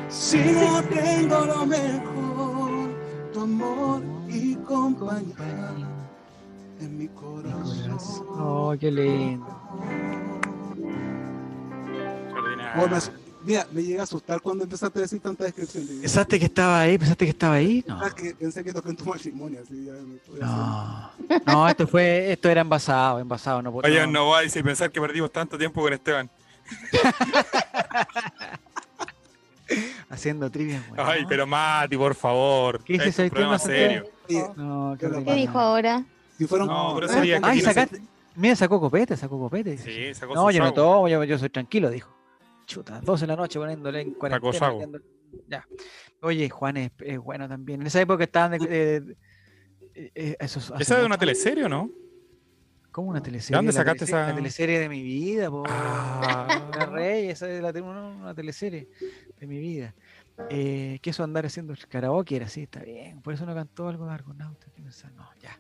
S4: si no tengo lo mejor, tu amor y compañía en mi corazón.
S1: Oh, qué lindo.
S4: Oh, me as- mira, me llega a asustar cuando empezaste a decir tanta descripción. de-
S1: ¿Pensaste que estaba ahí? ¿Pensaste que estaba ahí? No.
S4: Ah, que pensé que toqué en tu matrimonio, así ya me estoy haciendo-
S1: No, no esto fue, esto era envasado, envasado. No, puedo-
S2: Vayan no vais y pensar que perdimos tanto tiempo con Esteban.
S1: Haciendo trivia, güey.
S2: Ay, pero Mati, por favor.
S1: ¿Qué dices
S2: es un
S1: ahí,
S2: programa
S1: Esteban?
S2: serio.
S4: Oye,
S1: No, qué
S4: ¿Qué
S3: ¿Qué
S1: ordinario.
S3: dijo ahora?
S4: si fueron
S2: No, pero
S4: Ah,
S2: sería
S1: Ay,
S2: que-
S1: sacaste. Mira, sacó copete, sacó copete.
S2: Sí, sacó
S1: no,
S2: su
S1: yo no
S2: trago.
S1: tomo, yo, yo soy tranquilo, dijo. Chuta, 12 de la noche poniéndole en cuarentena.
S2: sago.
S1: quedando- Ya. Oye, Juan es, es bueno también. En esa época estaban de, eh, eh, eh, esos-
S2: Esa es una teleserio, ¿no?
S1: ¿Cómo una teleserie?
S2: dónde
S1: La
S2: sacaste
S1: teleserie-
S2: esa-
S1: La teleserie de mi vida, po. La
S2: Ah,
S1: Rey, esa es la tele- una, una teleserie de mi vida. Eh, que eso andar haciendo el karaoke era así, está bien. Por eso no cantó algo de Argonauta. ¿qué pensás? No, ya.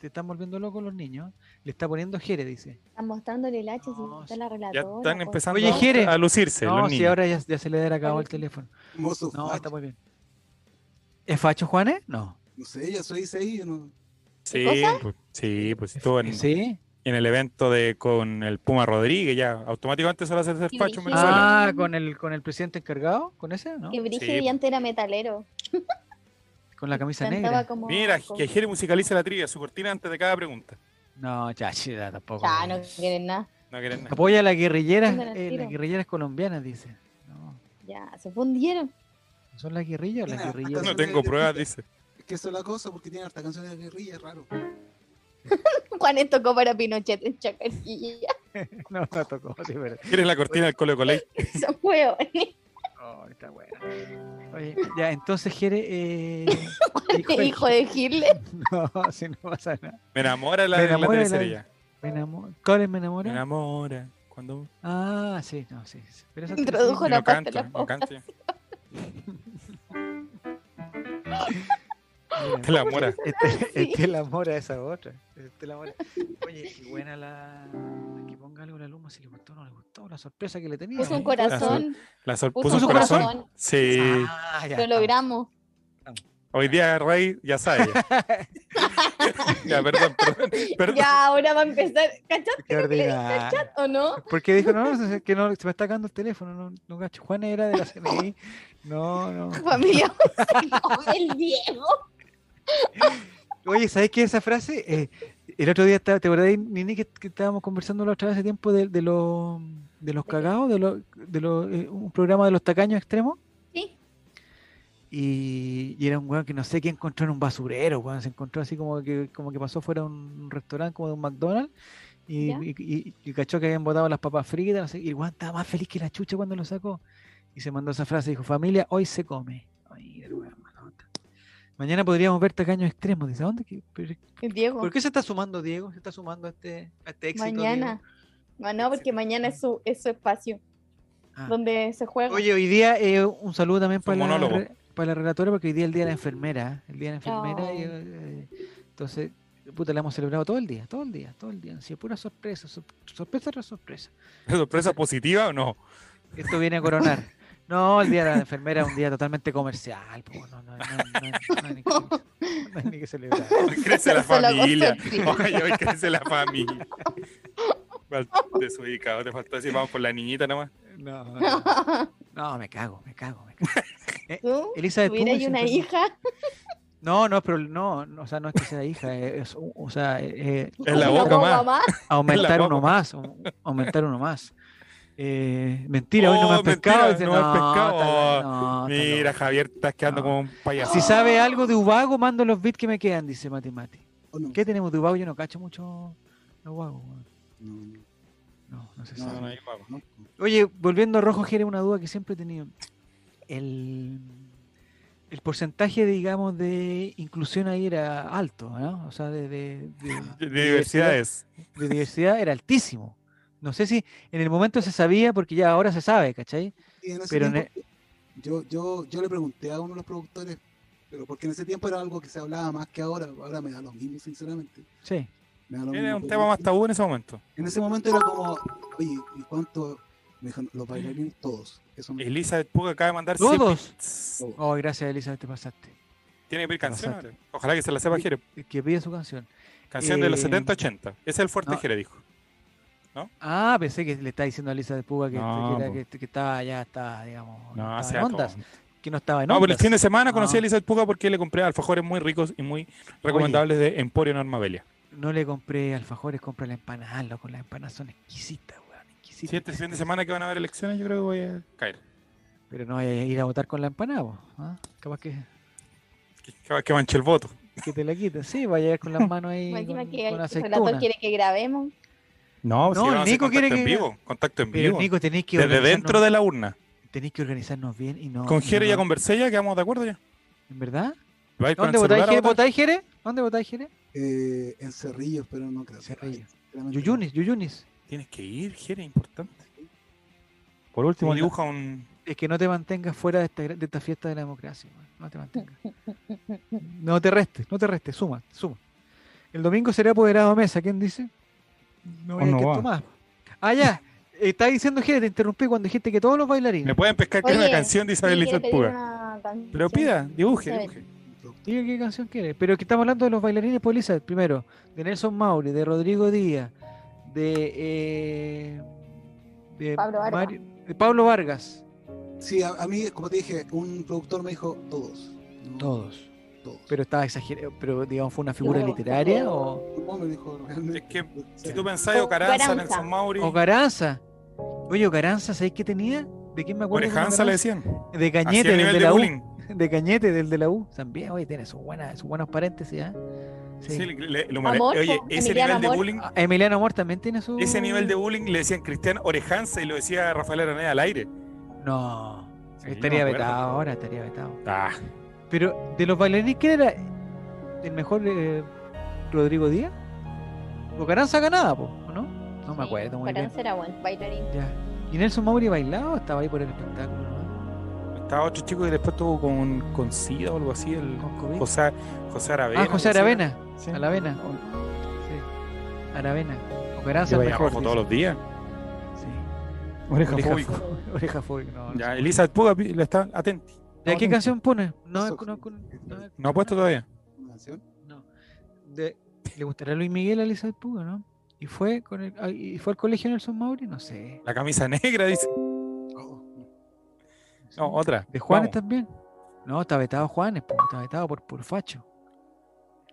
S1: Se están volviendo locos los niños. Le está poniendo Jere, dice.
S3: Están mostrándole el hacha,
S1: No,
S3: si está la
S2: ya
S3: relatora. pues.
S2: están
S3: po.
S2: empezando
S1: Oye, Jere.
S2: a lucirse
S1: no,
S2: los
S1: si
S2: niños.
S1: ahora ya, ya se le ha acabado el teléfono.
S4: hermosos
S1: No,
S4: fachos.
S1: está muy bien. ¿Es facho Juanes? No.
S4: No sé, ya soy seis, yo no.
S2: Sí,
S3: ¿Cosa?
S2: pues, sí, pues estuvo en,
S1: ¿Sí?
S2: en el evento de con el Puma Rodríguez ya. Automáticamente se lo hace ser
S3: Y
S2: facho en
S3: Brigitte.
S2: Venezuela.
S1: Ah, con el, con el presidente encargado, con ese, ¿no?
S3: Que Brigitte
S2: Sí, po.
S3: ya antes era metalero.
S1: Con la camisa
S3: Cantaba
S1: negra.
S3: como.
S2: Mira,
S3: como-
S2: que Jere musicaliza la trivia, su cortina antes de cada pregunta.
S1: No, ya, sí, ya, tampoco.
S3: Ya, no quieren nada.
S2: No quieren nada.
S1: Apoya a las guerrilleras,
S3: Ándale, al
S1: eh, las
S3: tiro.
S1: guerrilleras colombianas, dice. No,
S3: Ya, se fundieron.
S1: ¿Son las guerrillas o las
S4: Mira,
S1: guerrillas?
S2: No tengo pruebas, dice.
S4: Es que eso es la cosa, porque tiene harta canción de guerrilla, es raro.
S3: Juanes tocó para Pinochet en Chacarilla.
S1: No, no tocó, sí, pero.
S2: Jere es la cortina del Colo Colo.
S3: Son huevones.
S1: Oh, está bueno. Oye, ya, entonces, Jere. Eh,
S3: Hijo de Hitler.
S1: No, si no pasa nada.
S2: Me enamora la,
S1: Me
S2: de la
S1: enamora la-
S2: teleserie ya.
S1: Me enamoro. ¿Cuál es me
S2: Me
S1: enamora?
S2: enamora. Cuando
S1: Ah, sí, no, sí. sí. Pero esa
S3: Introdujo
S1: teleserie-
S2: y
S3: la-
S2: no canto,
S3: parte de la
S2: no canto. ya.
S1: Mira,
S2: Te la mora.
S1: Este,
S3: Ah, Sí.
S1: Estela Mora, esa otra. este Estela Mora. Oye, qué buena la. Que ponga algo a la luma si le gustó o no le gustó. La sorpresa que le tenía. Ah,
S3: Puso un
S1: ¿no?
S3: corazón.
S2: La sor-
S3: Puso
S2: puso un
S1: un
S2: corazón.
S3: corazón.
S2: Sí.
S1: Ah, ya.
S3: Lo logramos.
S2: Hoy día Rey ya sabe. Ya, Ya, perdón, perdón. perdón.
S3: Ya, ahora va a empezar. ¿Cachate
S1: Qué
S3: lo que le dije
S1: ordinario.
S3: al chat o no?
S1: Porque dijo, no, no, es que no, se me está cagando el teléfono, no, no gacho. Juan era de la CNI. No, no.
S3: Familia, no, el Diego.
S1: Oye, ¿sabes qué? Esa frase, eh, el otro día, estaba, ¿te acordás, Nini, que, que estábamos conversando la otra vez hace tiempo de, de, los- de los cagados, de, los- de los, eh, un programa de los tacaños extremos?
S3: Sí.
S1: Y, y era un weón que no sé quién encontró en un basurero, weón. Se encontró así como que, como que pasó fuera de un restaurante, como de un McDonald's. Y,
S3: Ya.
S1: y- y- y cachó que habían botado las papas fritas, no sé, y el weón estaba más feliz que la chucha cuando lo sacó. Y se mandó esa frase, dijo, familia, hoy se come. Ay, el weón, mala onda. Mañana podríamos ver tacaños extremos. Dice, ¿a dónde? que- pero-
S3: El Diego.
S1: ¿Por qué se está sumando Diego? ¿Se está sumando a este, a este éxito? Diego?
S3: mañana. Ah, no, porque mañana es su, es su espacio
S1: Ah.
S3: donde se juega.
S1: Oye, hoy día eh, un saludo también
S2: Fue un
S1: para la,
S2: monólogo.
S1: re- para la relatora, porque hoy día es el día de la enfermera. ¿eh? El día de la enfermera. y,
S3: Oh.
S1: eh, entonces, puta, la hemos celebrado todo el día, todo el día, todo el día. Han sido pura sorpresa, sor- sorpresa tras sorpresa.
S2: ¿Sorpresa positiva o no?
S1: Esto viene a coronar. No, el día de la enfermera es un día totalmente comercial. po, no, no, no, no, no hay ni que celebrar, no hay ni que celebrar.
S2: Hoy crece la
S3: Solo
S2: familia.
S3: gozo.
S2: Hoy, hoy crece la familia. Fal- Desubicado, te faltó decir, vamos con la niñita nomás.
S1: No, no, no, me cago, me cago, me cago.
S3: Tú
S1: Elizabeth
S3: tuvieras
S1: Tuve,
S3: una
S1: siempre-
S3: hija
S1: No, no, pero no, no, o sea, no es que sea hija, es, un- o sea, eh, eh,
S2: En la
S3: ¿Una
S2: boca
S3: guagua
S2: más.
S1: aumentar
S2: la
S1: uno
S2: guagua.
S1: más, un- aumentar uno más. Eh, mentira, hoy no me has
S2: Oh,
S1: pescado.
S2: mentira,
S1: dice,
S2: no me has pescado.
S1: está- no, está
S2: Mira,
S1: loco".
S2: Javier, estás quedando
S1: No.
S2: como un payaso.
S1: Si sabe algo de Ubago, mando los bits que me quedan, dice Mati Mati.
S4: Oh, no,
S1: ¿Qué tenemos de Ubago? Yo no cacho mucho los Ubagos, weón.
S4: no, no,
S1: No, no se
S4: No,
S1: sabe.
S2: No, no, ahí vamos.
S4: no.
S1: Oye, volviendo a Rojo Jerez, una duda que siempre he tenido. El, el porcentaje, digamos, de inclusión ahí era alto, ¿no? O sea, de, de- de-
S2: De diversidades.
S1: de diversidad era altísimo. No sé si en el momento se sabía, porque ya ahora se sabe, ¿cachai?
S4: Y en ese
S1: Pero en e-
S4: tiempo, yo, yo, yo le pregunté a uno de los productores, pero porque en ese tiempo era algo que se hablaba más que ahora, ahora me da lo mismo, sinceramente.
S1: Sí.
S4: Me da lo
S2: Era
S4: mismo,
S2: un
S4: pero
S2: tema más tabú en ese momento.
S4: En ese momento era como, oye, ¿y cuánto? Me dijo, los bailarines todos. Eso me...
S2: Elizabeth Puga acaba de mandar
S1: ¿Todos?
S2: 100 bits.
S1: Oh, gracias, Elizabeth, te pasaste.
S2: Tiene que pedir
S1: Te
S2: canción.
S1: pasaste.
S2: ahora. Ojalá que se la sepa Jere.
S1: El que pide su canción.
S2: Canción de los
S1: Eh,
S2: 70-80. Ese es el fuerte
S1: no.
S2: Jere, dijo.
S1: Ah, pensé que le estaba diciendo a Elizabeth Puga que, este,
S2: No,
S1: que era-
S2: po.
S1: que- que estaba ya, estaba, digamos,
S2: No,
S1: no
S2: hace
S1: estaba en ondas.
S2: rato.
S1: Que no estaba en
S2: No, pero el
S1: ondas.
S2: fin de semana conocí a
S1: Ah.
S2: Elizabeth Puga porque le compré alfajores muy ricos y muy recomendables de Emporio Norma Belia.
S1: No le compré alfajores, compré la empanada, loco. Las empanadas son exquisitas, weón. Exquisitas.
S2: Si este fin de semana que van a haber elecciones, yo creo que voy a caer.
S1: Pero no vaya a ir a votar con la empanada, po, ¿ah? Capaz que,
S2: Que- Que, que manche el voto.
S1: que te la quiten. Sí, va a llegar con las manos ahí. con,
S3: Imagina que
S1: con
S3: el
S1: aceituna.
S3: relator quiere que grabemos.
S2: No,
S1: No,
S2: van a hacer
S1: Nico quiere
S2: contacto en
S1: que-
S2: vivo. Contacto en
S1: Pero
S2: vivo.
S1: Nico, tenéis que,
S2: Desde dentro
S1: organizarnos-
S2: de la urna.
S1: tenéis que organizarnos bien y no.
S2: Con
S1: y
S2: Jere
S1: no-
S2: ya conversé ya, quedamos de acuerdo ya.
S1: ¿En verdad?
S2: Va a ir con el
S1: ¿Dónde votáis,
S2: celular a
S1: Jere?
S2: votar.
S1: ¿Votáis, Jere? ¿Dónde votáis, Jere?
S4: Eh, en Cerrillos, pero no creo. que
S1: Cerrillos.
S4: vaya, sinceramente.
S1: Yuyunis, Yuyunis.
S2: Tienes que ir, Jere, importante. Por último,
S1: Sí, no.
S2: dibuja un.
S1: Es que no te mantengas fuera de esta, de esta fiesta de la democracia, weón. No te mantengas. No te restes, no te restes, suma, suma. El domingo será apoderado a mesa, ¿quién dice? No
S2: Oh,
S1: vaya
S2: no
S1: que
S2: va.
S1: tomás. Ah, ya. Está diciendo Jere, te interrumpí cuando dijiste que todos los
S2: Me
S1: bailarines.
S2: pueden pescar con una
S3: Oye,
S2: canción de Isabel
S3: Sí, quiere
S2: Elizabeth
S3: pedir
S2: Puga.
S3: una canción.
S2: Pero pida, dibuje, dibuje.
S1: Diga qué canción quiere. Pero que estamos hablando de los bailarines por Elizabeth, primero, de Nelson Mauri, de Rodrigo Díaz, de, eh, de
S3: Pablo Vargas.
S1: de Pablo Vargas.
S4: Sí, a, a mí, como te dije, un productor me dijo todos. No,
S1: Todos.
S4: Todos.
S1: Pero estaba exagerado, pero digamos, fue una figura
S3: Luego,
S1: literaria o.
S4: No, me dijo realmente.
S2: Es que
S4: O sea,
S2: si tú pensás, Ocaranza,
S3: Ocaranza.
S2: Nelson Mauri,
S1: O Garanza. Oye, Garanza, ¿sabéis qué tenía? ¿De quién me acuerdo? con
S2: Orejanza le
S1: Ocaranza?
S2: decían.
S1: De
S2: Así
S1: Cañete, del
S2: el nivel
S1: de
S2: de
S1: la U.
S2: bullying.
S1: De Cañete, del de la U. También, oye, tiene sus, buenas, sus buenos paréntesis, ¿ah? Sí.
S2: Sí, le- le- lo male-
S3: Amorfo,
S2: Oye, ese
S3: Emiliano
S2: nivel de
S3: Amorfo.
S2: bullying,
S1: Ah, Emiliano Amor también tiene su.
S2: ese nivel de bullying le decían Cristian Orejanza y lo decía Rafael Araneda al aire.
S1: No.
S2: Sí,
S1: estaría
S2: me acuerdo.
S1: vetado ahora, estaría vetado.
S2: Ah,
S1: Pero, ¿de los bailarines quién era el mejor eh, Rodrigo Díaz? O Garanza ganaba, po, ¿o ¿no? No me acuerdo muy bien.
S3: Esperanza era buen bailarín.
S1: Ya. ¿Y Nelson Mauri bailaba o estaba ahí por el espectáculo? no?
S2: estaba otro chico que después tuvo con, con SIDA o algo así, el
S1: ¿Con COVID?
S2: José, José Aravena.
S1: ah, José
S2: algo así.
S1: Aravena.
S2: Sí.
S1: Aravena. Sí. Aravena. O Garanza
S2: Yo
S1: es
S2: veía
S1: mejor.
S2: rojo
S1: dice.
S2: todos los días.
S1: Sí.
S2: Oreja
S1: Oreja
S2: fóbico.
S1: fóbica. Oreja fóbica, no. no
S2: Ya,
S1: sé.
S2: Elizabeth Puga pi- le está atenta.
S1: ¿Ya qué canción pone? No,
S4: Eso.
S1: no, no, no,
S2: No ha puesto todavía.
S4: una canción.
S1: no. De- ¿Le gustará Luis Miguel a Elizabeth Puga, no? ¿Y fue, con el, ah, ¿Y fue al colegio Nelson Mauri? No sé.
S2: La camisa negra dice.
S4: Oh,
S2: No, otra.
S1: ¿De Juanes
S2: Vamos.
S1: también? No, está vetado Juanes, po, está vetado por, por facho.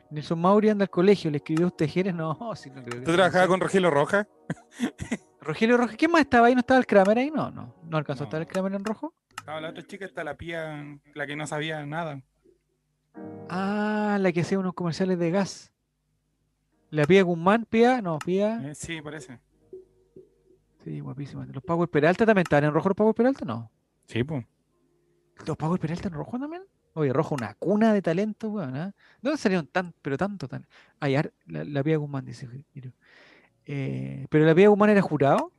S1: Nelson Mauri anda al colegio, le escribió a usted Jerez, no, si no creo que
S2: ¿Tú
S1: sea
S2: trabajabas
S1: eso.
S2: con Rogelio Roja?
S1: Rogelio Rojas, ¿quién más estaba ahí? ¿No estaba el Kramer ahí? No, no. ¿No alcanzó a
S2: No.
S1: estar el Kramer en rojo?
S2: Estaba la otra chica, está la pía, la que no sabía nada.
S1: Ah, la que hacía unos comerciales de gas. La Pía Guzmán, Pía, no, Pía.
S2: Eh, sí, parece.
S1: Sí, guapísima. Los Power Peralta también estaban en rojo los Power Peralta, no.
S2: Sí, pues.
S1: ¿Los Power Peralta en rojo también? Oye, rojo, una cuna de talento, weón. ¿ah? ¿Dónde salieron tan, pero tanto, tan? Ay, ar- la, la Pía Guzmán, dice. Jiro. Eh, pero la Pía Guzmán era jurado.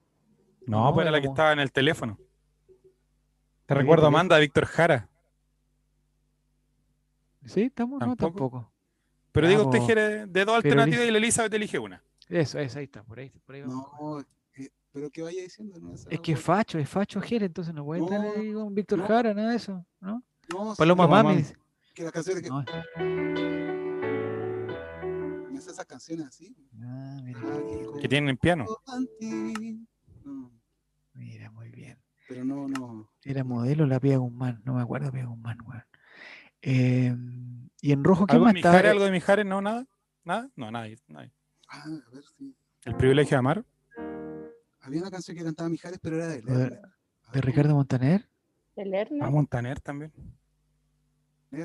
S2: No,
S1: No,
S2: pues era la que
S1: como-
S2: estaba en el teléfono. Te
S1: Oye,
S2: recuerdo
S1: pero-
S2: Amanda, Víctor Jara.
S1: Sí, estamos, no,
S2: Tampoco.
S1: tampoco.
S2: Pero
S1: Ya,
S2: digo, usted
S1: po.
S2: quiere de dos
S1: Pero
S2: alternativas
S1: Elisa-
S2: y la Elizabeth elige una.
S1: Eso, eso, ahí está, por ahí, por ahí vamos.
S4: No, eh, pero que vaya diciendo. No, Esa
S1: Es que es
S4: hueá-
S1: facho, es facho Jere, entonces no puede estar
S4: No,
S1: ahí con Víctor
S4: no.
S1: Jara, nada de eso, ¿no?
S4: no,
S1: Paloma
S4: sí,
S2: Paloma
S1: Mami.
S2: Mami.
S1: dice.
S4: Que las canciones que
S1: No.
S4: me hace esas canciones así.
S1: Ah, mira,
S2: Que
S4: Que
S2: tienen en piano.
S4: No,
S1: mira, muy bien.
S4: pero no, no.
S1: Era modelo la Pía Guzmán, no me acuerdo Pía Guzmán, weón. Em, Y en rojo, ¿quién
S2: ¿Algo
S1: más
S2: de
S1: estaba?
S2: Mijares? ¿Algo de Mijares? ¿No? ¿Nada? ¿Nada? No, nadie. nadie.
S4: Ah, a ver si.
S2: ¿El privilegio de amar?
S4: Había una canción que cantaba Mijares, pero era de él.
S1: A ver, ¿De Ricardo Montaner?
S3: de Lerner.
S2: A Montaner también.
S4: Eh,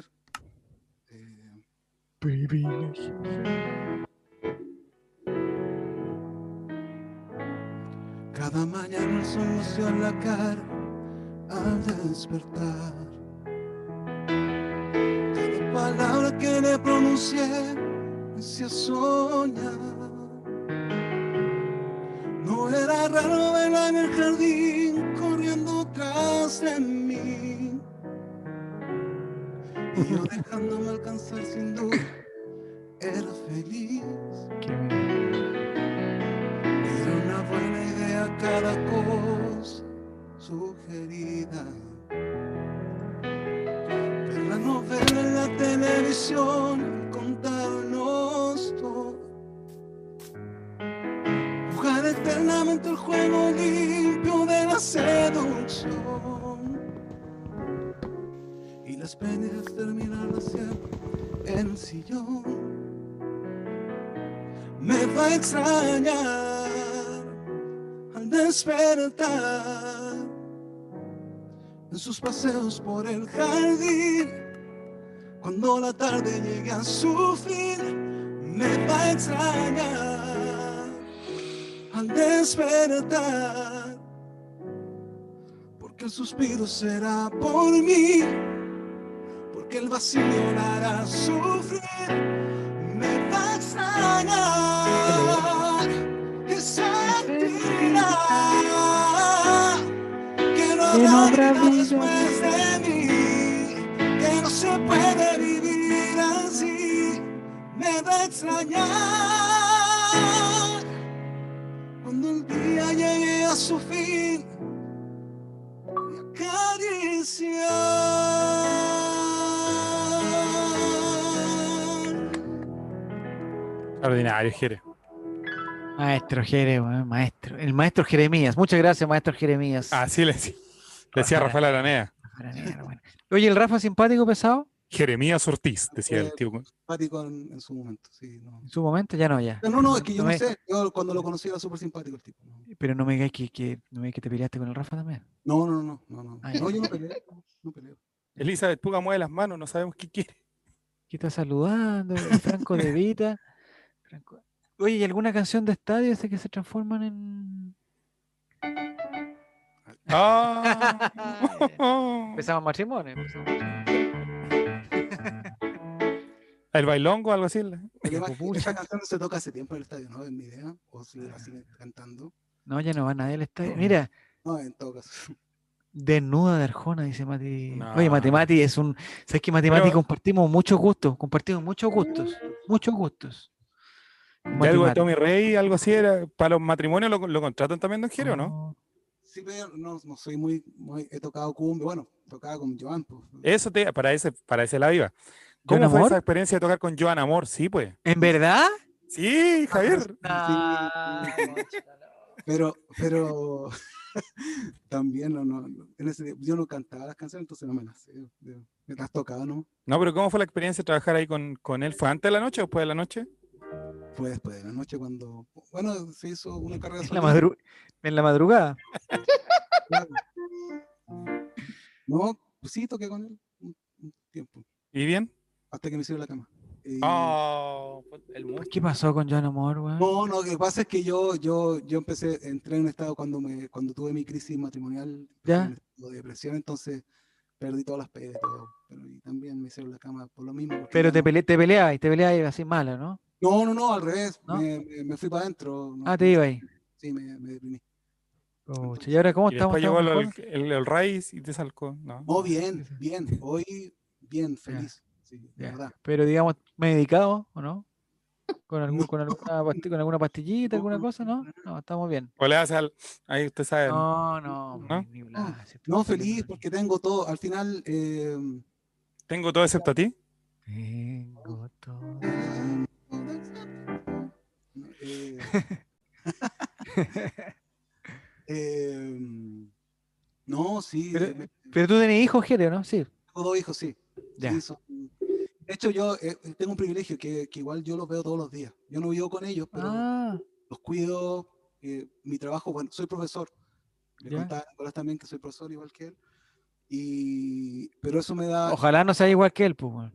S4: Cada mañana el sol nos dio en la cara al despertar. Cada palabra que le pronuncié me hacía soñar. No era raro verla en el jardín corriendo tras de mí. Y yo dejándome alcanzar sin duda, era feliz. Era una buena idea cada cosa sugerida. Ver la novela en la televisión, contarnos todo. Jugar eternamente el juego limpio de la seducción. Y las penas terminarlas siempre en el sillón me va a extrañar al despertar en sus paseos por el jardín. Cuando la tarde llegue a su fin, me va a extrañar al despertar, porque el suspiro será por mí, porque el vacío la hará sufrir me va a extrañar y sentirá que no
S5: Que no
S4: habrá
S5: habrá
S4: vida
S5: vida.
S4: después de mí, que no se puede vivir así, me va a extrañar cuando el día llegue a su fin y acariciar.
S2: Ordinario, Jere.
S1: Maestro Jere, weón, maestro. El maestro Jeremías. Muchas gracias, maestro Jeremías.
S2: Así Ah, le decía, le decía
S1: Ojalá.
S2: Rafael Aranea.
S1: Para mí, bueno. Oye, el Rafa simpático pesado,
S2: Jeremías Ortiz, decía el tío.
S4: simpático en, en su momento, sí. No.
S1: en su momento ya no, ya.
S4: No, no, no, es que yo
S1: No
S4: no
S1: es-
S4: sé, yo cuando lo conocí era súper simpático el tipo. ¿no?
S1: Pero no me digas que, que- no me digas que te peleaste con el Rafa también.
S4: No, no, no, no, no.
S1: Ah, ya.
S4: No, yo no peleé, no, no peleé.
S2: Elizabeth Puga mueve las manos, no sabemos qué quiere.
S1: Que está saludando, el Franco de Vita. Franco- Oye, ¿y alguna canción de estadio esa que se transforman en.
S2: Ah.
S1: Empezamos matrimonio. empezamos matrimonio.
S2: el bailongo, algo así.
S4: Pero además,
S1: Pupucha.
S4: Esa canción se este toca hace tiempo en el estadio, ¿no? En mi idea, o si la siguen cantando.
S1: No, ya no va nadie al estadio. Mira,
S4: No, en todo caso.
S1: desnuda de Arjona, dice Mati. Oye,
S2: No.
S1: Matemati es un. ¿Sabes que Matemati
S2: Pero-
S1: compartimos muchos gustos? Compartimos muchos gustos. Muchos gustos.
S2: Y algo de
S1: Matemati.
S2: Tommy Rey, algo así era. Para los matrimonios lo, lo contratan también, don Jere, ¿o
S1: Ah.
S2: no?
S4: Sí, pero no, no soy muy, muy. He tocado cumbia, bueno, tocaba con Joan, pues.
S2: Eso te, para ese, para ese la viva.
S1: ¿Joan
S2: ¿Cómo fue
S1: Amor?
S2: esa experiencia de tocar con Joan Amor? Sí, pues.
S1: ¿En verdad?
S2: Sí, Javier.
S4: Pero, pero. también, no, no. no, en ese tiempo yo no cantaba las canciones, entonces no me las sé. yo- Me las tocaba, ¿no?
S2: No, pero ¿cómo fue la experiencia de trabajar ahí con, con él? ¿Fue antes de la noche o después de la noche?
S4: Fue después de la noche cuando. Bueno, se hizo una carrera
S1: En la,
S4: solista.
S1: madru- en la madrugada.
S4: Claro. No, pues sí, toqué con él un, un tiempo,
S2: ¿Y bien?
S4: hasta que me hicieron la cama. Eh,
S2: Oh, el mundo.
S1: ¿Qué pasó con John Amor, weón?
S4: No, no, lo que pasa es que yo, yo, yo empecé, entré en un estado cuando me, cuando tuve mi crisis matrimonial,
S1: Ya.
S4: lo de depresión, entonces perdí todas las pegas y todo. Pero y también me hicieron la cama por lo mismo. porque
S1: Pero
S4: ya
S1: te,
S4: no-
S1: pele te peleabas y te peleabas así mala, ¿no?
S4: No, no, no, al revés.
S1: ¿No?
S4: Me, me- me fui para adentro.
S1: Ah, te iba ahí.
S4: Sí, me, me deprimí.
S1: Pucha, ¿Y ahora cómo
S2: Y
S1: estamos?
S2: después llegó el,
S1: ¿Estamos
S2: el,
S1: mejor?
S2: el- el Raiz y te salcó. No.
S4: Oh, bien,
S1: sí.
S4: bien. Hoy, bien, feliz. Sí, de
S1: Ya,
S4: verdad.
S1: Pero digamos, medicado, ¿o no? ¿Con, algún-
S4: No.
S1: con, alguna, pasti- con alguna pastillita,
S4: No,
S1: alguna
S4: no,
S1: cosa, no? No, estamos bien.
S2: O le das al. Ahí usted sabe.
S1: No, no,
S2: ¿No?
S1: ni- ni bla, si
S4: No,
S1: estamos
S4: feliz
S1: bien.
S4: porque tengo todo. Al final, eh,
S2: Tengo todo excepto a ti.
S1: Tengo todo.
S4: Eh, em, no, sí,
S1: Pero-
S4: eh, me-
S1: Pero tú tenés hijos, Jere, ¿o ¿no? Sí.
S4: tengo dos hijos, sí.
S1: Ya.
S4: sí, son- De hecho, yo eh, tengo un privilegio que, que igual yo los veo todos los días. Yo no vivo con ellos, pero
S1: Ah,
S4: los cuido. eh, mi trabajo, bueno, soy profesor. Le
S1: Ya.
S4: contaba a Nicolás también que soy profesor igual que él. Y, pero eso me da,
S1: ojalá no sea igual que él, pues. weón.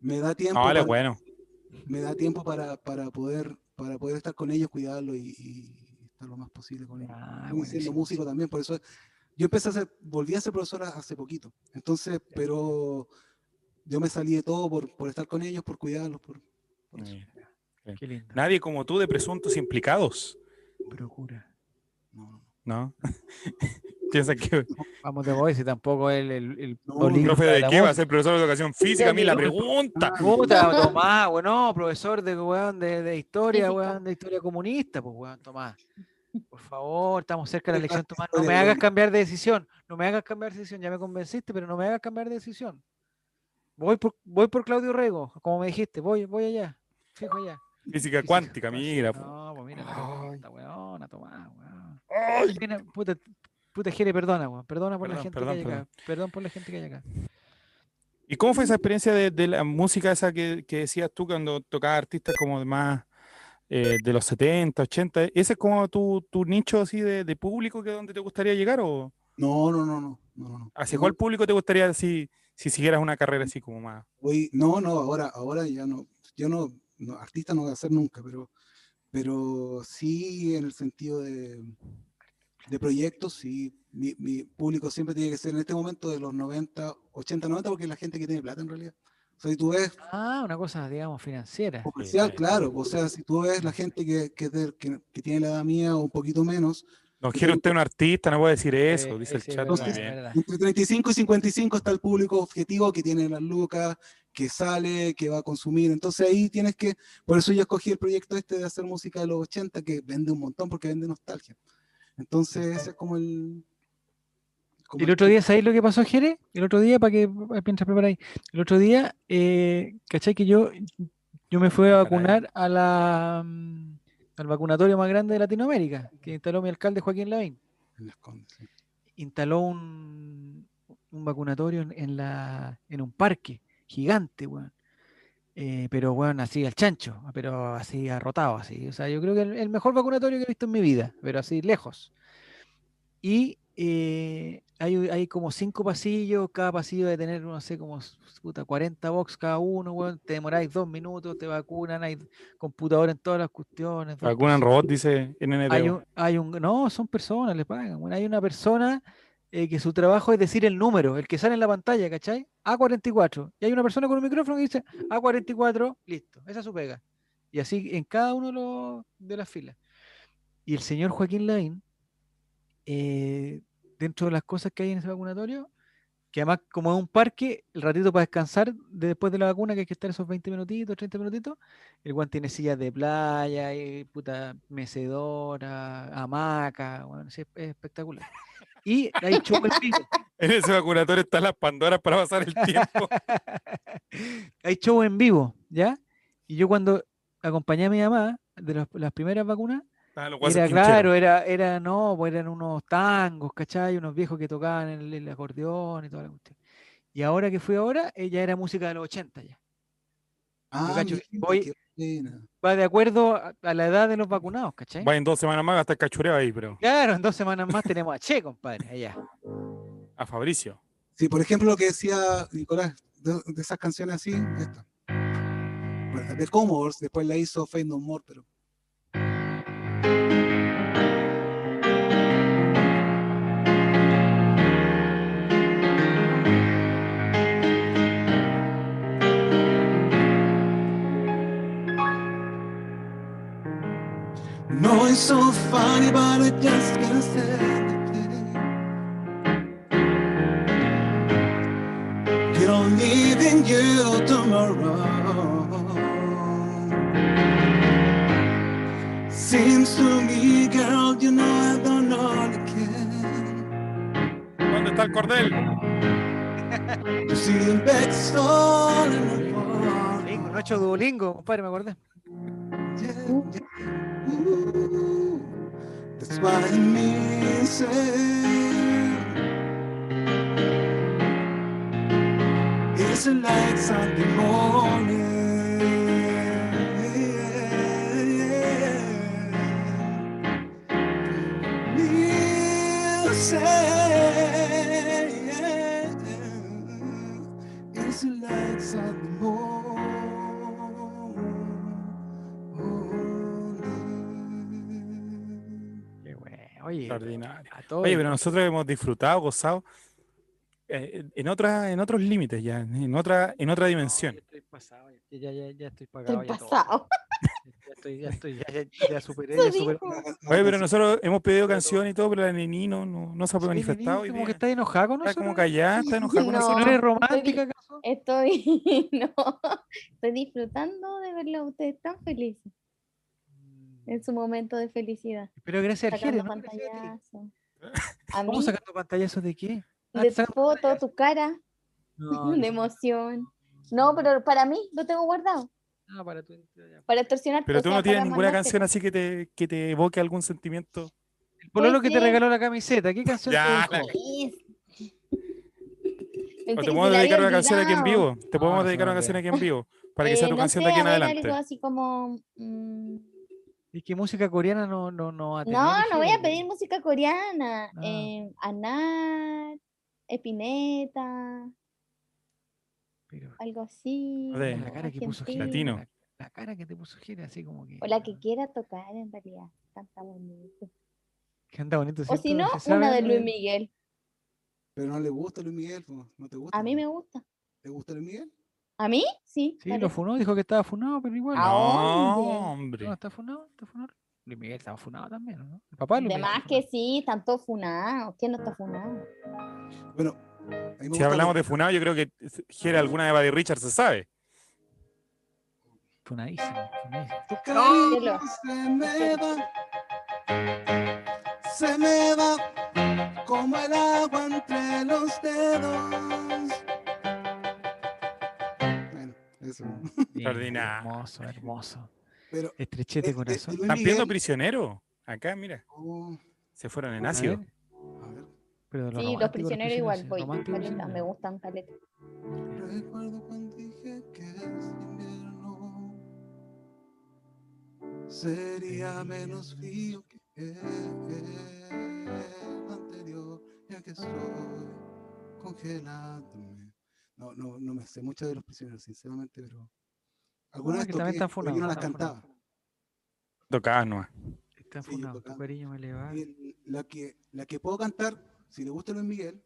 S4: me da tiempo.
S2: No, él es
S4: para-
S2: bueno.
S4: me da tiempo para, para poder para poder estar con ellos, cuidarlos y, y estar lo más posible con ellos.
S1: Ah,
S4: Yo siendo
S1: buenísimo.
S4: músico también, por eso yo empecé a ser, volví a ser profesora hace poquito. Entonces, pero yo me salí de todo por, por estar con ellos, por cuidarlos, por, por eso.
S2: Eh,
S1: Qué lindo.
S2: Nadie como tú de presuntos implicados,
S1: Procura.
S4: No,
S2: ¿no?
S4: no,
S2: Piensa que
S1: Vamos de voz y tampoco el, el, el
S4: No,
S1: bolígrafo
S2: profe
S1: de
S2: de
S1: la
S2: qué va a
S1: voz.
S2: ser profesor de educación física, a mí la pregunta.
S1: Ah. Puta, Tomás, weón, no, profesor de, weón, de, de historia,
S3: Física.
S1: weón, de historia comunista, pues, weón, Tomás. Por favor, estamos cerca de la elección, Tomás. No
S4: historia,
S1: me hagas
S4: weón.
S1: cambiar de decisión. No me hagas cambiar de decisión. Ya me convenciste, pero no me hagas cambiar de decisión. Voy por, voy por Claudio Rego, como me dijiste. Voy, voy allá. Fijo allá.
S2: Física
S1: Física
S2: cuántica, mira. po.
S1: No, pues mira, la
S2: Ay.
S1: pregunta, weona, Tomás, weón. Mira, Puta, puta Jere, perdona, weón. Perdona por la
S2: Perdón,
S1: gente
S2: perdón,
S1: que hay
S2: perdón.
S1: acá. Perdón por la gente que hay acá.
S2: ¿Y cómo fue esa experiencia de, de la música esa que, que decías tú cuando tocabas artistas como de más eh, de los 70, 80? ¿Ese es como tu, tu nicho así de, de público que es donde te gustaría llegar o
S4: no, no, no, no, no, no.
S2: hacia
S4: Yo
S2: cuál público te gustaría si, si siguieras una carrera así como más?
S4: voy- no, no, ahora, ahora ya no, yo no, no, artista no voy a ser nunca, pero, pero sí en el sentido de, de proyectos, sí, mi, mi público siempre tiene que ser en este momento de los 90, 80, 90, porque es la gente que tiene plata en realidad. O sea, si tú ves
S1: Ah, una cosa, digamos, financiera.
S4: comercial,
S2: sí.
S4: claro, o sea, si tú ves la gente que, que, es del- que- que tiene la edad mía o un poquito menos,
S2: No quiero usted es un artista, no puedo decir eso,
S1: Sí,
S2: dice el
S1: sí, Eh,
S2: chat.
S1: verdad,
S2: Muy
S4: sí,
S2: bien.
S1: verdad.
S4: entre 35 y 55 está el público objetivo que tiene las lucas, que sale, que va a consumir, entonces ahí tienes que, por eso yo escogí el proyecto este de hacer música de los 80, que vende un montón porque vende nostalgia. Entonces, ese es como el... como
S1: El otro día, ¿sabéis lo que pasó, Jere? El otro día, para que mientras preparáis. El otro día, eh, ¿cachai? Que yo, yo me fui a
S2: Caray.
S1: vacunar a la, mm, al vacunatorio más grande de Latinoamérica, que instaló mi alcalde Joaquín Lavín.
S4: en Las Condes, sí.
S1: Instaló un, un vacunatorio en, en la, en un parque gigante, weón. Eh, pero, weón, así al chancho, pero así arrotado, así. O sea, yo creo que el, el mejor vacunatorio que he visto en mi vida, pero así lejos. Y eh, hay, u- hay como cinco pasillos, cada pasillo debe tener, no sé, como s- puta, 40 box cada uno, weón, te demoráis dos minutos, te vacunan, hay computador en todas las cuestiones. dos
S2: Vacunan
S1: personas,
S2: robot, dice NNT.
S1: Hay un, hay un, no, son personas, le pagan. weón, hay una persona eh, que su trabajo es decir el número, el que sale en la pantalla, ¿cachai? A44. Y hay una persona con un micrófono que dice A44, listo, esa es su pega. Y así en cada uno de los- de las filas. Y el señor Joaquín Lavín, eh, dentro de las cosas que hay en ese vacunatorio, que además como es un parque, el ratito para descansar de- después de la vacuna, que hay que estar esos 20 minutitos, 30 minutitos, el guan tiene sillas de playa, y puta mecedora, hamaca, bueno, sí, es espectacular. Y hay show en vivo.
S2: En ese vacunatorio están las Pandoras para pasar el tiempo.
S1: hay show en vivo, ¿ya? Y yo cuando acompañé a mi mamá de las- las primeras vacunas,
S2: Estaban los guasos
S1: Era
S2: quincheros.
S1: claro, era, era, no, pues eran unos tangos, ¿cachai? Unos viejos que tocaban el, el acordeón y toda la cuestión. Y ahora que fui ahora, ella era música de los 80 ya.
S4: Ah,
S1: cacho,
S4: mira,
S1: voy-
S4: qué buena.
S1: Va de acuerdo a, a la edad de los vacunados, ¿cachai?
S2: Va en dos semanas más, va a estar cachureo ahí, pero
S1: Claro, en dos semanas más tenemos a Che, compadre, allá.
S2: a Fabricio.
S4: Sí, por ejemplo, lo que decía Nicolás, de, de esas canciones así, esta. Bueno, De Commodores, después la hizo Fade No More, pero. No it's so funny, but I just can't stand it. You don't live in you tomorrow. Seems to me, girl, you know I don't know again.
S2: ¿Dónde está el cordel?
S4: You seem back all in the world.
S1: Duolingo, no he hecho Duolingo, compadre, me acordé.
S4: Yeah, yeah. Ooh, that's what it means. eh. It's dancing like Sunday morning. Music is like Sunday morning.
S1: Qué bueno. Oye,
S2: Extraordinario.
S1: a todos.
S2: Oye, pero nosotros hemos disfrutado, gozado eh, en, otra, en otros límites ya, en otra, en otra dimensión.
S1: No, ya estoy pasado, ya- ya, ya, ya estoy pagado.
S3: Estoy
S1: ya todo.
S3: pasado.
S1: Ya estoy, ya estoy, ya, ya, ya superé,
S3: Eso
S1: ya superé.
S3: dijo.
S2: Oye,
S4: pues
S2: pero nosotros hemos pedido canción y todo, pero la Nini no, no, no se ha
S1: Sí, Nini,
S2: manifestado. hoy
S1: como que
S2: día.
S1: está enojada con
S2: Está
S1: nosotros.
S2: como callada, está enojada con
S3: No.
S1: ¿No
S2: nosotros.
S1: eres romántica acaso?
S3: Estoy, no, estoy disfrutando de verlo a ustedes tan felices. En su momento de felicidad.
S1: Pero gracias al Jerez,
S3: Sacando
S1: ¿no? Gracias a ti.
S3: pantallazos. A mí,
S1: ¿Cómo sacando pantallazos de qué? Ah,
S3: de tu
S1: sacando
S3: foto,
S1: pantallazos.
S3: tu cara,
S1: No,
S3: de
S1: no,
S3: emoción. No, pero para mí lo tengo guardado.
S1: no, para tu- ya.
S3: Para extorsionarte.
S2: Pero
S3: o
S2: tú
S3: sea,
S2: no tienes
S3: para
S2: ninguna
S3: mandarte-
S2: canción así que te, que te evoque algún sentimiento.
S1: El pololo que te
S3: Pues sí.
S1: regaló la camiseta, ¿qué canción
S2: Ya,
S1: te
S2: la-
S1: dijo?
S3: Yes.
S2: O
S3: Pensé que
S2: te
S3: se
S2: podemos
S3: la
S2: dedicar
S3: había
S2: una canción aquí en
S3: olvidado.
S2: vivo. Te podemos
S1: se me
S2: dedicar una
S1: olvidó.
S2: canción aquí en vivo. Para que sea
S3: Eh,
S2: tu
S3: no
S2: canción
S3: sé,
S2: de aquí en
S3: a ver, Algo
S2: adelante.
S3: así como. mm,
S1: Es que música coreana no, no, no va a tener
S3: no,
S1: el
S3: no voy a
S1: Jerez.
S3: pedir música coreana.
S1: Ah.
S3: Eh, Anar, Espineta,
S1: Pero
S3: algo así.
S2: A ver.
S1: la cara que puso Jerez,
S3: argentino.
S2: Latino.
S1: la- La cara que te puso Jerez, así como que.
S3: O la que quiera tocar en realidad. Canta bonito.
S1: Que anda bonito,
S3: O si
S1: ¿cierto?
S3: no,
S1: ¿Se sabe
S3: una de
S1: algo
S3: Luis Miguel.
S4: Pero no le gusta Luis Miguel, po, no te gusta.
S3: A mí me gusta.
S4: ¿Te gusta Luis Miguel?
S3: ¿A mí? Sí.
S1: Sí, lo
S3: parece.
S1: funó, dijo que estaba funado, pero igual.
S3: Ah,
S2: No,
S3: dónde?
S2: hombre.
S1: No, está funado, está funado. Luis Miguel estaba funado también, ¿no? El papá de Luis
S3: de
S1: Miguel está
S3: más que sí, tanto funado. ¿Quién no está funado?
S4: Bueno, a mí me
S2: Si
S4: gusta
S2: hablamos
S4: Luis-
S2: de Funado, yo creo que Jera alguna de Buddy Richard se sabe.
S1: Funadísimo, funadísimo.
S4: Tu
S3: Cielo.
S4: cariño se me va, se me va como el agua entre los dedos. Bueno, eso.
S2: Extraordinario.
S1: Hermoso, hermoso.
S4: Pero
S1: Estrechete
S4: de- de- de
S1: corazón.
S4: Eh, Luis
S2: Están pidiendo
S4: Miguel-
S2: prisionero. Acá, mira.
S4: Oh,
S2: Se fueron en
S1: A
S2: ácido.
S1: ver,
S4: a ver,
S1: pero de lo
S3: Sí,
S1: romántico,
S3: los
S1: los
S3: prisioneros igual,
S1: sí, eh,
S3: voy.
S1: romántico,
S3: caleta, me
S1: prisionero.
S3: gustan caleta.
S4: recuerdo cuando dije que este invierno sería menos frío que el anterior, ya que estoy congelándome. No, no, no me sé mucho de los prisioneros, sinceramente, pero alguna
S1: No,
S4: vez
S1: que también están
S4: toqué, pero yo no
S1: funados,
S4: las
S1: están funados.
S4: cantaba.
S2: Tocaba nomás.
S1: Está
S4: Sí, yo
S1: funado, tu
S4: tocando.
S1: cariño me le va.
S4: Y La que, la que puedo cantar, si le gusta Luis Miguel,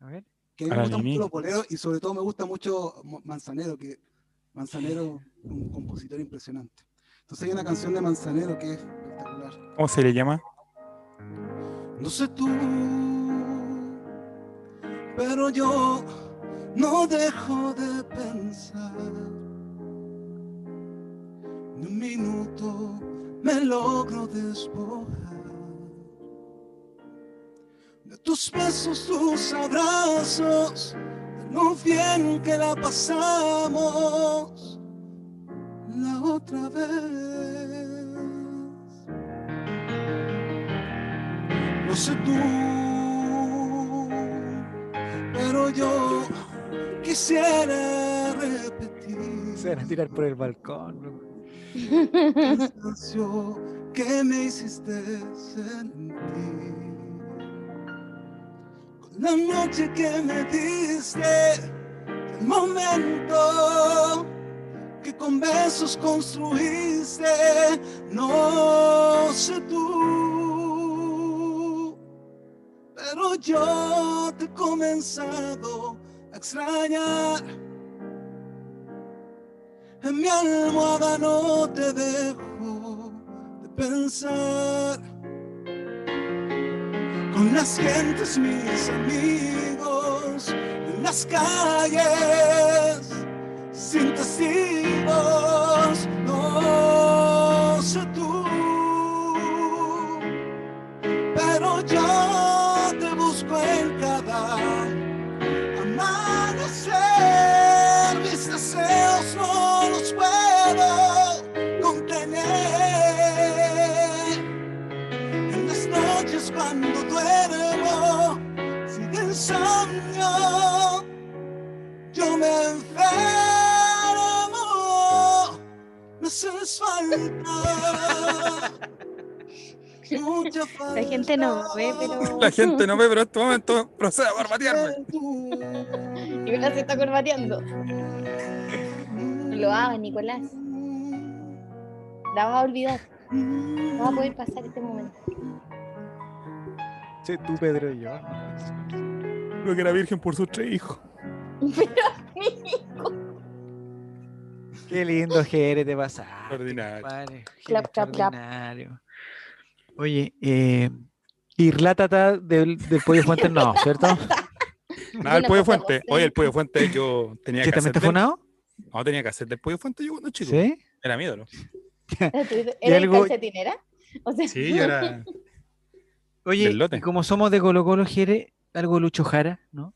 S1: A ver.
S4: que a mí
S2: A
S4: me
S2: la
S4: gustan
S2: Nini.
S4: mucho los boleros y sobre todo me gusta mucho Mo- Manzanero, que Manzanero es un compositor impresionante. Entonces hay una canción de Manzanero que es espectacular.
S2: ¿Cómo se le llama?
S4: No sé tú, pero yo no dejo de pensar. De un minuto me logro despojar. De tus besos, tus abrazos, de lo bien que la pasamos la otra vez. No sé tú, pero yo quisiera repetir
S1: Se van a tirar por el balcón. loco.
S4: el cansancio que me hiciste sentir. Con la noche que me diste, el momento que con besos construiste, no sé tú. Pero yo te he comenzado a extrañar. En mi almohada no te dejo de pensar. Con las gentes, mis amigos, en las calles, sin testigos, no sé tú. Pero yo te busco en cada Amanecer, mis deseos no los puedo contener. En las noches cuando duermo, sin insomnio, yo me enfermo. me haces falta. Mucha falta.
S3: La gente no lo ve, pero.
S2: La gente no ve, pero en este momento procede a barbatearme.
S3: Y Nicolás se está corbateando. No lo hagas, Nicolás. La vas a olvidar. No vas a poder pasar este momento.
S1: Che, tú, Pedro y yo.
S2: Creo que era virgen por sus tres hijos.
S1: Qué lindo, Jere, te pasa.
S2: Ordinario.
S3: Clap, clap, clap.
S1: Oye, eh, Irlátata del, del Pollo Fuente no, ¿cierto?
S2: Nada, Ah, el
S3: Una
S2: Pollo
S3: cosa
S2: Fuente.
S3: con-
S2: Oye, el Pollo Fuente yo tenía que
S1: ¿Que también
S2: hacer.
S1: te
S2: del-
S1: funado?
S2: No, tenía que hacer del Pollo Fuente yo cuando chico.
S1: ¿Sí?
S2: Era mi ídolo.
S3: ¿Eres
S1: algo-
S3: calcetinera? O sea,
S2: Sí, yo era.
S1: Oye,
S2: Del lote.
S1: y como somos de Colo Colo, Jere, algo de Lucho Jara, ¿no?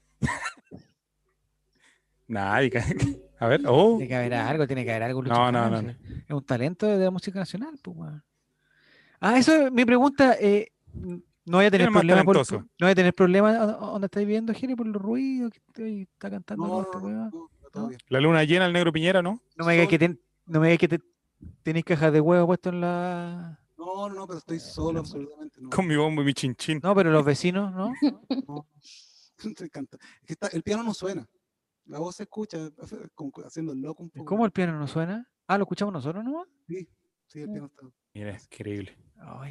S2: Nah, y ca- a ver.
S3: Uh.
S2: Oh,
S1: Tiene que haber algo, tiene que haber algo. Lucho
S2: No,
S1: Jara,
S2: no, no,
S1: o sea, Es un talento de la música nacional, pues, weón. Ah, eso, mi pregunta, eh, n- no voy a tener
S2: el más
S1: problemas por-
S2: talentoso?
S1: no voy a tener problemas a- a- donde estáis viviendo, Jere, por los ruidos que estoy- está cantando. este
S4: No,
S1: con
S4: no,
S1: esta
S4: no,
S1: hueva.
S4: no, no, todo bien.
S2: la luna llena, el negro Piñera, ¿no?
S1: No me digas que, ten- no me digas que te- tenéis cajas de huevo puesto en la.
S4: No, no, pero estoy solo, absolutamente. No.
S2: Con mi bombo y mi chinchín.
S1: No, pero los vecinos, ¿no?
S4: No, estoy cantando. Es que está- el piano no suena. La voz se escucha hace- como que haciendo el loco un poco.
S1: ¿Cómo el piano no suena? Ah, lo escuchamos nosotros, ¿no?
S4: Sí, el piano está.
S2: Mira, es increíble.
S1: Oh,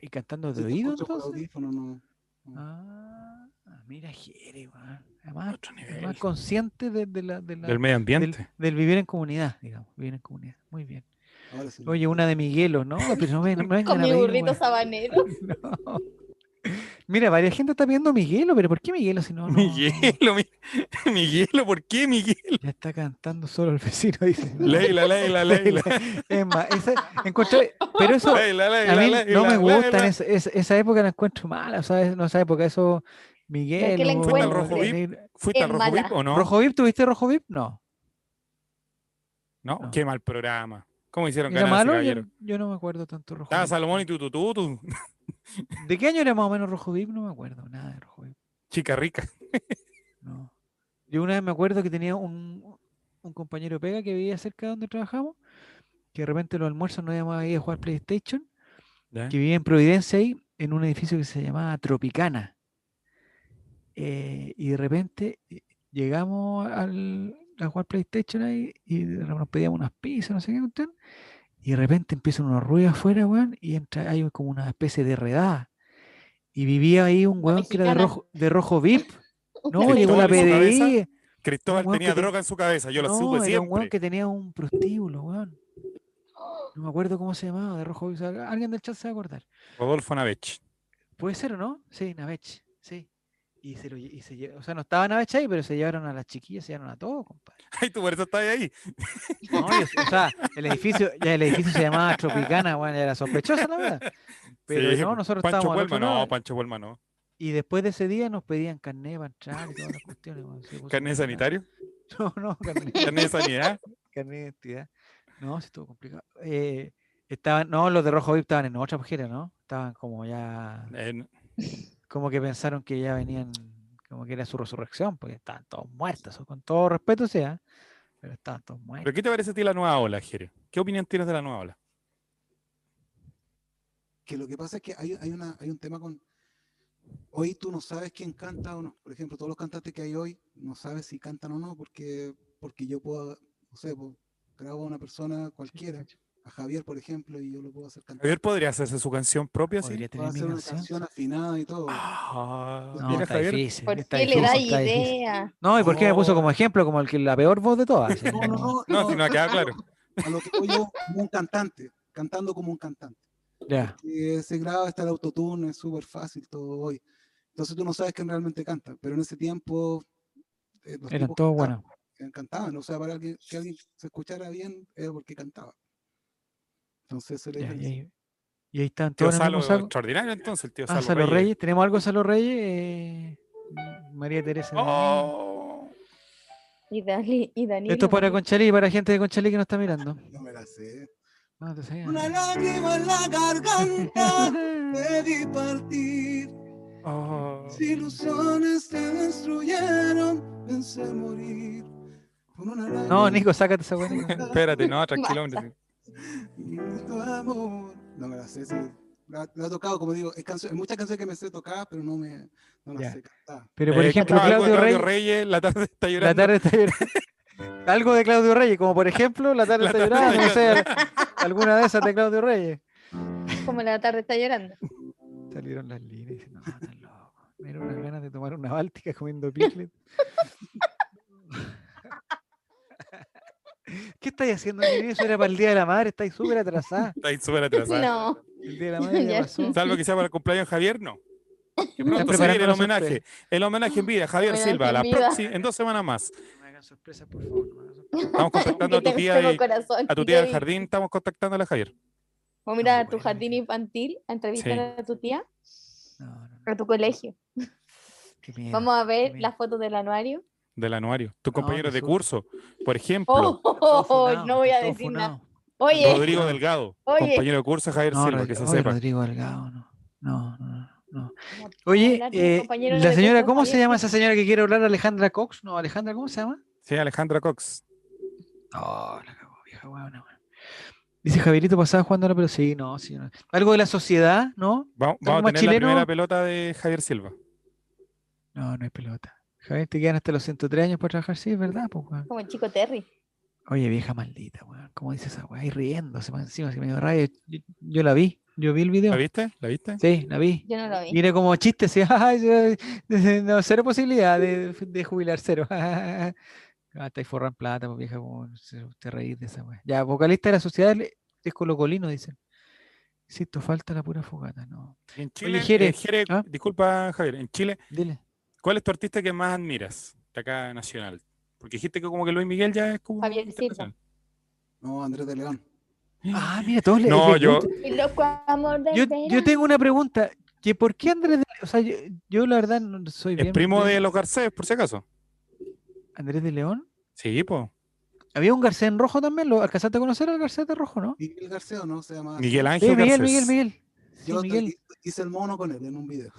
S1: y cantando
S4: se
S1: de oído,
S4: escucha por
S1: entonces.
S4: audífono, no.
S1: Ah, mira, Jere, weón. Además,
S2: Otro
S1: además
S2: nivel.
S1: consciente de, de la, de la-
S2: Del medio
S1: del,
S2: ambiente.
S1: del vivir en comunidad, digamos. Vivir en comunidad. Muy bien.
S4: Ahora sí.
S1: Oye, una de Miguelo, ¿no? Pero no, me- no me vengan
S3: con
S1: a
S3: mi
S1: pedir,
S3: burrito
S1: weón.
S3: sabanero.
S1: No. Mira, varias gente está pidiendo Miguelo, pero ¿por qué Miguelo si no? no-
S2: Miguelo, mi, Miguelo, ¿por qué Miguel?
S1: Ya está cantando solo el vecino, dice. no.
S2: Leila, Leila, Leila.
S1: Es más, esa, encontré, pero eso a
S2: Leila, Leila,
S1: mí
S2: Leila,
S1: no me gusta,
S2: Leila.
S1: esa, esa- esa época la encuentro mala, ¿sabes? No, esa época, eso, Miguel.
S3: la
S1: o-
S3: encuentras?
S2: Rojo VIP?
S1: Negra-
S2: ¿Fuiste al
S3: Es
S2: Rojo
S3: mala.
S2: VIP o no?
S1: ¿Rojo VIP? ¿Tuviste Rojo VIP? No.
S2: no?
S1: No.
S2: qué mal programa. ¿Cómo hicieron
S1: ¿Era
S2: ganar a ese
S1: Ah. malo? Yo,
S2: caballero?
S1: yo no me acuerdo tanto Rojo
S2: Estaba
S1: VIP.
S2: Salomón y tú, tú, tú, tú.
S1: ¿De qué año era más o menos Rojo VIP? No me acuerdo nada de Rojo VIP.
S2: Chica rica.
S1: No. Yo una vez me acuerdo que tenía un, un compañero de pega que vivía cerca de donde trabajamos, que de repente los almuerzos nos llamaba ahí a jugar PlayStation, que vivía en Providencia ahí, en un edificio que se llamaba Tropicana. Eh, y de repente eh, llegamos al, a jugar PlayStation ahí y de repente nos pedíamos unas pizzas, no sé qué cuestión, Y de repente empiezan unos ruidos afuera, weón, y entra, hay como una especie de redada. Y vivía ahí un weón que era de
S3: mexicana.
S1: rojo, de rojo VIP. No,
S2: ¿El
S1: llegó la
S2: Cristóbal en su cabeza?
S1: PDI.
S2: Cristóbal
S1: un weón
S2: tenía
S1: que te-
S2: droga en su cabeza, yo lo
S1: no,
S2: supe
S1: era un weón
S2: siempre.
S1: que tenía un prostíbulo, weón. No me acuerdo cómo se llamaba, de rojo. o sea, Alguien del chat se va a acordar.
S2: Rodolfo Navech.
S1: Puede ser, ¿o no? Sí, Navech, sí. Y se lo lle- y se lle- o sea, no estaba Navech ahí, pero se llevaron a las chiquillas, se llevaron a todos, compadre.
S2: Ay, tu eso está ahí.
S1: No, yo- o sea, el edificio, ya el edificio se llamaba Tropicana, bueno, era sospechosa la verdad. Pero
S2: Sí,
S1: no,
S2: pues,
S1: nosotros
S2: Pancho
S1: estábamos al
S2: Huelma,
S1: otro lado,
S2: no, Pancho Huelma no.
S1: y después de ese día nos pedían carnet para entrar y todas las cuestiones. weón, se puso
S2: ¿Carnet
S1: complicado.
S2: sanitario?
S1: No, no, carnet.
S2: ¿Carnet de sanidad?
S1: carnet de identidad. No, sí estuvo complicado. Eh, estaban, no, los de Rojo VIP estaban en otra mujer, ¿no? Estaban como ya,
S2: Eh, no.
S1: como que pensaron que ya venían, como que era su resurrección, porque estaban todos muertos, o con todo respeto sea, pero estaban todos muertos.
S2: ¿Pero qué te parece a ti la nueva ola, Jere? ¿Qué opinión tienes de la nueva ola?
S4: que lo que pasa es que hay, hay, una, hay un tema con... Hoy tú no sabes quién canta o no. Por ejemplo, todos los cantantes que hay hoy no sabes si cantan o no porque, porque yo puedo, no sé, pues, grabo a una persona cualquiera, a Javier, por ejemplo, y yo lo puedo hacer cantar.
S2: Javier podría hacerse su canción propia, sí.
S1: Podría tener mi
S4: Puedo hacer una
S1: canción.
S4: canción afinada y todo.
S2: Ah,
S1: No,
S2: mira,
S1: está
S2: Javier.
S1: difícil.
S3: ¿Por
S1: está
S3: qué le da
S1: difícil, está difícil.
S3: idea?
S1: No, ¿y por qué me puso
S2: Oh.
S1: como ejemplo, como el que la peor voz de todas? Así,
S4: No, no, no,
S2: No, si no ha quedado claro.
S4: A lo que voy yo, como un cantante, cantando como un cantante.
S1: Ya.
S4: que se graba hasta el autotune, es súper fácil todo hoy. Entonces tú no sabes quién realmente canta, pero en ese tiempo eh, los
S1: Eran
S4: tipos
S1: todos
S4: cantaban,
S1: buenos.
S4: eh, cantaban, o sea, para alguien- que alguien se escuchara bien era porque cantaba. Entonces se le
S1: ya,
S4: diferencia.
S1: y, ahí, y ahí están
S2: Tío
S1: todos en el
S2: Salo,
S1: mismo saco.
S2: extraordinario entonces, el tío
S1: Ah,
S2: Salo,
S1: Salo Reyes. ¿Tenemos algo de Salo Reyes? Eh, María Teresa. de Ávila.
S2: Oh,
S3: Y Dani, y Dani
S1: eh, Esto
S3: lo
S1: para
S3: mató.
S1: Conchalí, para gente de Conchalí que nos está mirando.
S4: No me la sé.
S1: No, te sabía.
S4: Una lágrima en la garganta de vi partir.
S2: oh.
S4: Mis ilusiones se destruyeron, pensé morir. Con una
S1: no,
S4: lágrima-
S1: Nico, sácate esa buena.
S2: Espérate, no, tranquilo, hombre.
S4: tu amor. No me la sé, sí. La, la he tocado, como digo, es canción, hay muchas canciones que me sé tocar, pero no me no las
S1: Ya.
S4: sé cantar.
S1: Pero por
S2: Eh,
S1: ejemplo,
S2: escuchaba algo de
S1: Claudio Rey,
S2: Reyes, la tarde está llorando.
S1: la tarde está llorando. Algo de Claudio Reyes, como por ejemplo, la tarde
S2: La
S1: está
S2: tarde
S1: llorando, no
S2: está
S1: sé, alguna de esas de Claudio Reyes.
S3: Como la tarde está llorando.
S1: Salieron las líneas y dicen, no, están loco. Me dieron unas ganas de tomar una báltica comiendo picles. ¿Qué estáis haciendo, Lili? Eso era para el Día de la Madre, estáis súper atrasada.
S2: Está ahí súper atrasada.
S3: No.
S1: El Día de la Madre ya
S3: Ya.
S1: pasó.
S2: Salvo que sea para el cumpleaños de Javier, no. Que pronto se
S1: preparando
S2: viene el
S1: la
S2: homenaje. El homenaje en vida, Javier
S3: Homenaje
S2: Silva,
S3: en
S2: la
S3: vida.
S2: próxima- en dos semanas más.
S1: No me hagan sorpresa, por favor. no me hagan sorpresa.
S2: Estamos contactando
S3: Que
S2: a tu
S3: te
S2: tía,
S3: tengo
S2: y-
S3: corazón,
S2: a tu tía del
S3: Kevin.
S2: jardín, estamos contactándola a Javier.
S3: Vamos a ir a
S1: No,
S3: tu
S1: buena
S3: jardín
S1: idea.
S3: infantil a entrevistar
S2: Sí.
S3: a tu tía,
S1: No, no, no,
S3: a tu colegio.
S1: qué miedo.
S3: Vamos a ver
S1: mira.
S3: las fotos del anuario.
S2: Del anuario. Tus compañeros de
S1: resulta.
S2: curso, por ejemplo,
S3: Oh,
S1: Todo funado,
S3: no voy a
S1: todo
S3: decir nada.
S1: funado.
S3: Oye,
S2: Rodrigo Delgado,
S3: Oye.
S2: compañero de curso de Javier
S1: No,
S2: Silva,
S1: Rodri-
S2: que se
S1: ay,
S2: sepa.
S1: Rodrigo Delgado, no. No, no, no.
S3: ¿cómo
S1: Oye,
S3: hablar de un
S1: eh,
S3: compañero de
S1: la señora,
S3: curso,
S1: ¿cómo se
S3: Javier?
S1: llama esa señora que quiere hablar? Alejandra Cox. No, Alejandra, ¿cómo se llama?
S2: Sí, Alejandra Cox.
S1: No, la cagó, vieja huevona, weón. Dice Javierito pasaba jugando ahora, pero sí, no, sí, no. Algo de la sociedad, ¿no?
S2: Va-
S1: más
S2: Vamos, a tener la
S1: chileno?
S2: primera pelota de Javier Silva.
S1: No, no es pelota. Javier, te quedan hasta los 103 años para trabajar, sí, es verdad, pues, weón.
S3: Como el chico Terry.
S1: Oye, vieja maldita, weón. ¿Cómo dice esa weá? Y riéndose más encima, que me dio rabia. Yo, yo la vi, yo vi el video.
S2: ¿La viste? ¿La viste?
S1: Sí, la vi.
S3: Yo no lo vi.
S1: Y era como chiste, así, "Ay, yo- eh, no, cero posibilidad de, de jubilar, cero. Ah, estáis forran plata, pues vieja, como se- te reís de esa weá. Ya, vocalista de la sociedad le- es colocolino, dicen. Insisto, falta la pura fogata, no.
S2: En Chile,
S1: Jere,
S2: eh, Jere,
S1: ¿ah?
S2: disculpa Javier, en Chile,
S1: Dile.
S2: ¿cuál es tu artista que más admiras de acá nacional? Porque dijiste que como que Luis Miguel ya es como
S3: Javier
S2: internacional.
S4: No, Andrés de León.
S1: Ah, mira, todos le
S2: No,
S1: les
S2: yo-
S1: gusta.
S3: El loco amor de
S1: yo. Yo
S3: verano.
S1: tengo una pregunta. ¿Que ¿Por qué Andrés de O sea, yo, yo la verdad no soy
S2: Es
S1: bien.
S2: primo
S1: bien-
S2: de los Garcés, por si acaso.
S1: Andrés de León.
S2: Sí, po.
S1: Había un Garcés en rojo también. ¿Lo alcanzaste a conocer al Garcés de rojo, no?
S4: Miguel García, ¿o ¿no? Se llama.
S2: Miguel
S1: Sí,
S2: Ángel
S1: Miguel,
S2: Garcés.
S1: Miguel, Miguel. Sí,
S4: Yo
S1: Miguel.
S4: hice el mono con él en un video.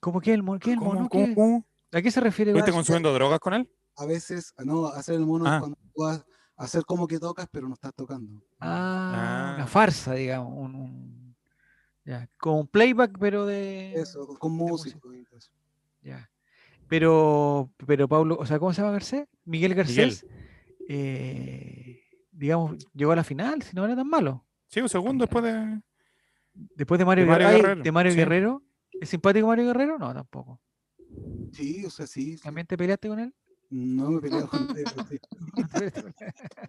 S1: ¿Cómo que el, mo- qué el
S2: ¿Cómo,
S1: mono?
S2: cómo,
S1: ¿Qué-
S2: cómo?
S1: ¿A qué se refiere?
S2: ¿Fuiste
S1: Garcés?
S2: consumiendo drogas con él?
S4: A veces, no, hacer el mono
S2: Ah.
S4: es cuando tú vas a hacer como que tocas, pero no estás tocando.
S1: Ah,
S2: Ah.
S1: una farsa, digamos. Un, un- ya, Con un playback, pero de.
S4: Eso, con músico. y todo eso.
S1: Ya. Pero, pero Pablo, o sea, ¿cómo se llama Garcés? Miguel Garcés, eh, digamos, llegó a la final, si no era tan malo.
S2: Sí, un segundo después de.
S1: Después de Mario,
S2: Mario
S1: Guerra- ay,
S2: Guerrero,
S1: de Mario
S2: sí.
S1: Guerrero. ¿Es simpático Mario Guerrero? No, tampoco.
S4: Sí, o sea, sí. sí.
S1: ¿También te peleaste con él?
S4: No me he peleado con él. pero sí.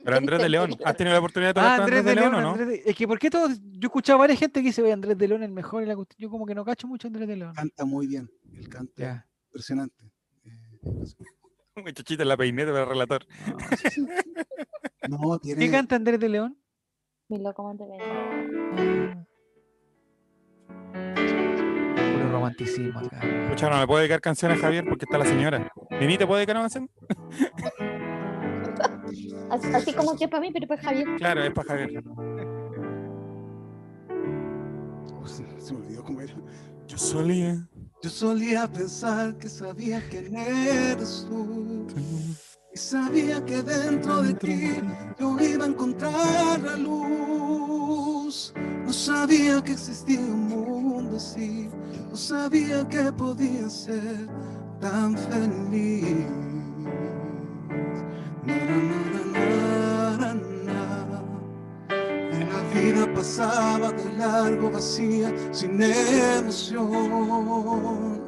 S2: Pero Andrés de León. ¿Has tenido la oportunidad de hablar
S1: Ah,
S2: con Andrés de León o no?
S1: Andrés de- Es que, ¿por qué todos? Yo escuchaba a varias gente que dice, oye, Andrés de León es el mejor. y la cuestión". Yo como que no cacho mucho a Andrés de
S2: Ah,
S1: León.
S4: Canta muy bien. El canto es
S1: Ya.
S4: impresionante. Eh,
S2: Un chuchita en la peineta para relatar.
S1: No, sí, sí.
S4: no, tiene.
S1: ¿Qué canta Andrés de León?
S3: Mi loco amor de verano.
S1: Mm. Puro romanticismo acá.
S2: Escucha, no le puedo dedicar canciones a Javier porque está la señora. ¿Nini te puede dedicar una canción?
S1: Ah,
S3: Así, así como que es para mí, pero pues, para Javier.
S2: Claro, es para Javier.
S4: Oh, se, se me olvidó cómo era.
S2: Yo solía.
S4: Yo solía pensar que sabía quién eres tú. Y sabía que dentro de ti yo iba a encontrar la luz. No sabía que existía un mundo así. No sabía que podía ser tan feliz. Na, na, na, na, na, na. Y la vida pasaba de largo vacía, sin emoción.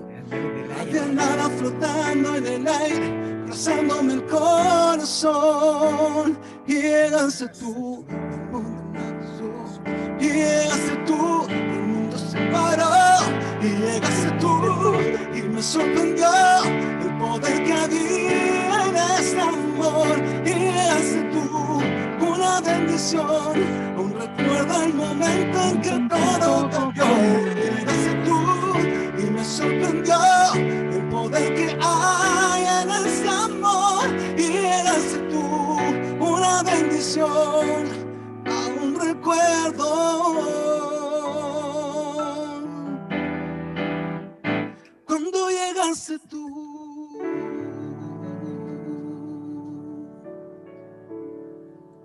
S4: Había nada flotando en el aire, abrazándome el corazón. Llegaste tú, el mundo nació. Llegaste tú, el mundo se paró. Y llegaste tú, y me sorprendió el poder que había en este amor. Y llegaste tú, una bendición. Aún recuerdo el momento en que todo cambió. Llegaste tú, y me sorprendió el poder que hay en ese amor y eras tú una bendición, aún recuerdo cuando llegaste tú.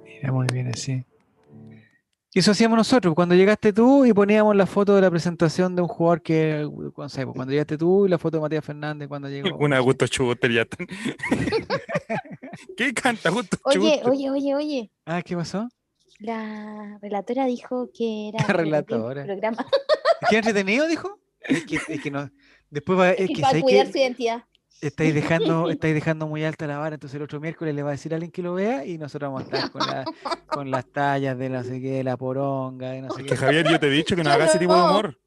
S1: Mira, muy bien así. Eso hacíamos nosotros, cuando llegaste tú y poníamos la foto de la presentación de un jugador que, no sé, pues, cuando llegaste tú y la foto de Matías Fernández cuando llegó.
S2: Una de Augusto Chubuster ya están. ¿Qué canta Augusto
S3: Oye,
S2: Chubuster?
S3: oye, oye, oye.
S1: Ah, ¿qué pasó?
S3: La relatora dijo que era
S1: La
S3: el
S1: relatora.
S3: programa
S1: ¿Qué entretenido, dijo? Es que, es que no- después va, es que,
S3: para
S1: ¿sabes
S3: cuidar
S1: qué?
S3: su identidad.
S1: estáis dejando, estáis dejando muy alta la vara, entonces el otro miércoles le va a decir a alguien que lo vea y nosotros vamos a estar con, la- con las tallas de la sé qué, de la poronga, de no sé
S2: Que
S1: qué.
S2: Eh, Javier, yo te he dicho que no
S3: Yo
S2: haga ese
S3: no.
S2: tipo de humor.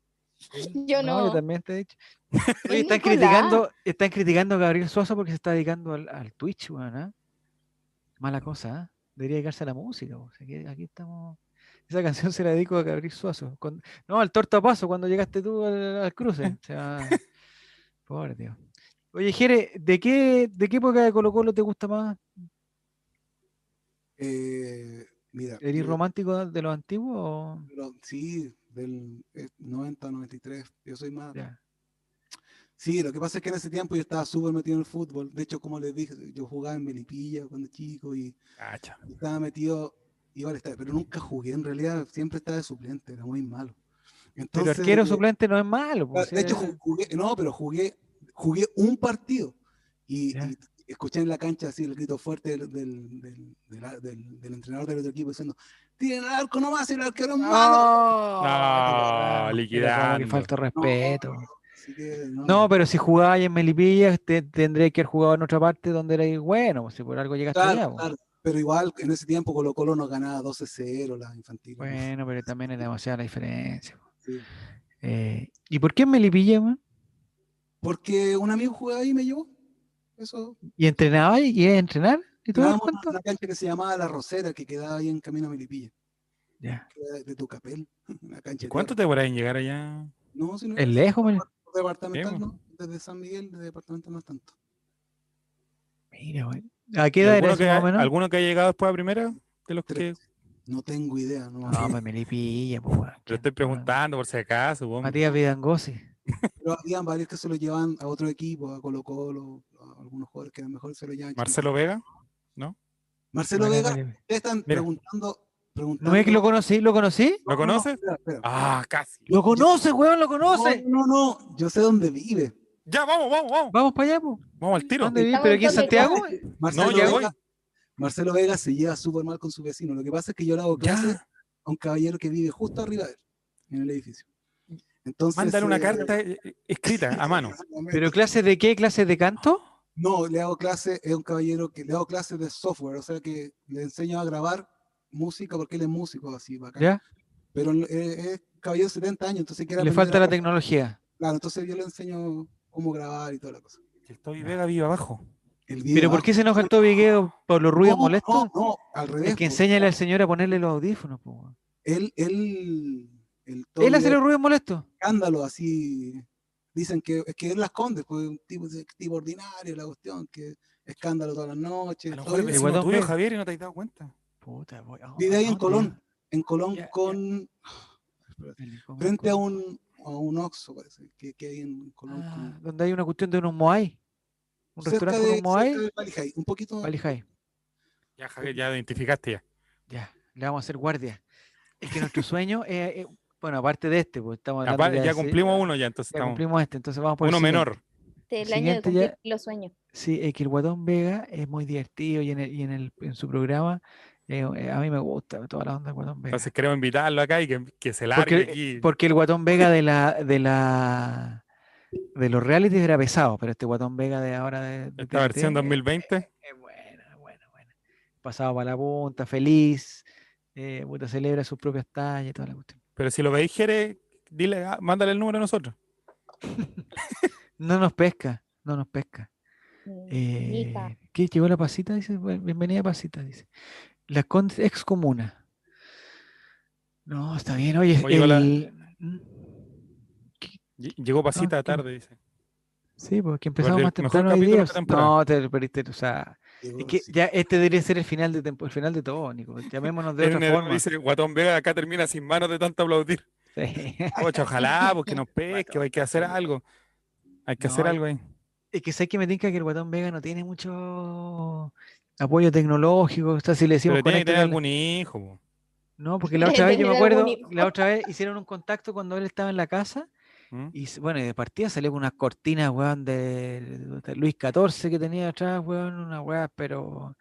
S3: Yo
S1: No,
S3: no.
S1: yo también te he dicho. Oye, están
S3: Nicolás.
S1: criticando, están criticando a Gabriel Suazo porque se está dedicando al, al Twitch, weón, ¿ah? Mala cosa, ¿ah? Debería dedicarse a la música, po, si aquí, aquí estamos. Esa canción se la dedico a Gabriel Suazo. cuan- No, al tortapaso, cuando llegaste tú al, al cruce. o sea, por Dios. Oye, Jere, ¿de qué, ¿de qué época de Colo Colo te gusta más?
S4: Eh, mira.
S1: ¿Eres
S4: yo-
S1: romántico de los antiguos? o-
S4: pero sí, del eh, 90, 93. Yo soy más.
S1: Ya.
S4: Sí, lo que pasa es que en ese tiempo yo estaba súper metido en el fútbol. De hecho, como les dije, yo jugaba en Melipilla cuando chico y
S2: Cacha.
S4: estaba metido, iba al estadio, pero nunca jugué en realidad, siempre estaba de suplente, era muy malo.
S1: Pero
S4: Entonces,
S1: arquero
S4: eh,
S1: suplente no es malo. po,
S4: Ah,
S1: si
S4: De hecho,
S1: es-
S4: ju- jugué, no, pero jugué, jugué un partido y,
S1: Ya.
S4: y escuché en la cancha así el grito fuerte del, del, del, del a- del- del entrenador del otro equipo diciendo, tiren al arco nomás, el arquero es malo.
S1: Ah,
S2: No,
S1: Que
S2: liquidando.
S1: falta de
S4: No,
S1: respeto.
S4: Así que, no,
S1: No, pero si jugabas en Melipilla, te, tendrías que haber jugado en otra parte donde erais bueno, pues, si por algo llegaste
S4: claro,
S1: allá. pues. po.
S4: claro, pero igual en ese tiempo Colo Colo nos ganaba 12-0 las infantiles. ¿no?
S1: Bueno, pero también era demasiada la diferencia. po.
S4: Sí.
S1: Eh, ¿Y por qué en Melipilla, weón?
S4: Porque un amigo jugaba ahí y me llevó. Eso.
S1: ¿Y entrenabas y ibas a entrenar? ¿Y todo el
S4: Jugábamos en
S1: cuento?
S4: una cancha que se llamaba La Rosera, que quedaba ahí en camino a Melipilla,
S1: Ya.
S4: que era de Tucapel. Una cancha de
S2: ¿Cuánto
S4: tierra.
S2: te podrán llegar allá?
S4: No, si no
S1: Es
S4: es-
S1: lejos, Mel-
S4: Departamental,
S2: Bien,
S4: ¿no? Desde San Miguel, de departamental no es tanto.
S1: Mira, weón. ¿A qué
S2: ¿Y
S1: edad
S2: ¿Alguno
S1: eras
S2: que,
S1: más o
S2: ha,
S1: menos?
S2: alguno que ha llegado después a primera? De los que
S4: Tres. No tengo idea, no.
S2: Ah.
S1: No, pues Melipilla, po, weón.
S2: te estoy preguntando por si acaso. vos.
S1: Matías Vidangosi.
S4: Pero habían varios que se lo llevan a otro equipo, a Colo Colo, a algunos jugadores que a lo mejor se lo llevan.
S2: Marcelo Vega.
S4: Marcelo
S1: Matías
S4: Vega, ustedes
S1: Melipilla.
S4: están
S2: Mira.
S4: preguntando, preguntando.
S1: ¿No es que lo conocí? ¿Lo conocí?
S2: ¿Lo
S4: No, no,
S2: conoces?
S4: espera, espera.
S2: Ah, casi.
S1: ¡Lo conoce, weón! ¡Lo conoce!
S4: No, no, no, yo sé dónde vive.
S2: Ya, vamos, vamos, vamos.
S1: Vamos para allá, po.
S2: Vamos al tiro.
S1: ¿Dónde vivís?
S3: Estamos
S1: ¿Pero
S3: en
S1: aquí en
S3: Concepción.
S1: Santiago?
S4: Marcelo,
S1: ya voy.
S4: Vega, Marcelo Vega se lleva súper mal con su vecino. Lo que pasa es que yo le hago clases
S2: Ya,
S4: a un caballero que vive justo arriba de él, en el edificio. Entonces,
S2: mándale una
S4: eh,
S2: carta eh, eh, escrita a mano.
S1: ¿Pero clases de qué? ¿Clases de canto?
S4: No, le hago clases, es un caballero que le hago clases de software, o sea que le enseño a grabar música porque él es músico así, bacán.
S1: ¿Ya?
S4: Pero él- él- es caballero de 70 años, entonces quiere
S1: Le
S4: aprender
S1: falta
S4: a-
S1: la tecnología.
S4: Claro, entonces yo le enseño cómo grabar y toda la cosa.
S2: El Toby Vega vive abajo.
S4: El video
S1: ¿Pero por
S4: abajo.
S1: qué se enoja el Tobigueo? ¿Por los ruidos
S4: No,
S1: molestos?
S4: No, no, al revés.
S1: es que
S4: po.
S1: enséñale al señor a ponerle los audífonos. po, weón.
S4: Él, él, el
S1: ¿Él
S4: Toby
S1: hace
S4: es
S1: los ruidos molestos?
S4: escándalo así. Dicen que es que él las conde, pues un tipo, es tipo ordinario, la cuestión, que escándalo todas las noches.
S2: A lo
S4: todo
S2: mejor
S1: igual-
S2: es
S4: eso.
S2: vecino
S1: guatón
S2: tuyo,
S1: Vega.
S2: Javier, y no te has dado cuenta.
S1: Puta, voy- oh,
S4: Vive ahí en
S1: ¿dónde?
S4: Colón, en Colón
S1: Ya, ya.
S4: con
S1: Dale, ¿cómo-
S4: frente a
S1: cómo?
S4: un, a un Oxxo, parece, que, que hay en Colón. como-
S1: Ah, donde hay una cuestión de unos Moai. Un
S4: cerca
S1: restaurante con
S4: de,
S1: unos
S4: cerca
S1: Moai.
S4: de Valijay, un poquito.
S1: Valijay.
S2: Ya, Javier, ya identificaste ya.
S1: Ya, le vamos a hacer guardia. Es que nuestro sueño es. es- bueno, aparte de este, porque estamos hablando
S2: Aparte,
S1: ya
S2: ya
S1: de-
S2: cumplimos uno ya, entonces
S1: ya
S2: estamos.
S1: cumplimos este, entonces vamos por el
S2: Uno
S1: siguiente.
S2: menor.
S3: Este es el año de
S1: Siguiente ya.
S3: cumplir los sueños.
S1: Sí, es que el Guatón Vega es muy divertido y en, el- y en, el- en su programa eh, eh, a mí me gusta toda la onda del Guatón Vega.
S2: Entonces queremos invitarlo acá y que, que se largue
S1: Porque-
S2: aquí.
S1: Porque el Guatón Vega de la de la de los realities era pesado, pero este Guatón Vega de ahora de, de
S2: Esta versión
S1: TNT, eh,
S2: 2020.
S1: es bueno, es bueno, es bueno. Pasado para la punta, feliz, eh, puta, celebra sus propias tallas y toda la cuestión.
S2: Pero si lo veis, Jere, dile, ah, mándale el número a nosotros.
S1: No nos pesca, no nos pesca.
S3: Mm. Hija.
S1: Eh, ¿Qué llegó la pasita? Dice, "Buen- bienvenida pasita, dice. La con ex comuna. No, está bien, oye,
S2: Oye, hola.
S1: el- ¿Mm?
S2: Lle- Llegó pasita
S1: Ah,
S2: tarde, dice.
S1: Sí, porque empezamos
S2: el
S1: más
S2: mejor
S1: temprano hoy
S2: capítulo
S1: día.
S2: de esta
S1: o sea,
S2: temporada.
S1: pues.
S2: Uh,
S1: No, te perdiste, o sea,
S4: Llegó
S1: es que
S4: recién.
S1: ya este debería ser el final de tempo- el final de todo, Nico. Llamémonos de otra
S2: Ernest
S1: forma.
S2: dice, Guatón Vega acá termina sin manos de tanto aplaudir.
S1: Sí.
S2: Pucha, ojalá, porque nos pesque, hay que hacer algo. Hay que
S1: No,
S2: hacer
S1: y-
S2: algo ahí.
S1: Es que sé que me tinca que el Guatón Vega no tiene mucho apoyo tecnológico. O sea, si le decimos
S2: Pero tiene que
S1: "Conéctate
S2: tener
S1: al-".
S2: algún hijo. po.
S1: No, porque la otra vez yo me
S3: Tener
S1: acuerdo,
S3: algún hijo.
S1: la otra vez hicieron un contacto cuando él estaba en la casa
S2: ¿Mm?
S1: y s- bueno, y de partida salió con unas cortinas, weón, de, de Luis XIV que tenía atrás, weón, una weá, pero...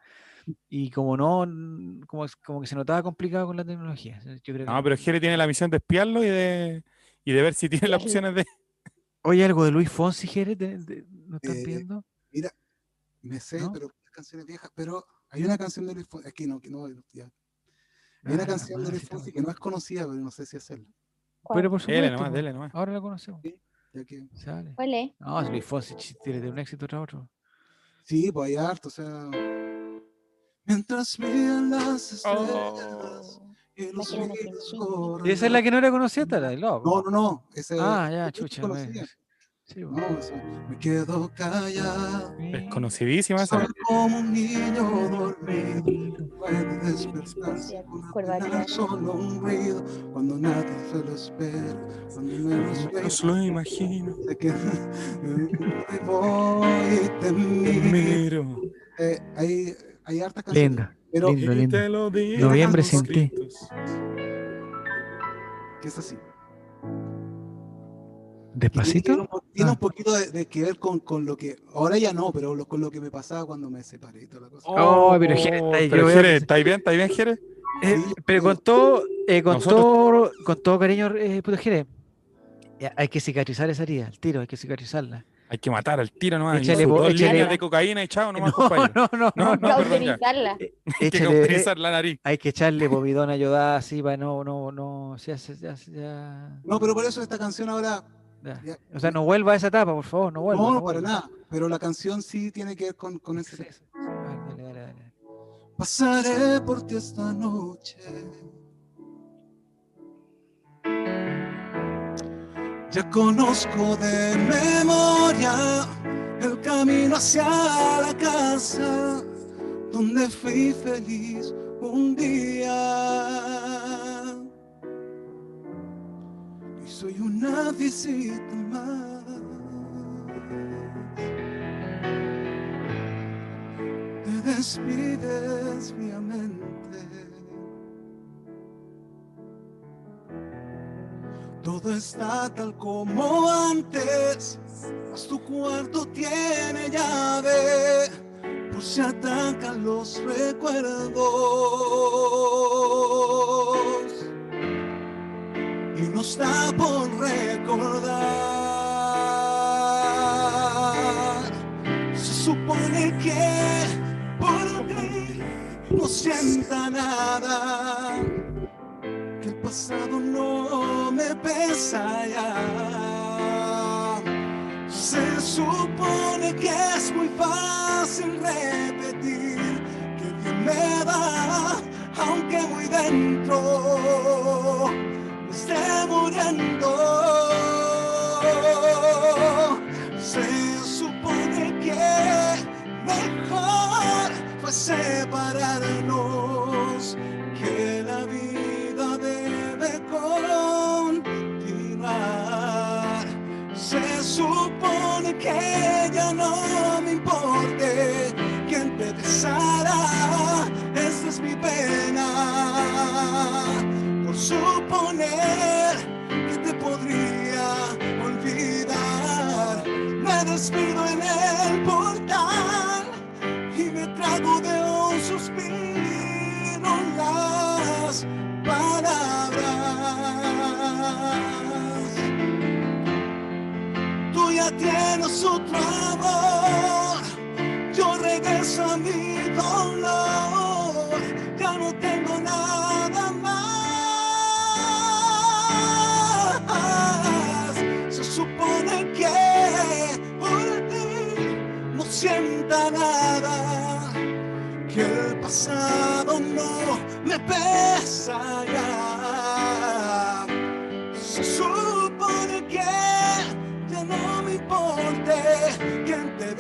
S1: Y como no, n- como, s- como que se notaba complicado con la tecnología. entonces Yo creo que-
S2: No, pero Jere tiene la misión de espiarlo y de, y de ver si tiene las opciones de.
S1: Oye, algo de Luis Fonsi, Jerez, de- de- ¿no estás
S4: Eh,
S1: viendo?
S4: Me sé,
S1: ¿No?
S4: pero puras canciones viejas, pero hay una canción de Luis Fonsi, es que no, que no, ya.
S1: Ah,
S4: Hay una canción de
S1: madre,
S4: Luis
S1: sí, estamos-
S4: Fonsi que no es conocida, pero no sé si hacerla.
S1: Pero por supuesto,
S2: Dele nomás,
S1: po,
S2: dele nomás.
S1: ahora la conocemos.
S4: Ya que,
S1: Sale.
S3: ¿Cuál es?
S1: No, Luis Fonsi ch- tiene de un éxito tras otro.
S4: sí, pues hay harto, o sea. Mientras brillan las estrellas
S2: Oh.
S4: y los
S3: Imagino que
S4: ríos
S3: sí.
S4: corren.
S1: ¿Y Oh. esa es la que no la conocía, tal? la de Love?
S4: No, no, no. Ese
S1: Ah, ya,
S4: es
S1: chucha. me-
S4: conocida.
S1: Sí, po.
S4: No, esa- me quedo callado.
S1: Mi-
S2: Desconocidísima esa.
S4: Soy como un niño dormido, puede despertarse con apenas solo un ruido, cuando nadie se lo espera, cuando menos lo
S2: Os lo imagino.
S4: se queda. Te voy y te
S2: te
S4: miro.
S2: miro.
S4: Eh, hay, hay hartas canciones,
S1: Linda.
S4: pero
S1: linda. Lindo,
S2: y
S1: lindo.
S2: te lo digo
S1: Noviembre
S2: con
S1: sin ti.
S2: gritos.
S4: que es así. que
S1: ¿Despacito?
S4: Tiene, un po- tiene
S1: Ah.
S4: un poquito de, de que ver con, con lo que, ahora ya no, pero lo- con lo que me pasaba cuando me separé y toda la cosa.
S1: Oh, pero Jere, está ahí,
S2: Pero
S1: yo veo
S2: Jere,
S1: que-
S2: ¿estáis bien? ¿Estáis bien, Jere?
S1: Eh,
S4: Sí,
S1: pero con
S4: sí.
S1: todo, eh, con
S2: Nosotros-
S1: todo, con todo cariño, eh, puto Jere, ya, hay que cicatrizar esa herida, el tiro, hay que cicatrizarla.
S2: Hay que matar al tiro nomás. y
S1: Échale
S2: sus
S1: po-
S2: dos
S1: échale-
S2: líneas de cocaína y chao, nomás,
S1: no,
S2: compadre.
S1: no, no, no,
S2: No,
S1: no,
S2: perdón, ya. Hay
S3: Cauterizarla.
S2: que
S1: échale, eh,
S2: cauterizar la nariz.
S1: hay que echarle bobidón a Yodá, así para no, no, no, se hace, se hace, ya,
S4: No, pero por eso esta canción ahora
S1: ya.
S4: ya-
S1: O sea, no vuelva a esa etapa, por favor, no vuelva.
S4: no, no, para
S1: vuelva.
S4: nada. Pero la canción sí tiene que ver con, con
S1: Sí,
S4: ese
S1: sí, sí. Ah, dale, dale, dale.
S4: Pasaré por ti esta noche. Ya conozco de memoria el camino hacia la casa donde fui feliz un día. Y soy una visita más. Te despides fríamente. Todo está tal como antes, mas tu cuarto tiene llave, por si atacan los recuerdos. Y no está por recordar. Se supone que por ti no sienta nada. Que el pasado no me pesa ya. Se supone que es muy fácil repetir que bien me da, aunque muy dentro me esté muriendo. Se supone que mejor fue separarnos que la vida debe continuar. Se supone que ya no me importe quién te besará. Esta es mi pena por suponer que te podría olvidar. Me despido en el portal y me trago de un suspiro las palabras. Tú ya tienes otro amor, yo regreso a mi dolor, ya no tengo nada más. Se supone que por ti no sienta nada, que el pasado no me pesa ya. Se supone que ya no me importe quién te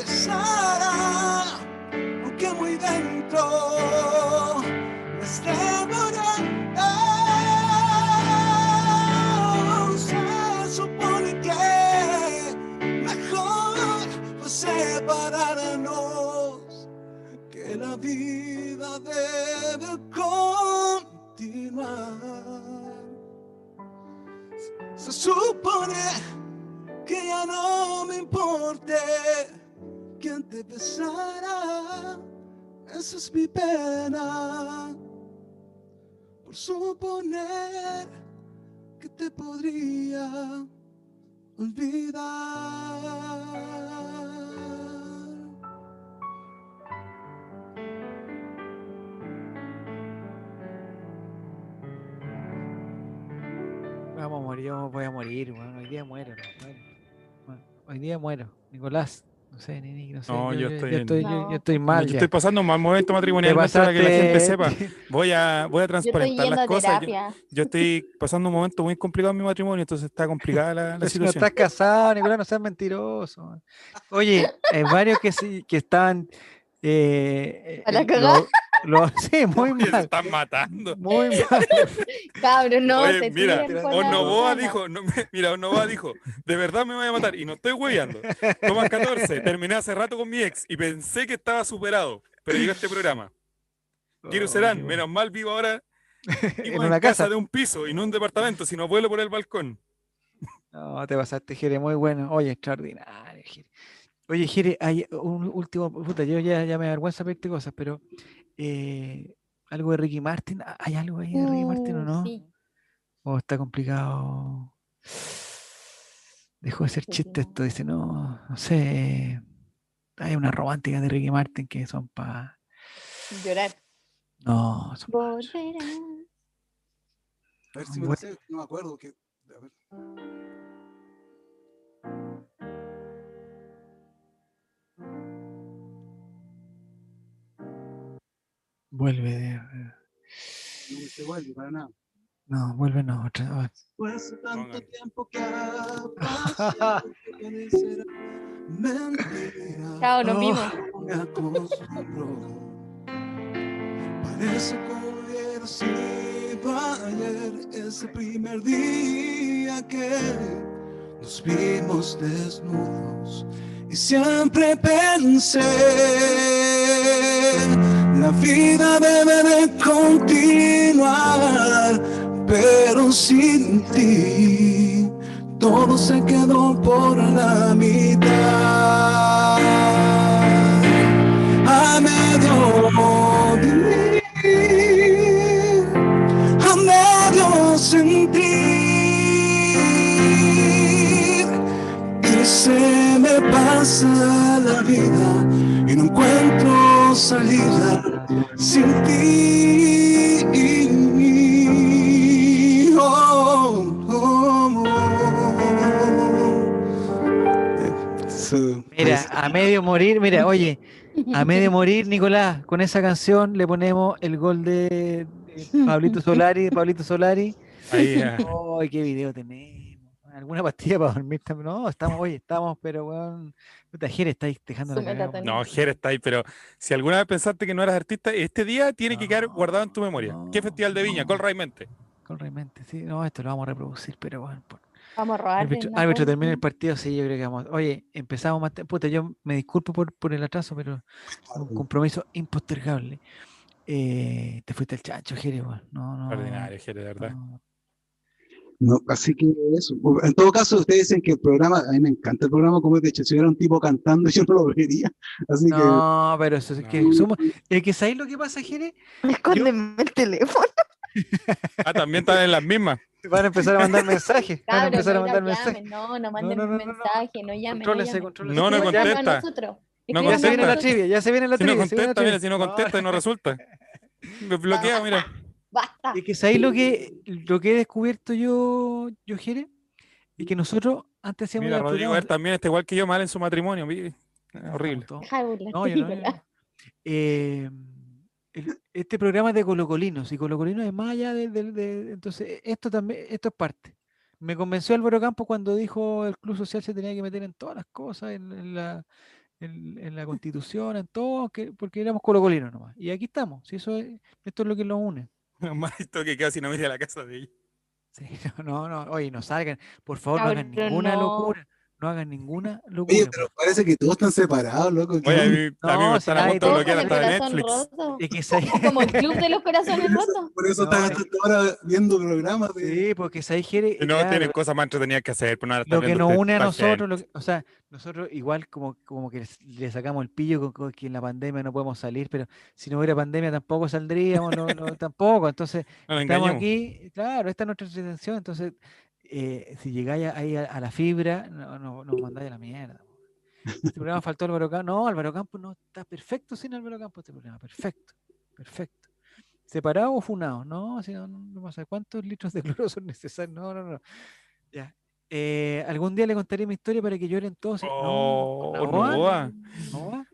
S4: Se supone que ya no me importe quién te besará. Esa es mi pena. Por suponer que te podría olvidar.
S1: Vamos a morir, yo voy a morir, weón. Hoy día muero, no, muero. Bueno, Hoy día muero, Nicolás. No sé, Nini, no sé.
S2: No, yo estoy
S1: yo
S2: en-
S1: estoy, yo- yo
S3: No.
S1: estoy mal.
S2: Yo
S1: ya.
S2: estoy pasando un mal momento matrimonial
S1: Te
S2: para que la gente sepa.
S1: pasaste-
S2: Voy a, voy a
S3: Yo estoy
S2: transparentar
S3: yendo
S2: las
S3: a
S2: cosas. Yo,
S3: terapia.
S2: yo estoy pasando un momento muy complicado en mi matrimonio, entonces está complicada la, la
S1: Pero si no
S2: situación.
S1: estás casado, Nicolás, no seas mentiroso. man. Oye, hay varios que sí, que estaban. Eh, eh,
S3: A la
S1: eh,
S3: cagá.
S1: lo- lo- sí, muy
S2: Oye, se
S1: mal.
S2: están matando.
S1: Muy mal.
S3: Cabros, no,
S2: Oye,
S3: se
S2: mira,
S3: tiren por la
S2: Onoboa
S3: ventana.
S2: Oh, dijo, no, me- mira, Onoboa dijo, de verdad me voy a matar y no estoy hueveando. Tomas 14, terminé hace rato con mi ex y pensé que estaba superado, pero llegó este programa. Quiero Serán, menos mal vivo ahora
S1: En
S2: vivo en,
S1: una
S2: casa
S1: casa.
S2: de un piso y no un departamento, sino vuelo por el balcón.
S1: No, te pasaste, Jere, muy bueno. Oye, extraordinario, Jere. Oye, Jere, hay un último. Puta, yo ya, ya me avergüenza pedirte cosas, pero. eh, algo de Ricky Martin. ¿Ah, ¿Hay algo ahí de Ricky Martin o
S3: Uh,
S1: no?
S3: sí.
S1: Oh, está complicado. Dejó de ser
S3: Sí,
S1: chiste
S3: no.
S1: esto, dice, no, no sé. Hay unas románticas de Ricky Martin que son para.
S3: Llorar.
S1: No, son pa-
S3: Volverás.
S4: A ver si me
S1: Bueno.
S4: lo sé, no me acuerdo. Que, a ver.
S1: vuelve. de-
S4: No me se vuelve para nada.
S1: No, vuelve no, otra. ah,
S4: Fue hace Pues tanto
S2: Póngale.
S4: tiempo que ha pasado que parecerá mentira.
S3: Chao, nos
S1: Oh.
S3: vimos.
S4: me acostumbro. Parece como hubiera sido ayer ese primer día que nos vimos desnudos y siempre pensé la vida debe de continuar, pero sin ti todo se quedó por la mitad. A medio vivir, a medio sentir, y se me pasa la vida y no encuentro salida sin ti. Oh, oh, oh. So,
S1: Mira, a medio morir, mira, oye, a medio morir, Nicolás, con esa canción le ponemos el gol de de Pablito Solari, de Pablito Solari.
S2: Ahí, ah,
S1: ¡Ay, qué video tenemos! ¿Alguna pastilla para dormir también? No, estamos, oye, estamos, pero weón. Puta, Jere, estáis dejando la
S3: Súper
S1: cagada,
S3: atento.
S2: no, Jere está ahí, pero si alguna vez pensaste que no eras artista, este día tiene que quedar
S1: No,
S2: guardado en tu memoria. ¿Qué
S1: no,
S2: festival de viña?
S1: no.
S2: Col Raimente.
S1: Con realmente, sí. No, esto lo vamos a reproducir, pero bueno. por-
S3: Vamos a robar.
S1: Árbitro, árbitro, termina el partido, sí, yo creo que vamos. Oye, empezamos más. te- Puta, yo me disculpo por, por el atraso, pero un compromiso impostergable. Eh, te fuiste al chancho, Jere, weón. No, no.
S2: Ordinario, Jere, de verdad.
S1: no.
S4: No, así que eso. En todo caso, ustedes dicen que el programa, a mí me encanta el programa, como es de hecho, si hubiera un tipo cantando, yo no lo vería. Así que.
S1: No, pero eso es que
S2: No.
S1: somos. Es que sabéis lo que pasa, Jere.
S3: Escóndeme el teléfono.
S2: Ah, también están en las mismas.
S1: Van a empezar a mandar mensajes. Van a
S3: Cabros,
S1: empezar a
S3: no
S1: mandar
S3: llamen,
S1: mensajes.
S3: No, no manden
S1: no, no, no, no.
S3: mensaje, no llamen. no
S1: Contrólense,
S3: llamen.
S1: contrólense.
S2: No, no
S1: Escriban-
S3: Escríbanos
S2: contesta.
S3: a nosotros.
S2: No
S1: Ya se viene la
S2: contesta.
S1: trivia, ya se viene la
S2: Si no
S1: trivia. se viene la
S2: contesta, mira,
S1: trivia.
S2: si no contesta y no resulta. Me bloquea, mira.
S3: Basta.
S1: Es que sabéis lo que, lo que he descubierto yo, yo Jere, es que nosotros antes hacíamos
S2: Mira,
S1: los
S2: Rodrigo él
S1: programas-
S2: también está igual que yo, mal en su matrimonio. mire.
S1: Ah,
S2: Horrible.
S1: estamos todos-
S3: Deja de burlarte,
S1: No, yo no, yo
S3: Nicolás.
S1: no. Eh, el- este programa es de colocolinos y colocolinos es más allá de, del- de- entonces esto también esto es parte. Me convenció Álvaro Campo cuando dijo el club social se tenía que meter en todas las cosas, en, en la en, en la constitución, en todo, que, porque éramos colocolinos nomás. Y aquí estamos, si eso es, esto es lo que nos une.
S2: Menos mal esto que queda sin amiga la casa de ella.
S1: Sí, no, no, no, oye, no salgan, por favor, no hagan
S3: Cabrón,
S1: ninguna
S3: no.
S1: locura, no hagan ninguna locura.
S4: Oye, pero parece que todos están separados, loco.
S2: Oye, a mí, a mí
S1: No,
S2: me
S1: si
S2: están a
S1: nadie-
S2: punto
S1: todo
S2: de
S3: Todos con
S2: bloquear
S3: el
S2: hasta de
S3: corazón
S2: Netflix.
S3: roto.
S1: Es que sabes-
S3: Como el club de los corazones rotos.
S4: Por eso
S1: No,
S4: estás
S1: eh.
S4: hasta ahora viendo programas de...
S1: sí, porque sabéis que
S2: Y no tienen cosas más entretenidas que hacer. pero nada, están
S1: lo que
S2: viendo
S1: nos
S2: ustedes
S1: une a
S2: Black Hand.
S1: nosotros, lo que- o sea, nosotros igual como, como que les- le sacamos el pillo con, con que en la pandemia no podemos salir, pero si no hubiera pandemia tampoco saldríamos, no, no, tampoco. Entonces,
S2: No nos
S1: estamos
S2: engañemos.
S1: aquí, claro, esta es nuestra intención. Entonces, eh, si llegáis a- ahí a, a la fibra, no, no- nos mandáis a la mierda. Este programa faltó Álvaro Campos. No, Álvaro Campos no está perfecto sin Álvaro Campos este programa. Perfecto, perfecto. ¿Separado o funado? No, si no, no, no pasa. ¿Cuántos litros de cloro son necesarios? No, no, no. Ya. Eh, algún día le contaré mi historia para que lloren todos.
S2: Oh,
S1: no,
S2: no va.
S1: no va.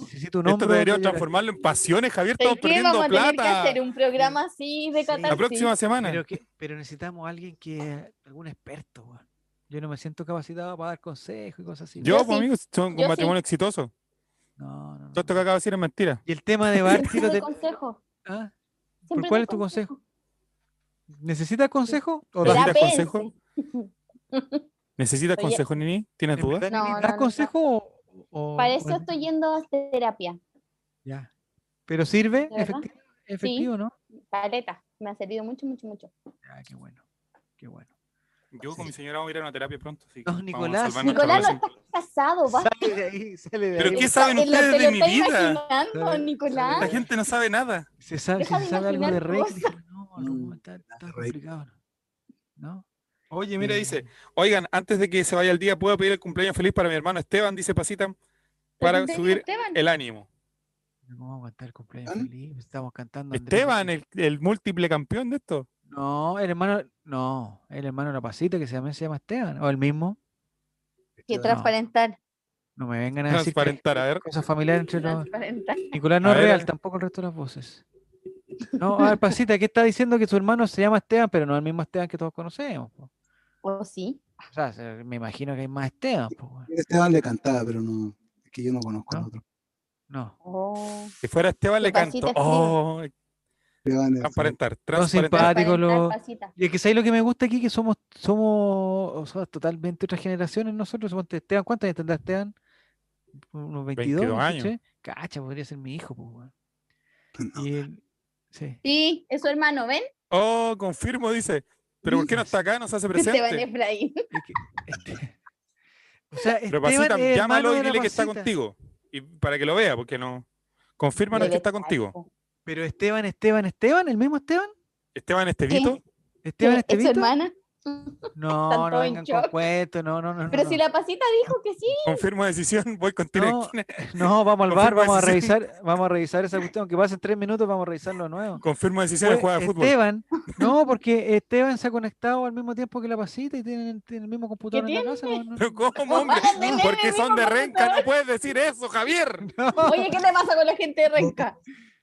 S1: Necesito un
S2: Esto
S1: hombre
S2: deberíamos
S1: donde llorar.
S2: transformarlo en pasiones, Javier.
S3: ¿Sabes
S2: Estamos
S3: qué? Vamos
S2: perdiendo
S3: a tener que hacer
S2: plata.
S3: un programa así de
S1: Sí. La
S3: catarsis.
S2: La próxima semana.
S1: Pero, que- pero necesitamos a alguien que, algún experto, weón. Yo no me siento capacitado para dar consejos y cosas así.
S2: Yo,
S1: weón.
S2: pues,
S3: sí.
S2: amigos, son
S3: Yo
S2: un matrimonio exitoso.
S1: No, no, no.
S2: Todo esto que acabo de decir es mentira.
S1: Y el tema de Bart, si
S3: Siempre
S1: lo
S3: doy
S1: te-
S3: consejo.
S1: ¿Ah?
S3: siempre
S1: cuál
S3: doy
S1: es tu consejo? ¿Necesitas consejo? ¿O
S2: Pero
S1: das-
S2: ¿Necesitas
S3: Ya pensé.
S2: consejo? ¿Necesitas
S3: Oye.
S2: consejo, Nini? ¿Tienes
S1: en
S2: dudas?
S1: verdad
S3: No,
S1: ni
S3: no,
S1: das
S3: no, no.
S1: consejo o- o-
S3: Para
S1: o-
S3: eso estoy yendo a terapia.
S1: Ya. ¿Pero sirve?
S3: ¿De verdad?
S1: ¿Efectivo, efectivo no?
S3: Paleta. Me ha servido mucho, mucho, mucho.
S1: Ya, qué bueno. Qué bueno.
S2: Yo con mi señora vamos a ir a una terapia pronto. así que
S1: No,
S2: vamos a
S1: Nicolás,
S2: salvar nuestra
S3: Nicolás no
S2: relación.
S3: estás casado, basta.
S1: Sale de ahí, sale de
S2: ¿Pero
S1: ahí.
S2: qué saben
S3: Te lo-
S2: ustedes
S3: te
S2: de
S3: lo
S2: mi
S3: estás
S2: vida?
S3: imaginando,
S1: Sabe-
S3: Nicolás.
S2: La gente no sabe nada.
S1: Se sabe,
S3: Deja
S1: si se
S3: de
S1: sabe algo de
S3: imaginar
S1: Reiki.
S3: cosas.
S1: No, no,
S4: Mm.
S1: está, está
S4: Reiki.
S1: complicado. ¿No?
S2: Oye, mira,
S1: Eh,
S2: dice, oigan, antes de que se vaya el día, ¿puedo pedir el cumpleaños feliz para mi hermano Esteban? Dice Pasita, para
S3: Entonces,
S2: subir
S3: Esteban,
S2: el ánimo.
S1: ¿Cómo vamos a cantar el cumpleaños
S4: ¿Esteban?
S1: feliz? Estamos cantando. Andrés
S2: Esteban,
S1: Bello.
S2: el, el múltiple campeón de esto.
S1: No, el hermano. No, el hermano de la pasita que se llama, se llama Esteban. O el mismo.
S3: que
S1: no.
S3: transparentar.
S1: No me vengan a decir que
S2: Transparentar, a ver.
S1: cosas familiares entre los.
S3: Transparentar.
S1: Nicolás no
S2: A
S1: es
S2: ver, a
S1: real,
S2: ver.
S1: tampoco el resto de las voces. No, a ver, pasita, ¿qué está diciendo que su hermano se llama Esteban, pero no el mismo Esteban que todos conocemos? po?
S3: ¿O Oh, sí?
S1: O sea, se- me imagino que hay más Esteban. po, weón.
S4: Esteban le cantaba, pero no, es que yo no conozco a
S1: ¿No?
S4: otro.
S1: No.
S3: Oh.
S2: Si fuera Esteban, le
S3: Que
S2: canto.
S3: Pasita escriba.
S2: Oh,
S4: Esteban
S2: Ah,
S4: es-
S2: transparentar,
S1: No,
S2: transparentar.
S1: simpático lo-
S3: Transparentar, pasita.
S1: Y es que ¿sabes lo que me gusta aquí? Que somos, somos o sea, totalmente otras generaciones nosotros. Somos Esteban, ¿cuántos años tendrá Esteban? Unos 22,
S2: 22 años.
S1: 23. Cacha, podría ser mi hijo, po, weón. Y él- sí.
S3: Sí, es su hermano, ¿ven?
S2: Oh, confirmo, dice. Pero ¿por qué no está acá? No se hace
S3: Esteban
S2: presente.
S3: Efraín.
S1: es que este- O sea,
S2: Pero
S1: Esteban
S2: Pasita,
S1: es hermano
S2: llámalo
S1: de
S2: y
S1: la
S2: dile que está
S1: Pasita.
S2: contigo. Y para que lo vea, porque no. Confírmanos que está contigo.
S1: Pero Esteban, Esteban, Esteban, el mismo Esteban.
S2: Esteban ¿este Estevito.
S1: Esteban, Ah.
S3: ¿Es su
S1: Estevito.
S3: hermana?
S1: No,
S3: Están
S1: no
S3: todos en
S1: vengan con
S3: shock.
S1: cuentos, no, no, no. no,
S3: Pero
S1: no.
S3: si la pasita dijo que sí.
S2: Confirmo decisión, voy contigo.
S1: No. No, vamos al bar,
S2: Confirmo
S1: vamos a
S2: decisión.
S1: revisar, vamos a revisar esa cuestión. Que pasen tres minutos, vamos a revisarlo de nuevo.
S2: Confirmo decisión,
S1: Fue
S2: juega de fútbol.
S1: Esteban, no, porque Esteban se ha conectado al mismo tiempo que la pasita y tienen, tienen el mismo computador en la casa. no, no,
S2: Pero ¿cómo, hombre?
S3: Van a tener
S2: Porque
S3: el
S2: son
S3: mismo
S2: de renca, no
S3: computador.
S2: puedes decir eso, Javier.
S1: no.
S3: Oye, ¿qué te pasa con la gente de Renca?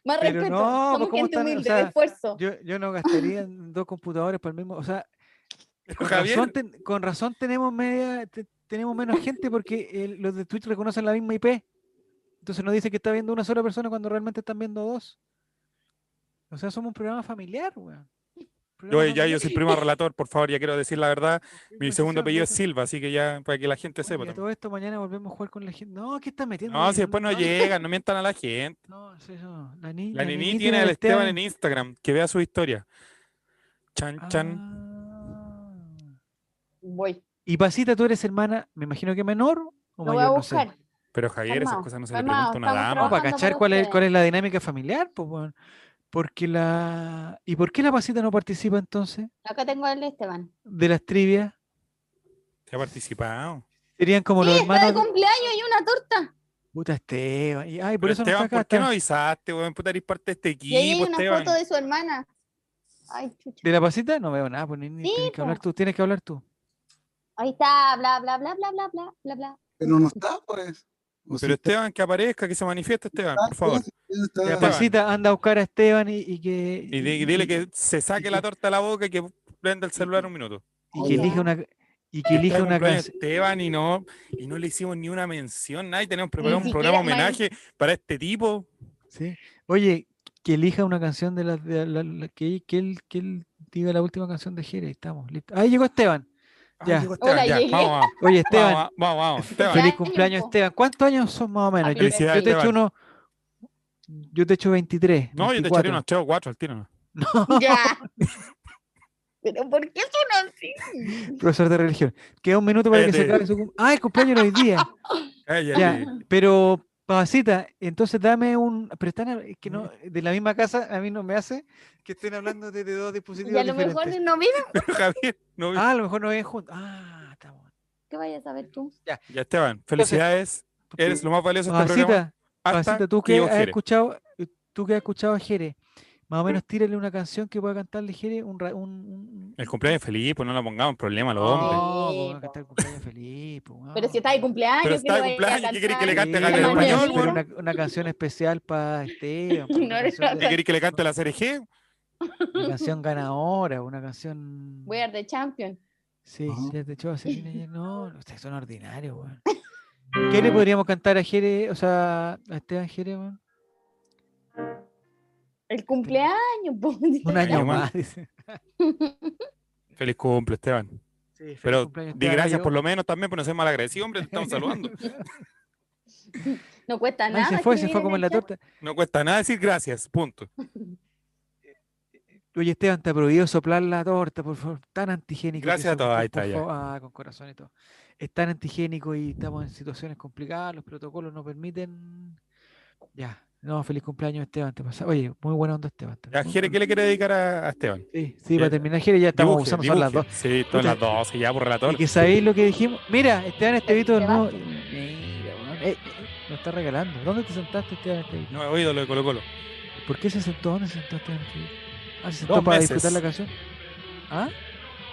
S3: Más
S1: Pero
S3: respeto.
S1: no, pues,
S3: Somos
S1: ¿cómo
S3: gente
S1: están? O
S3: humilde,
S1: sea,
S3: de esfuerzo.
S1: Yo, yo no gastaría en dos computadores para el mismo. O sea, con razón,
S2: Javier,
S1: ten- con razón tenemos media, te- tenemos menos gente porque el- los de Twitch reconocen la misma IP. Entonces nos dice que está viendo una sola persona cuando realmente están viendo dos. O sea, somos un programa familiar, weón.
S2: yo,
S1: Programa
S2: ya yo soy
S1: familiar.
S2: primo relator, por favor, ya quiero decir la verdad. Mi
S1: Conversación,
S2: segundo apellido es
S1: loco.
S2: Silva, así que ya para que la gente
S1: Oye,
S2: sepa.
S1: y a
S2: también.
S1: todo esto mañana volvemos a jugar con la gente. No, ¿qué estás metiendo?
S2: No,
S1: Oye,
S2: si después no llegan, no mientan a la gente.
S1: No, sí, no. La, ni,
S2: La
S1: Nini
S2: Nini tiene al Esteban en Instagram, que vea su historia. Chan, chan.
S1: Ah.
S3: Voy.
S1: Y Pasita, tú eres hermana, me imagino que menor o
S3: Lo voy a
S1: mayor, no sé.
S3: buscar.
S2: Pero Javier, esas
S3: Calmao,
S2: cosas no se le
S3: calmao,
S2: pregunta a una
S1: No,
S2: dama.
S3: estamos
S1: para
S3: trabajando
S1: cachar
S3: para
S1: cuál es,
S3: ustedes.
S1: cuál es la dinámica familiar, pues, weón. Porque la. ¿Y por qué la pasita no participa entonces
S3: Acá tengo al Esteban.
S1: de las trivias?
S2: pues, Se ha participado.
S1: Serían como
S3: Sí,
S1: los
S3: está de
S1: hermanos. de-
S3: cumpleaños y una torta.
S1: Puta Esteban. y- Ay, por
S2: Pero
S1: eso
S2: Esteban,
S1: no está acá.
S2: ¿por qué
S1: está-
S2: no avisaste, weón? Puta, eres parte de este
S3: Y ahí hay
S1: pues,
S2: equipo,
S3: una
S2: Esteban.
S3: foto de su hermana. Ay, chucha.
S1: ¿De la pasita? No veo nada, pues ni, ni-
S3: Sí,
S1: tienes que
S3: po.
S1: hablar tú, tienes que hablar tú.
S3: Ahí está, bla, bla, bla, bla, bla, bla, bla, bla.
S4: Pero no está, pues. O
S2: Pero
S4: sí está,
S2: Esteban, que aparezca, que se manifieste, Esteban, por favor.
S4: está-
S1: La
S2: Esteban.
S1: pasita anda a buscar a Esteban y, y que.
S2: Y, di- y dile que se saque la torta de la boca y que prenda el celular un minuto.
S1: y que elija una y que elija
S2: Está de
S1: una
S2: cumpleaños
S1: canción.
S2: Esteban y no, y no le hicimos ni una mención, nada, y tenemos preparado un
S3: siquiera,
S2: programa
S3: man.
S2: homenaje para este tipo.
S1: Sí. Oye, que elija una canción de la, de la- la- que, que él, que él diga la última canción de Jere. Estamos listos. Ahí llegó Esteban.
S2: Ah,
S1: Ya.
S4: llegó
S3: Hola,
S4: Esteban, ya.
S3: llegué.
S2: Vamos, vamos,
S1: Oye, Esteban,
S2: vamos, vamos, vamos, Esteban.
S1: feliz
S3: Ya,
S1: cumpleaños,
S3: tiempo.
S1: Esteban. ¿Cuántos años son más o menos? Yo,
S2: Felicidades,
S1: yo te echo
S2: Esteban.
S1: unos. Yo te echo 23.
S2: No, yo te
S1: 24.
S2: echaría unos chavos cuatro al tiro. ¿no?
S3: Ya. Pero ¿por qué son así?
S1: Profesor de religión. Queda un minuto para que se
S2: Cállate.
S1: acabe su cum- Ah, el cumpleaños hoy día.
S2: Cállate.
S1: Ya, pero, Papacita, entonces dame un. Pero están. hab- Es que no. De la misma casa, a mí no me hace que estén hablando de, de dos dispositivos.
S3: Y a lo mejor
S1: diferentes.
S3: no viven.
S2: Javier, no,
S1: Ah, a lo mejor no ven juntos. Ah, está bueno.
S3: ¿Qué vayas a saber tú?
S2: ya Esteban, felicidades. Eres lo más valioso de este programa.
S1: Papacita, Papacita, tú que
S2: que yo
S1: has
S2: quiera.
S1: escuchado. Tú que has escuchado a Jere. Más o menos tírale una canción que pueda cantarle Jere un, ra- un, un-
S2: El cumpleaños de Felipe, no la pongamos en problema, los hombres.
S1: No,
S3: Sí,
S1: pues, va a
S3: po.
S1: cantar el cumpleaños feliz. po,
S3: Pero si
S1: weón.
S3: está de cumpleaños,
S2: Pero está de
S3: que le vaya a
S2: cumpleaños, ¿qué querés que le
S3: cantar?
S2: cante a
S1: Sí, pero
S2: Gabriel
S1: una-
S2: Español, pues.
S1: pero
S2: weón?
S1: una, una canción especial para Esteban. po,
S3: No
S1: una,
S3: le
S1: canción
S2: ¿Qué
S1: de-
S2: queréis que le cante a la serie G?
S1: una canción ganadora, una canción.
S3: We're the champion.
S1: Sí,
S4: Ajá.
S1: ya te echó a Cecilia ayer. No, no, ustedes son ordinarios, weón. ¿Qué le podríamos cantar a Jere, o sea, a Esteban Jere, weón?
S3: El cumpleaños. po.
S1: Un
S2: año
S1: año
S2: más.
S1: más, dice.
S2: Feliz cumple, Esteban.
S1: Sí, feliz
S2: Pero
S1: cumpleaños,
S2: di
S1: Esteban,
S2: gracias
S1: yo-
S2: por lo menos también por no ser mal agresivo, hombre. Te estamos saludando.
S3: No cuesta
S1: Ay,
S3: nada.
S1: se fue, se
S3: escribir
S1: fue
S3: en
S1: como en
S3: el
S1: la
S3: chat.
S1: torta.
S2: No cuesta nada decir gracias, punto.
S1: Oye, Esteban, te ha prohibido soplar la torta, por favor. Tan antigénico. que
S2: Gracias a
S1: eso,
S2: todos, ahí
S1: por
S2: está, ya.
S1: favor. Ah, con corazón y todo. Es tan antigénico y estamos en situaciones complicadas, los protocolos no permiten. Ya. No, feliz cumpleaños, Esteban. Te pasa. Oye, muy buena onda, Esteban. te-
S2: Ya,
S1: muy
S2: Jere,
S1: buena-
S2: ¿qué le quiere dedicar a, a Esteban?
S1: Sí, sí,
S2: Ya,
S1: para terminar, Jere, ya estamos
S2: Dibuje,
S1: usando, son las dos.
S2: dibuje. Sí, son las
S1: Puta.
S2: 12, ya por relator.
S1: Y que sabéis lo que dijimos. Mira, Esteban este Estevito
S3: te
S1: no.
S3: vas.
S1: Mira, weón, eh, eh, nos está regalando. ¿Dónde te sentaste, Esteban Estevito?
S2: No he oído lo de Colo Colo.
S1: ¿Por qué se sentó? ¿Dónde se sentó Esteban Estevito? Ah, se sentó
S2: Dos
S1: para
S2: meses.
S1: disfrutar la canción. ¿Ah?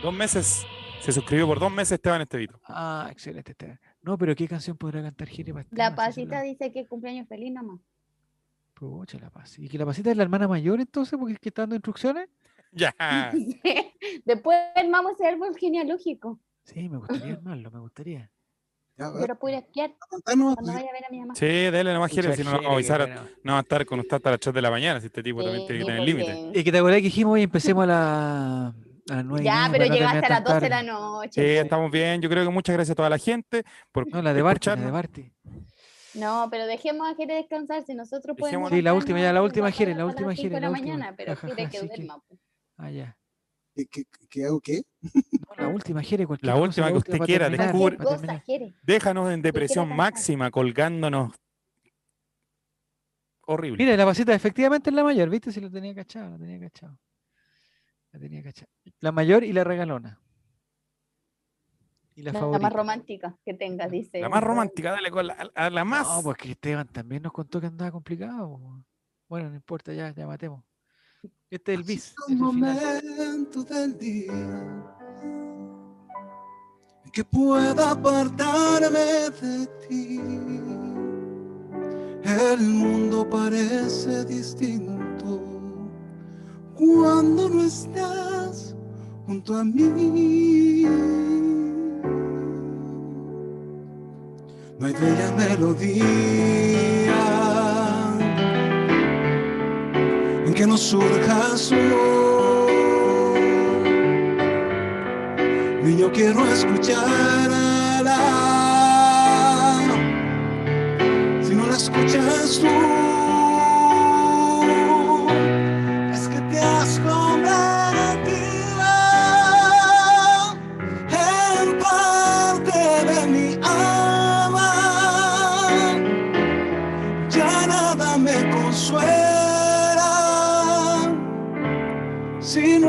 S2: Dos meses. Se suscribió por dos meses Esteban Estevito.
S1: Ah, excelente, Esteban. No, pero ¿qué canción podrá cantar Jere para
S3: La
S1: Esteban? Si eso es
S3: pasita dice que cumpleaños feliz nomás.
S1: Pucha, la paz. ¿Y que la pasita es la hermana mayor entonces? Porque es que está dando instrucciones.
S2: Ya.
S1: Ah.
S3: Después armamos ese árbol genealógico.
S1: Sí, me gustaría armarlo, me gustaría.
S4: Ya, pues,
S3: Yo lo pude espiar
S4: contanos,
S1: Ah.
S3: cuando vaya a ver a mi mamá.
S2: Sí, dele nomás, Jere,
S1: Pucha,
S2: si no nos vamos a
S1: Jere, qué
S2: avisar.
S1: buena.
S2: No va a estar con usted hasta las 3 de la mañana, si este tipo también tiene que tener límite.
S1: Y que te acordás que dijimos hoy empecemos a, la, a las 9
S3: Ya, pero llegaste a las 12 de la noche.
S2: Sí, estamos bien. Yo creo que muchas gracias a toda la gente por
S1: No, la de Barty, la de
S2: escucharnos.
S1: Barty.
S3: No, pero dejemos a Jere descansar si nosotros podemos.
S2: Dejemos-
S1: Sí, la última, ya, la
S3: descansar,
S1: última,
S3: igual
S1: Jere, la
S3: hasta las
S1: última,
S3: cinco
S1: Jere,
S3: de la
S1: la última.
S3: mañana, pero
S1: Ja, ja,
S3: Jere
S1: ja,
S3: que
S1: así que-
S3: duerma. pues. po.
S1: Ah, ya.
S4: ¿qué- qué, qué hago qué?
S1: No, la última, Jere, cualquier
S2: La
S1: cosa,
S2: última que usted
S1: para
S2: quiera,
S1: terminar,
S2: descubre-
S1: para
S3: Cualquier cosa,
S1: terminar.
S3: Jere.
S2: Déjanos en depresión
S3: cantar.
S2: máxima, colgándonos. Horrible.
S1: Mira, la pasita efectivamente es la mayor, ¿viste? Si lo tenía cachado, la tenía cachado. La tenía cachado. La mayor y la regalona. Y la,
S3: La, la
S1: favorita.
S3: más romántica que tengas, dice.
S2: la más romántica, dale con la, a la más.
S1: No, pues, porque Esteban también nos contó que andaba complicado. po, weón. Bueno, no importa, ya, ya matemos. Este es el bis.
S4: Es
S1: este
S4: un
S1: es el final.
S4: momento del día en que pueda apartarme de ti. El mundo parece distinto cuando no estás junto a mí. No hay bella melodía en que no surja solo. Niño, quiero escucharla. Si no la escuchas tú, es que te has convertido en parte de mi alma ya nada me consuela si no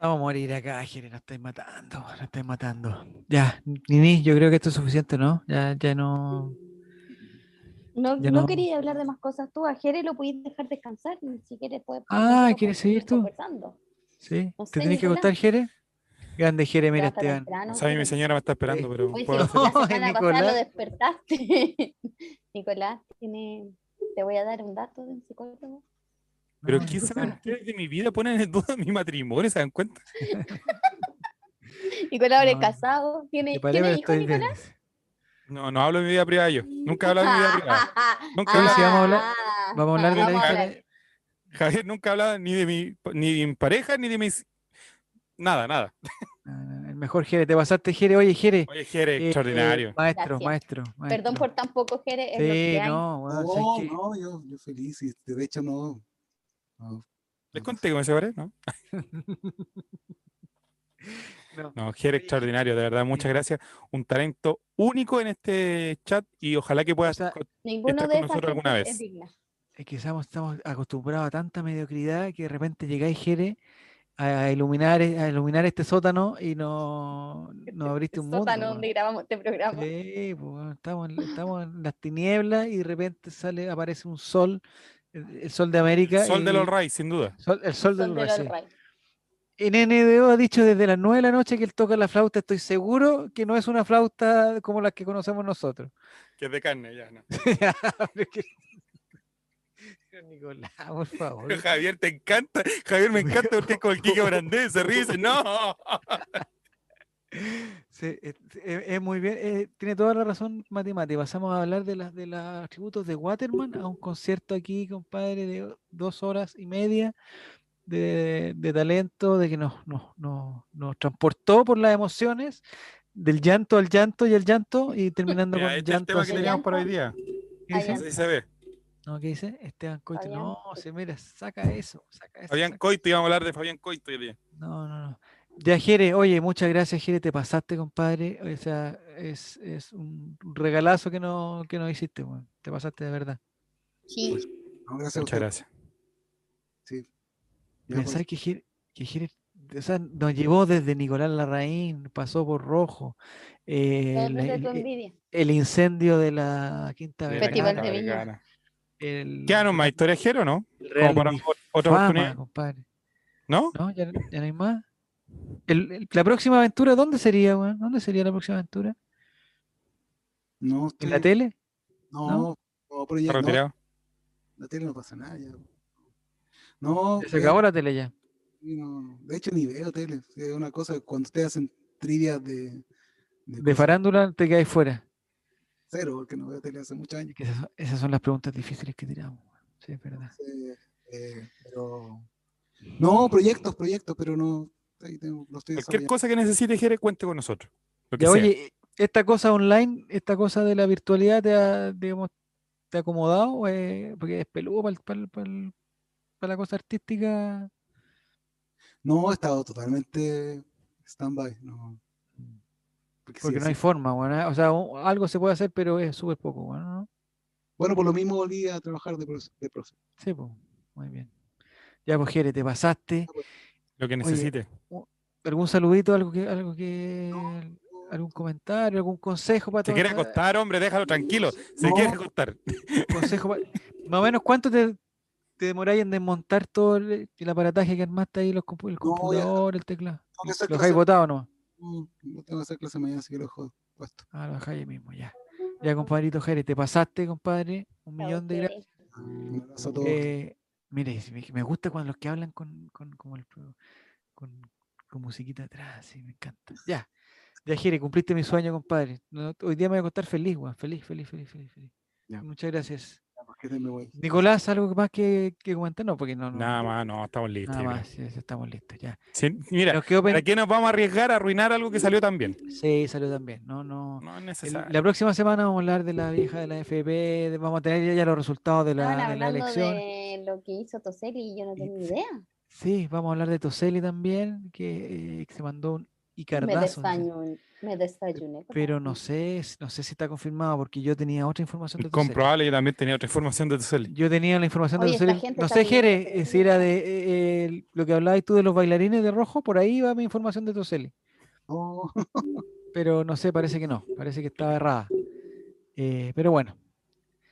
S1: Vamos a morir acá, Jere, nos estáis matando, nos estáis matando. Ya, Nini, yo creo que esto es suficiente, ¿no? Ya, ya no.
S3: No,
S1: Ya
S3: no
S1: no.
S3: quería hablar de más cosas tú. A Jere lo podías dejar descansar. Si quieres, puedes.
S1: Ah,
S3: nosotros
S1: ¿quieres
S3: podemos
S1: seguir tú?
S3: conversando.
S1: ¿Sí?
S3: No
S1: ¿Te
S3: sé,
S1: tenés que
S3: Nicolás.
S1: acostar, Jere? Grande Jeremira
S3: Levanta
S1: Esteban.
S3: temprano,
S2: O sea, a mí mi señora me está esperando, pero
S3: Ah, Oye, si
S2: puedo
S3: la
S2: hacer-
S1: No,
S3: semana pasada lo
S1: Nicolás.
S3: despertaste. Nicolás, tiene... te voy a dar un dato de un psicólogo.
S2: Pero
S1: No,
S2: ¿qué saben ustedes de mi vida? Ponen en duda mi matrimonio, ¿se dan cuenta?
S3: Nicolás ahora es
S1: No.
S3: casado. ¿Tiene,
S1: te paré,
S3: ¿tiene
S1: pero
S3: hijo,
S1: estoy bien.
S3: Nicolás?
S2: No, no hablo de mi vida privada yo. Nunca he hablado de mi vida privada. Nunca
S1: Pero
S2: hablo-
S1: si vamos a hablar-
S3: Ah,
S1: Vamos a hablar de la
S3: vamos a
S1: diferen-
S3: hablar.
S2: Javier nunca ha hablado ni de mi ni de mi pareja, ni de mis. Nada, nada.
S1: No, no, no, El mejor Jere, te pasaste Jere, oye Jere.
S2: Oye, Jere,
S1: eh,
S2: extraordinario.
S1: Maestro,
S3: Gracias.
S1: maestro,
S3: Perdón por tan poco, Jere. es lo
S1: Sí,
S3: que hay.
S1: no, weón, ¿sabes
S4: No,
S1: qué?
S4: no, yo, yo feliz. Y de hecho, no. no.
S2: Les conté que me separé, ¿no?
S1: No.
S2: No, Jere,
S1: Oye,
S2: extraordinario, de verdad, muchas gracias. Un talento único en este chat y ojalá que puedas.
S1: sea,
S2: co-
S3: Ninguno
S2: Está
S3: de
S2: con
S3: esas
S2: nosotros alguna
S3: gente
S2: vez.
S3: es digna.
S1: Es que estamos, estamos acostumbrados a tanta mediocridad que de repente llegáis, Jere, a, a iluminar, e- a iluminar este sótano y no, nos abriste un Este mundo.
S3: Sótano
S1: weón.
S3: donde grabamos este programa.
S1: Sí, pues, weón, estamos, en, la- estamos en las tinieblas y de repente sale, aparece un sol, el, el sol de América.
S2: Sol
S1: y-
S2: del All Right, sin duda.
S1: sol- el sol del
S3: Son del
S1: All Right,
S3: All
S1: sí.
S3: Right.
S1: En NDO ha dicho desde las 9 de la noche que él toca la flauta. Estoy seguro que no es una flauta como las que conocemos nosotros.
S2: Que es de carne, ya, ¿no?
S1: Pero que- Pero Nicolás, por favor.
S2: Pero Javier, te encanta. Javier, me encanta porque es como el Kike Brandés, se ríe y dice, ¡No!
S1: Sí, es, es- es muy bien, eh, tiene toda la razón Matimati. Pasamos a hablar de las de los atributos de Waterman a un concierto aquí, compadre, de dos horas y media de, de talento, de que nos, nos, nos, nos transportó por las emociones, del llanto al llanto y al llanto, y terminando
S2: Mira,
S1: con
S2: este es el
S1: llanto.
S2: tema que
S1: así-
S3: tenía-
S2: teníamos para hoy día.
S1: ¿Qué dice?
S2: No sé si se ve.
S1: No, ¿qué dice? Esteban Coito.
S3: Fabián
S1: No, se mira, saca eso, saca eso.
S2: Fabián
S1: saca-
S2: Coito, íbamos a hablar de Fabián Coito hoy día.
S1: No, no, no. Ya, Jere, oye, muchas gracias, Jere, te pasaste, compadre. O sea, es, es un un regalazo que no, que no hiciste, weón. Te pasaste de verdad.
S3: Sí.
S4: No, gracias a
S2: Muchas
S4: usted.
S2: gracias.
S4: Sí. Ya, pues,
S1: Pensar que Jere, que Jere, o sea, nos llevó desde Nicolás Larraín, pasó por Rojo, eh,
S3: Todo
S1: la-
S3: desde
S1: el,
S3: tu envidia.
S1: el incendio de la Quinta
S2: De
S3: Festival
S1: Vergara,
S2: Vergara,
S3: de Viña.
S2: Vergara.
S1: el,
S2: Quedaron más historias, Jero, ¿no?
S1: el
S2: Como
S1: Real
S2: para
S1: Inif-
S2: o- otra
S1: Fama,
S2: oportunidad.
S1: compadre.
S2: ¿No?
S1: ¿No? ¿Ya, ya no hay más? El- el- la próxima aventura, ¿dónde sería, weón? ¿Dónde sería la próxima aventura?
S4: No, estoy-
S1: ¿En la tele?
S4: No, no, pero ya.
S2: Está
S4: no,
S2: retirado.
S4: la tele no pasa nada. Ya. No,
S1: Se
S4: ya,
S1: acabó la tele ya.
S4: sí, no, de hecho ni veo tele. sí, Es una cosa que cuando ustedes hacen trivias de, de
S1: De
S4: cosas,
S1: farándula te quedáis fuera.
S4: cero, porque no veo tele hace muchos años.
S1: Que esas, son- esas son las preguntas difíciles que tiramos. weón. Sí, es verdad.
S4: eh, eh, pero... No, proyectos, proyectos, pero no, ahí tengo- no
S2: Cualquier
S4: estoy desarrollando.
S2: cosa que necesite, Jere, cuente con nosotros. Lo que
S1: Ya,
S2: sea.
S1: oye, esta cosa online, esta cosa de la virtualidad, ¿te ha, digamos, te ha acomodado? o es- porque es peludo para la cosa artística.
S4: No, he estado totalmente stand-by. No. Porque sí,
S1: Porque no hay
S4: sí.
S1: forma, weón, ¿eh? O sea, u- algo se puede hacer, pero es súper poco, weón, ¿no?
S4: Bueno, por lo mismo volví a trabajar de profe. de profe.
S1: Sí, pues, muy bien. Ya, pues, Jere, te pasaste.
S2: Lo que necesite.
S1: ¿Algún saludito, algo que, algo que,
S4: No,
S1: algún comentario, algún consejo para
S2: Se
S1: toda
S2: quiere
S1: esta-
S2: acostar, hombre, déjalo tranquilo. Se
S4: No.
S2: quiere acostar.
S1: consejo pa- más o menos cuánto te, te demoráis en desmontar todo el, el aparataje que armaste ahí los compu- el
S4: No, ya-
S1: computador el teclado
S4: Tengo que hacer
S1: lo
S4: clase-
S1: dejáis botado nomás
S4: no, no tengo que hacer clase mañana, así que lo dejo puesto.
S1: ah lo dejáis ahí mismo ya ya compadrito Jerez te pasaste compadre un
S3: Chao,
S1: millón de
S3: Jere.
S1: gracias
S4: Un abrazo a todos.
S1: eh, mire si me, me gusta cuando los que hablan con con como el pro- con, con musiquita atrás sí me encanta ya ya Jere cumpliste mi sueño compadre No, hoy día me voy a acostar feliz weón. feliz feliz feliz feliz feliz
S4: Ya.
S1: muchas gracias
S4: Ya, pues, que te- me voy.
S1: Nicolás algo más que, que comentar no porque no, no
S2: Nada más, no, estamos listos.
S1: Nada
S2: yo creo.
S1: más, sí, sí, estamos listos ya.
S2: Sí, mira,
S1: Nos quedó
S2: ¿para
S1: pen-
S2: qué nos vamos a arriesgar a arruinar algo que salió tan bien?
S1: Sí, salió también. No, no.
S2: No es
S1: El-
S2: necesario.
S1: la próxima semana vamos a hablar de la vieja de la FP, de- vamos a tener ya- ya los resultados de la,
S3: Estaban
S1: de la
S3: hablando
S1: elección.
S3: de lo que hizo Toseli y yo no
S1: Y-
S3: tengo ni idea.
S1: Sí, vamos a hablar de Toseli también, que eh, se mandó un
S3: Me
S1: Icardazo. dice.
S3: desayuné, me desayuné. con
S1: Pero
S3: la-
S1: no sé, s- no sé si está confirmado, porque yo tenía otra información de Toseli.
S2: Comprobable, yo también tenía otra información de tu cel.
S1: Yo tenía la información de
S3: Oye, esta
S1: Toseli.
S3: gente
S1: No
S3: está
S1: sé,
S3: pidiendo
S1: Jere, eh, si
S3: permiso.
S1: era de eh, el- lo que hablabas tú de los bailarines de rojo, por ahí va mi información de Toseli.
S4: No,
S1: pero no sé, parece que no, parece que estaba errada. Eh, pero bueno,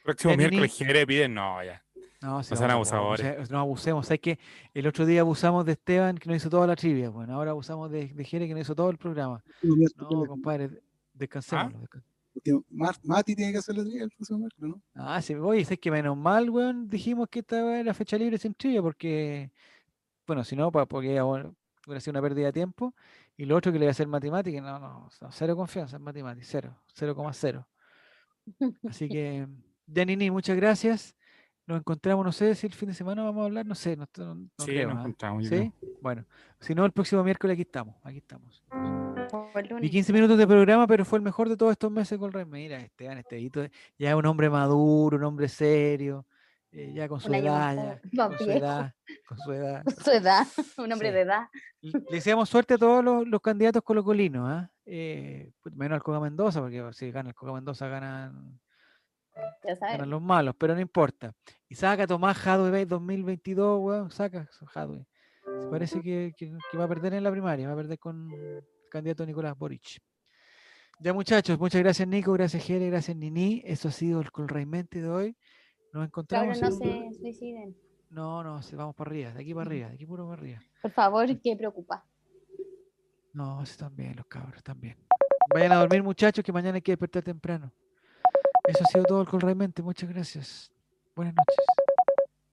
S2: Próximo
S1: Ya, Nini.
S2: miércoles, Jere, piden, no, ya.
S1: No, si
S2: No sean
S1: vamos a-
S2: abusadores.
S1: o sea, no abusemos. Es que el otro día abusamos de Esteban, que no hizo toda la trivia. Bueno, ahora abusamos de, de Jere, que no hizo todo el programa. No, compadre, descansemos.
S2: ¿Ah?
S4: Porque Mar- Mati tiene que hacer la trivia el próximo miércoles, ¿no?
S1: Ah, sí, oye, es que menos mal, weón, dijimos que esta era fecha libre sin trivia, porque, bueno, si no, pa- porque ya, bueno, hubiera sido una pérdida de tiempo. Y lo otro que le iba a hacer matemática, no, no, no, cero confianza en matemática, cero, 0,0. Así que, Janini, muchas gracias. Nos encontramos, no sé si el fin de semana vamos a hablar, no sé, no, no- no
S2: sí,
S1: creo,
S2: nos
S1: ¿ah?
S2: encontramos. yo
S1: ¿Sí? Bueno, si no, el próximo miércoles aquí estamos, aquí estamos.
S3: O el
S1: Y
S3: lunes.
S1: 15 minutos de programa, pero fue el mejor de todos estos meses con Reyes. Mira, Esteban, Estevito, eh, ya es un hombre maduro, un hombre serio, eh, ya con su
S3: Un año más
S1: edad, ya,
S3: joven. Más
S1: con su
S3: viejo.
S1: edad, con su edad.
S3: Su edad, un hombre
S1: Sí.
S3: de edad.
S1: L- Le deseamos suerte a todos los, los candidatos colocolinos, ¿ah? Eh, pues, menos al Coca Mendoza, porque si gana el Coca Mendoza ganan,
S3: Ya sabes.
S1: ganan los malos, pero no importa. Y saca Tomás Jadwe 2022, weón, saca su Jadwe. Se Parece que, que- que va a perder en la primaria, va a perder con el candidato Nicolás Boric. Ya muchachos, muchas gracias Nico, gracias Jere, gracias Nini. Eso ha sido el Colraimente de hoy. Nos encontramos.
S3: Cabros, no
S1: en-
S3: se suiciden.
S1: no, no, se- vamos para arriba, de aquí para arriba, de aquí puro para arriba.
S3: Por favor, que preocupa.
S1: No, sí, están bien los cabros, están bien. Vayan a dormir muchachos, que mañana hay que despertar temprano. Eso ha sido todo el Colraimente, muchas gracias. Buenas noches.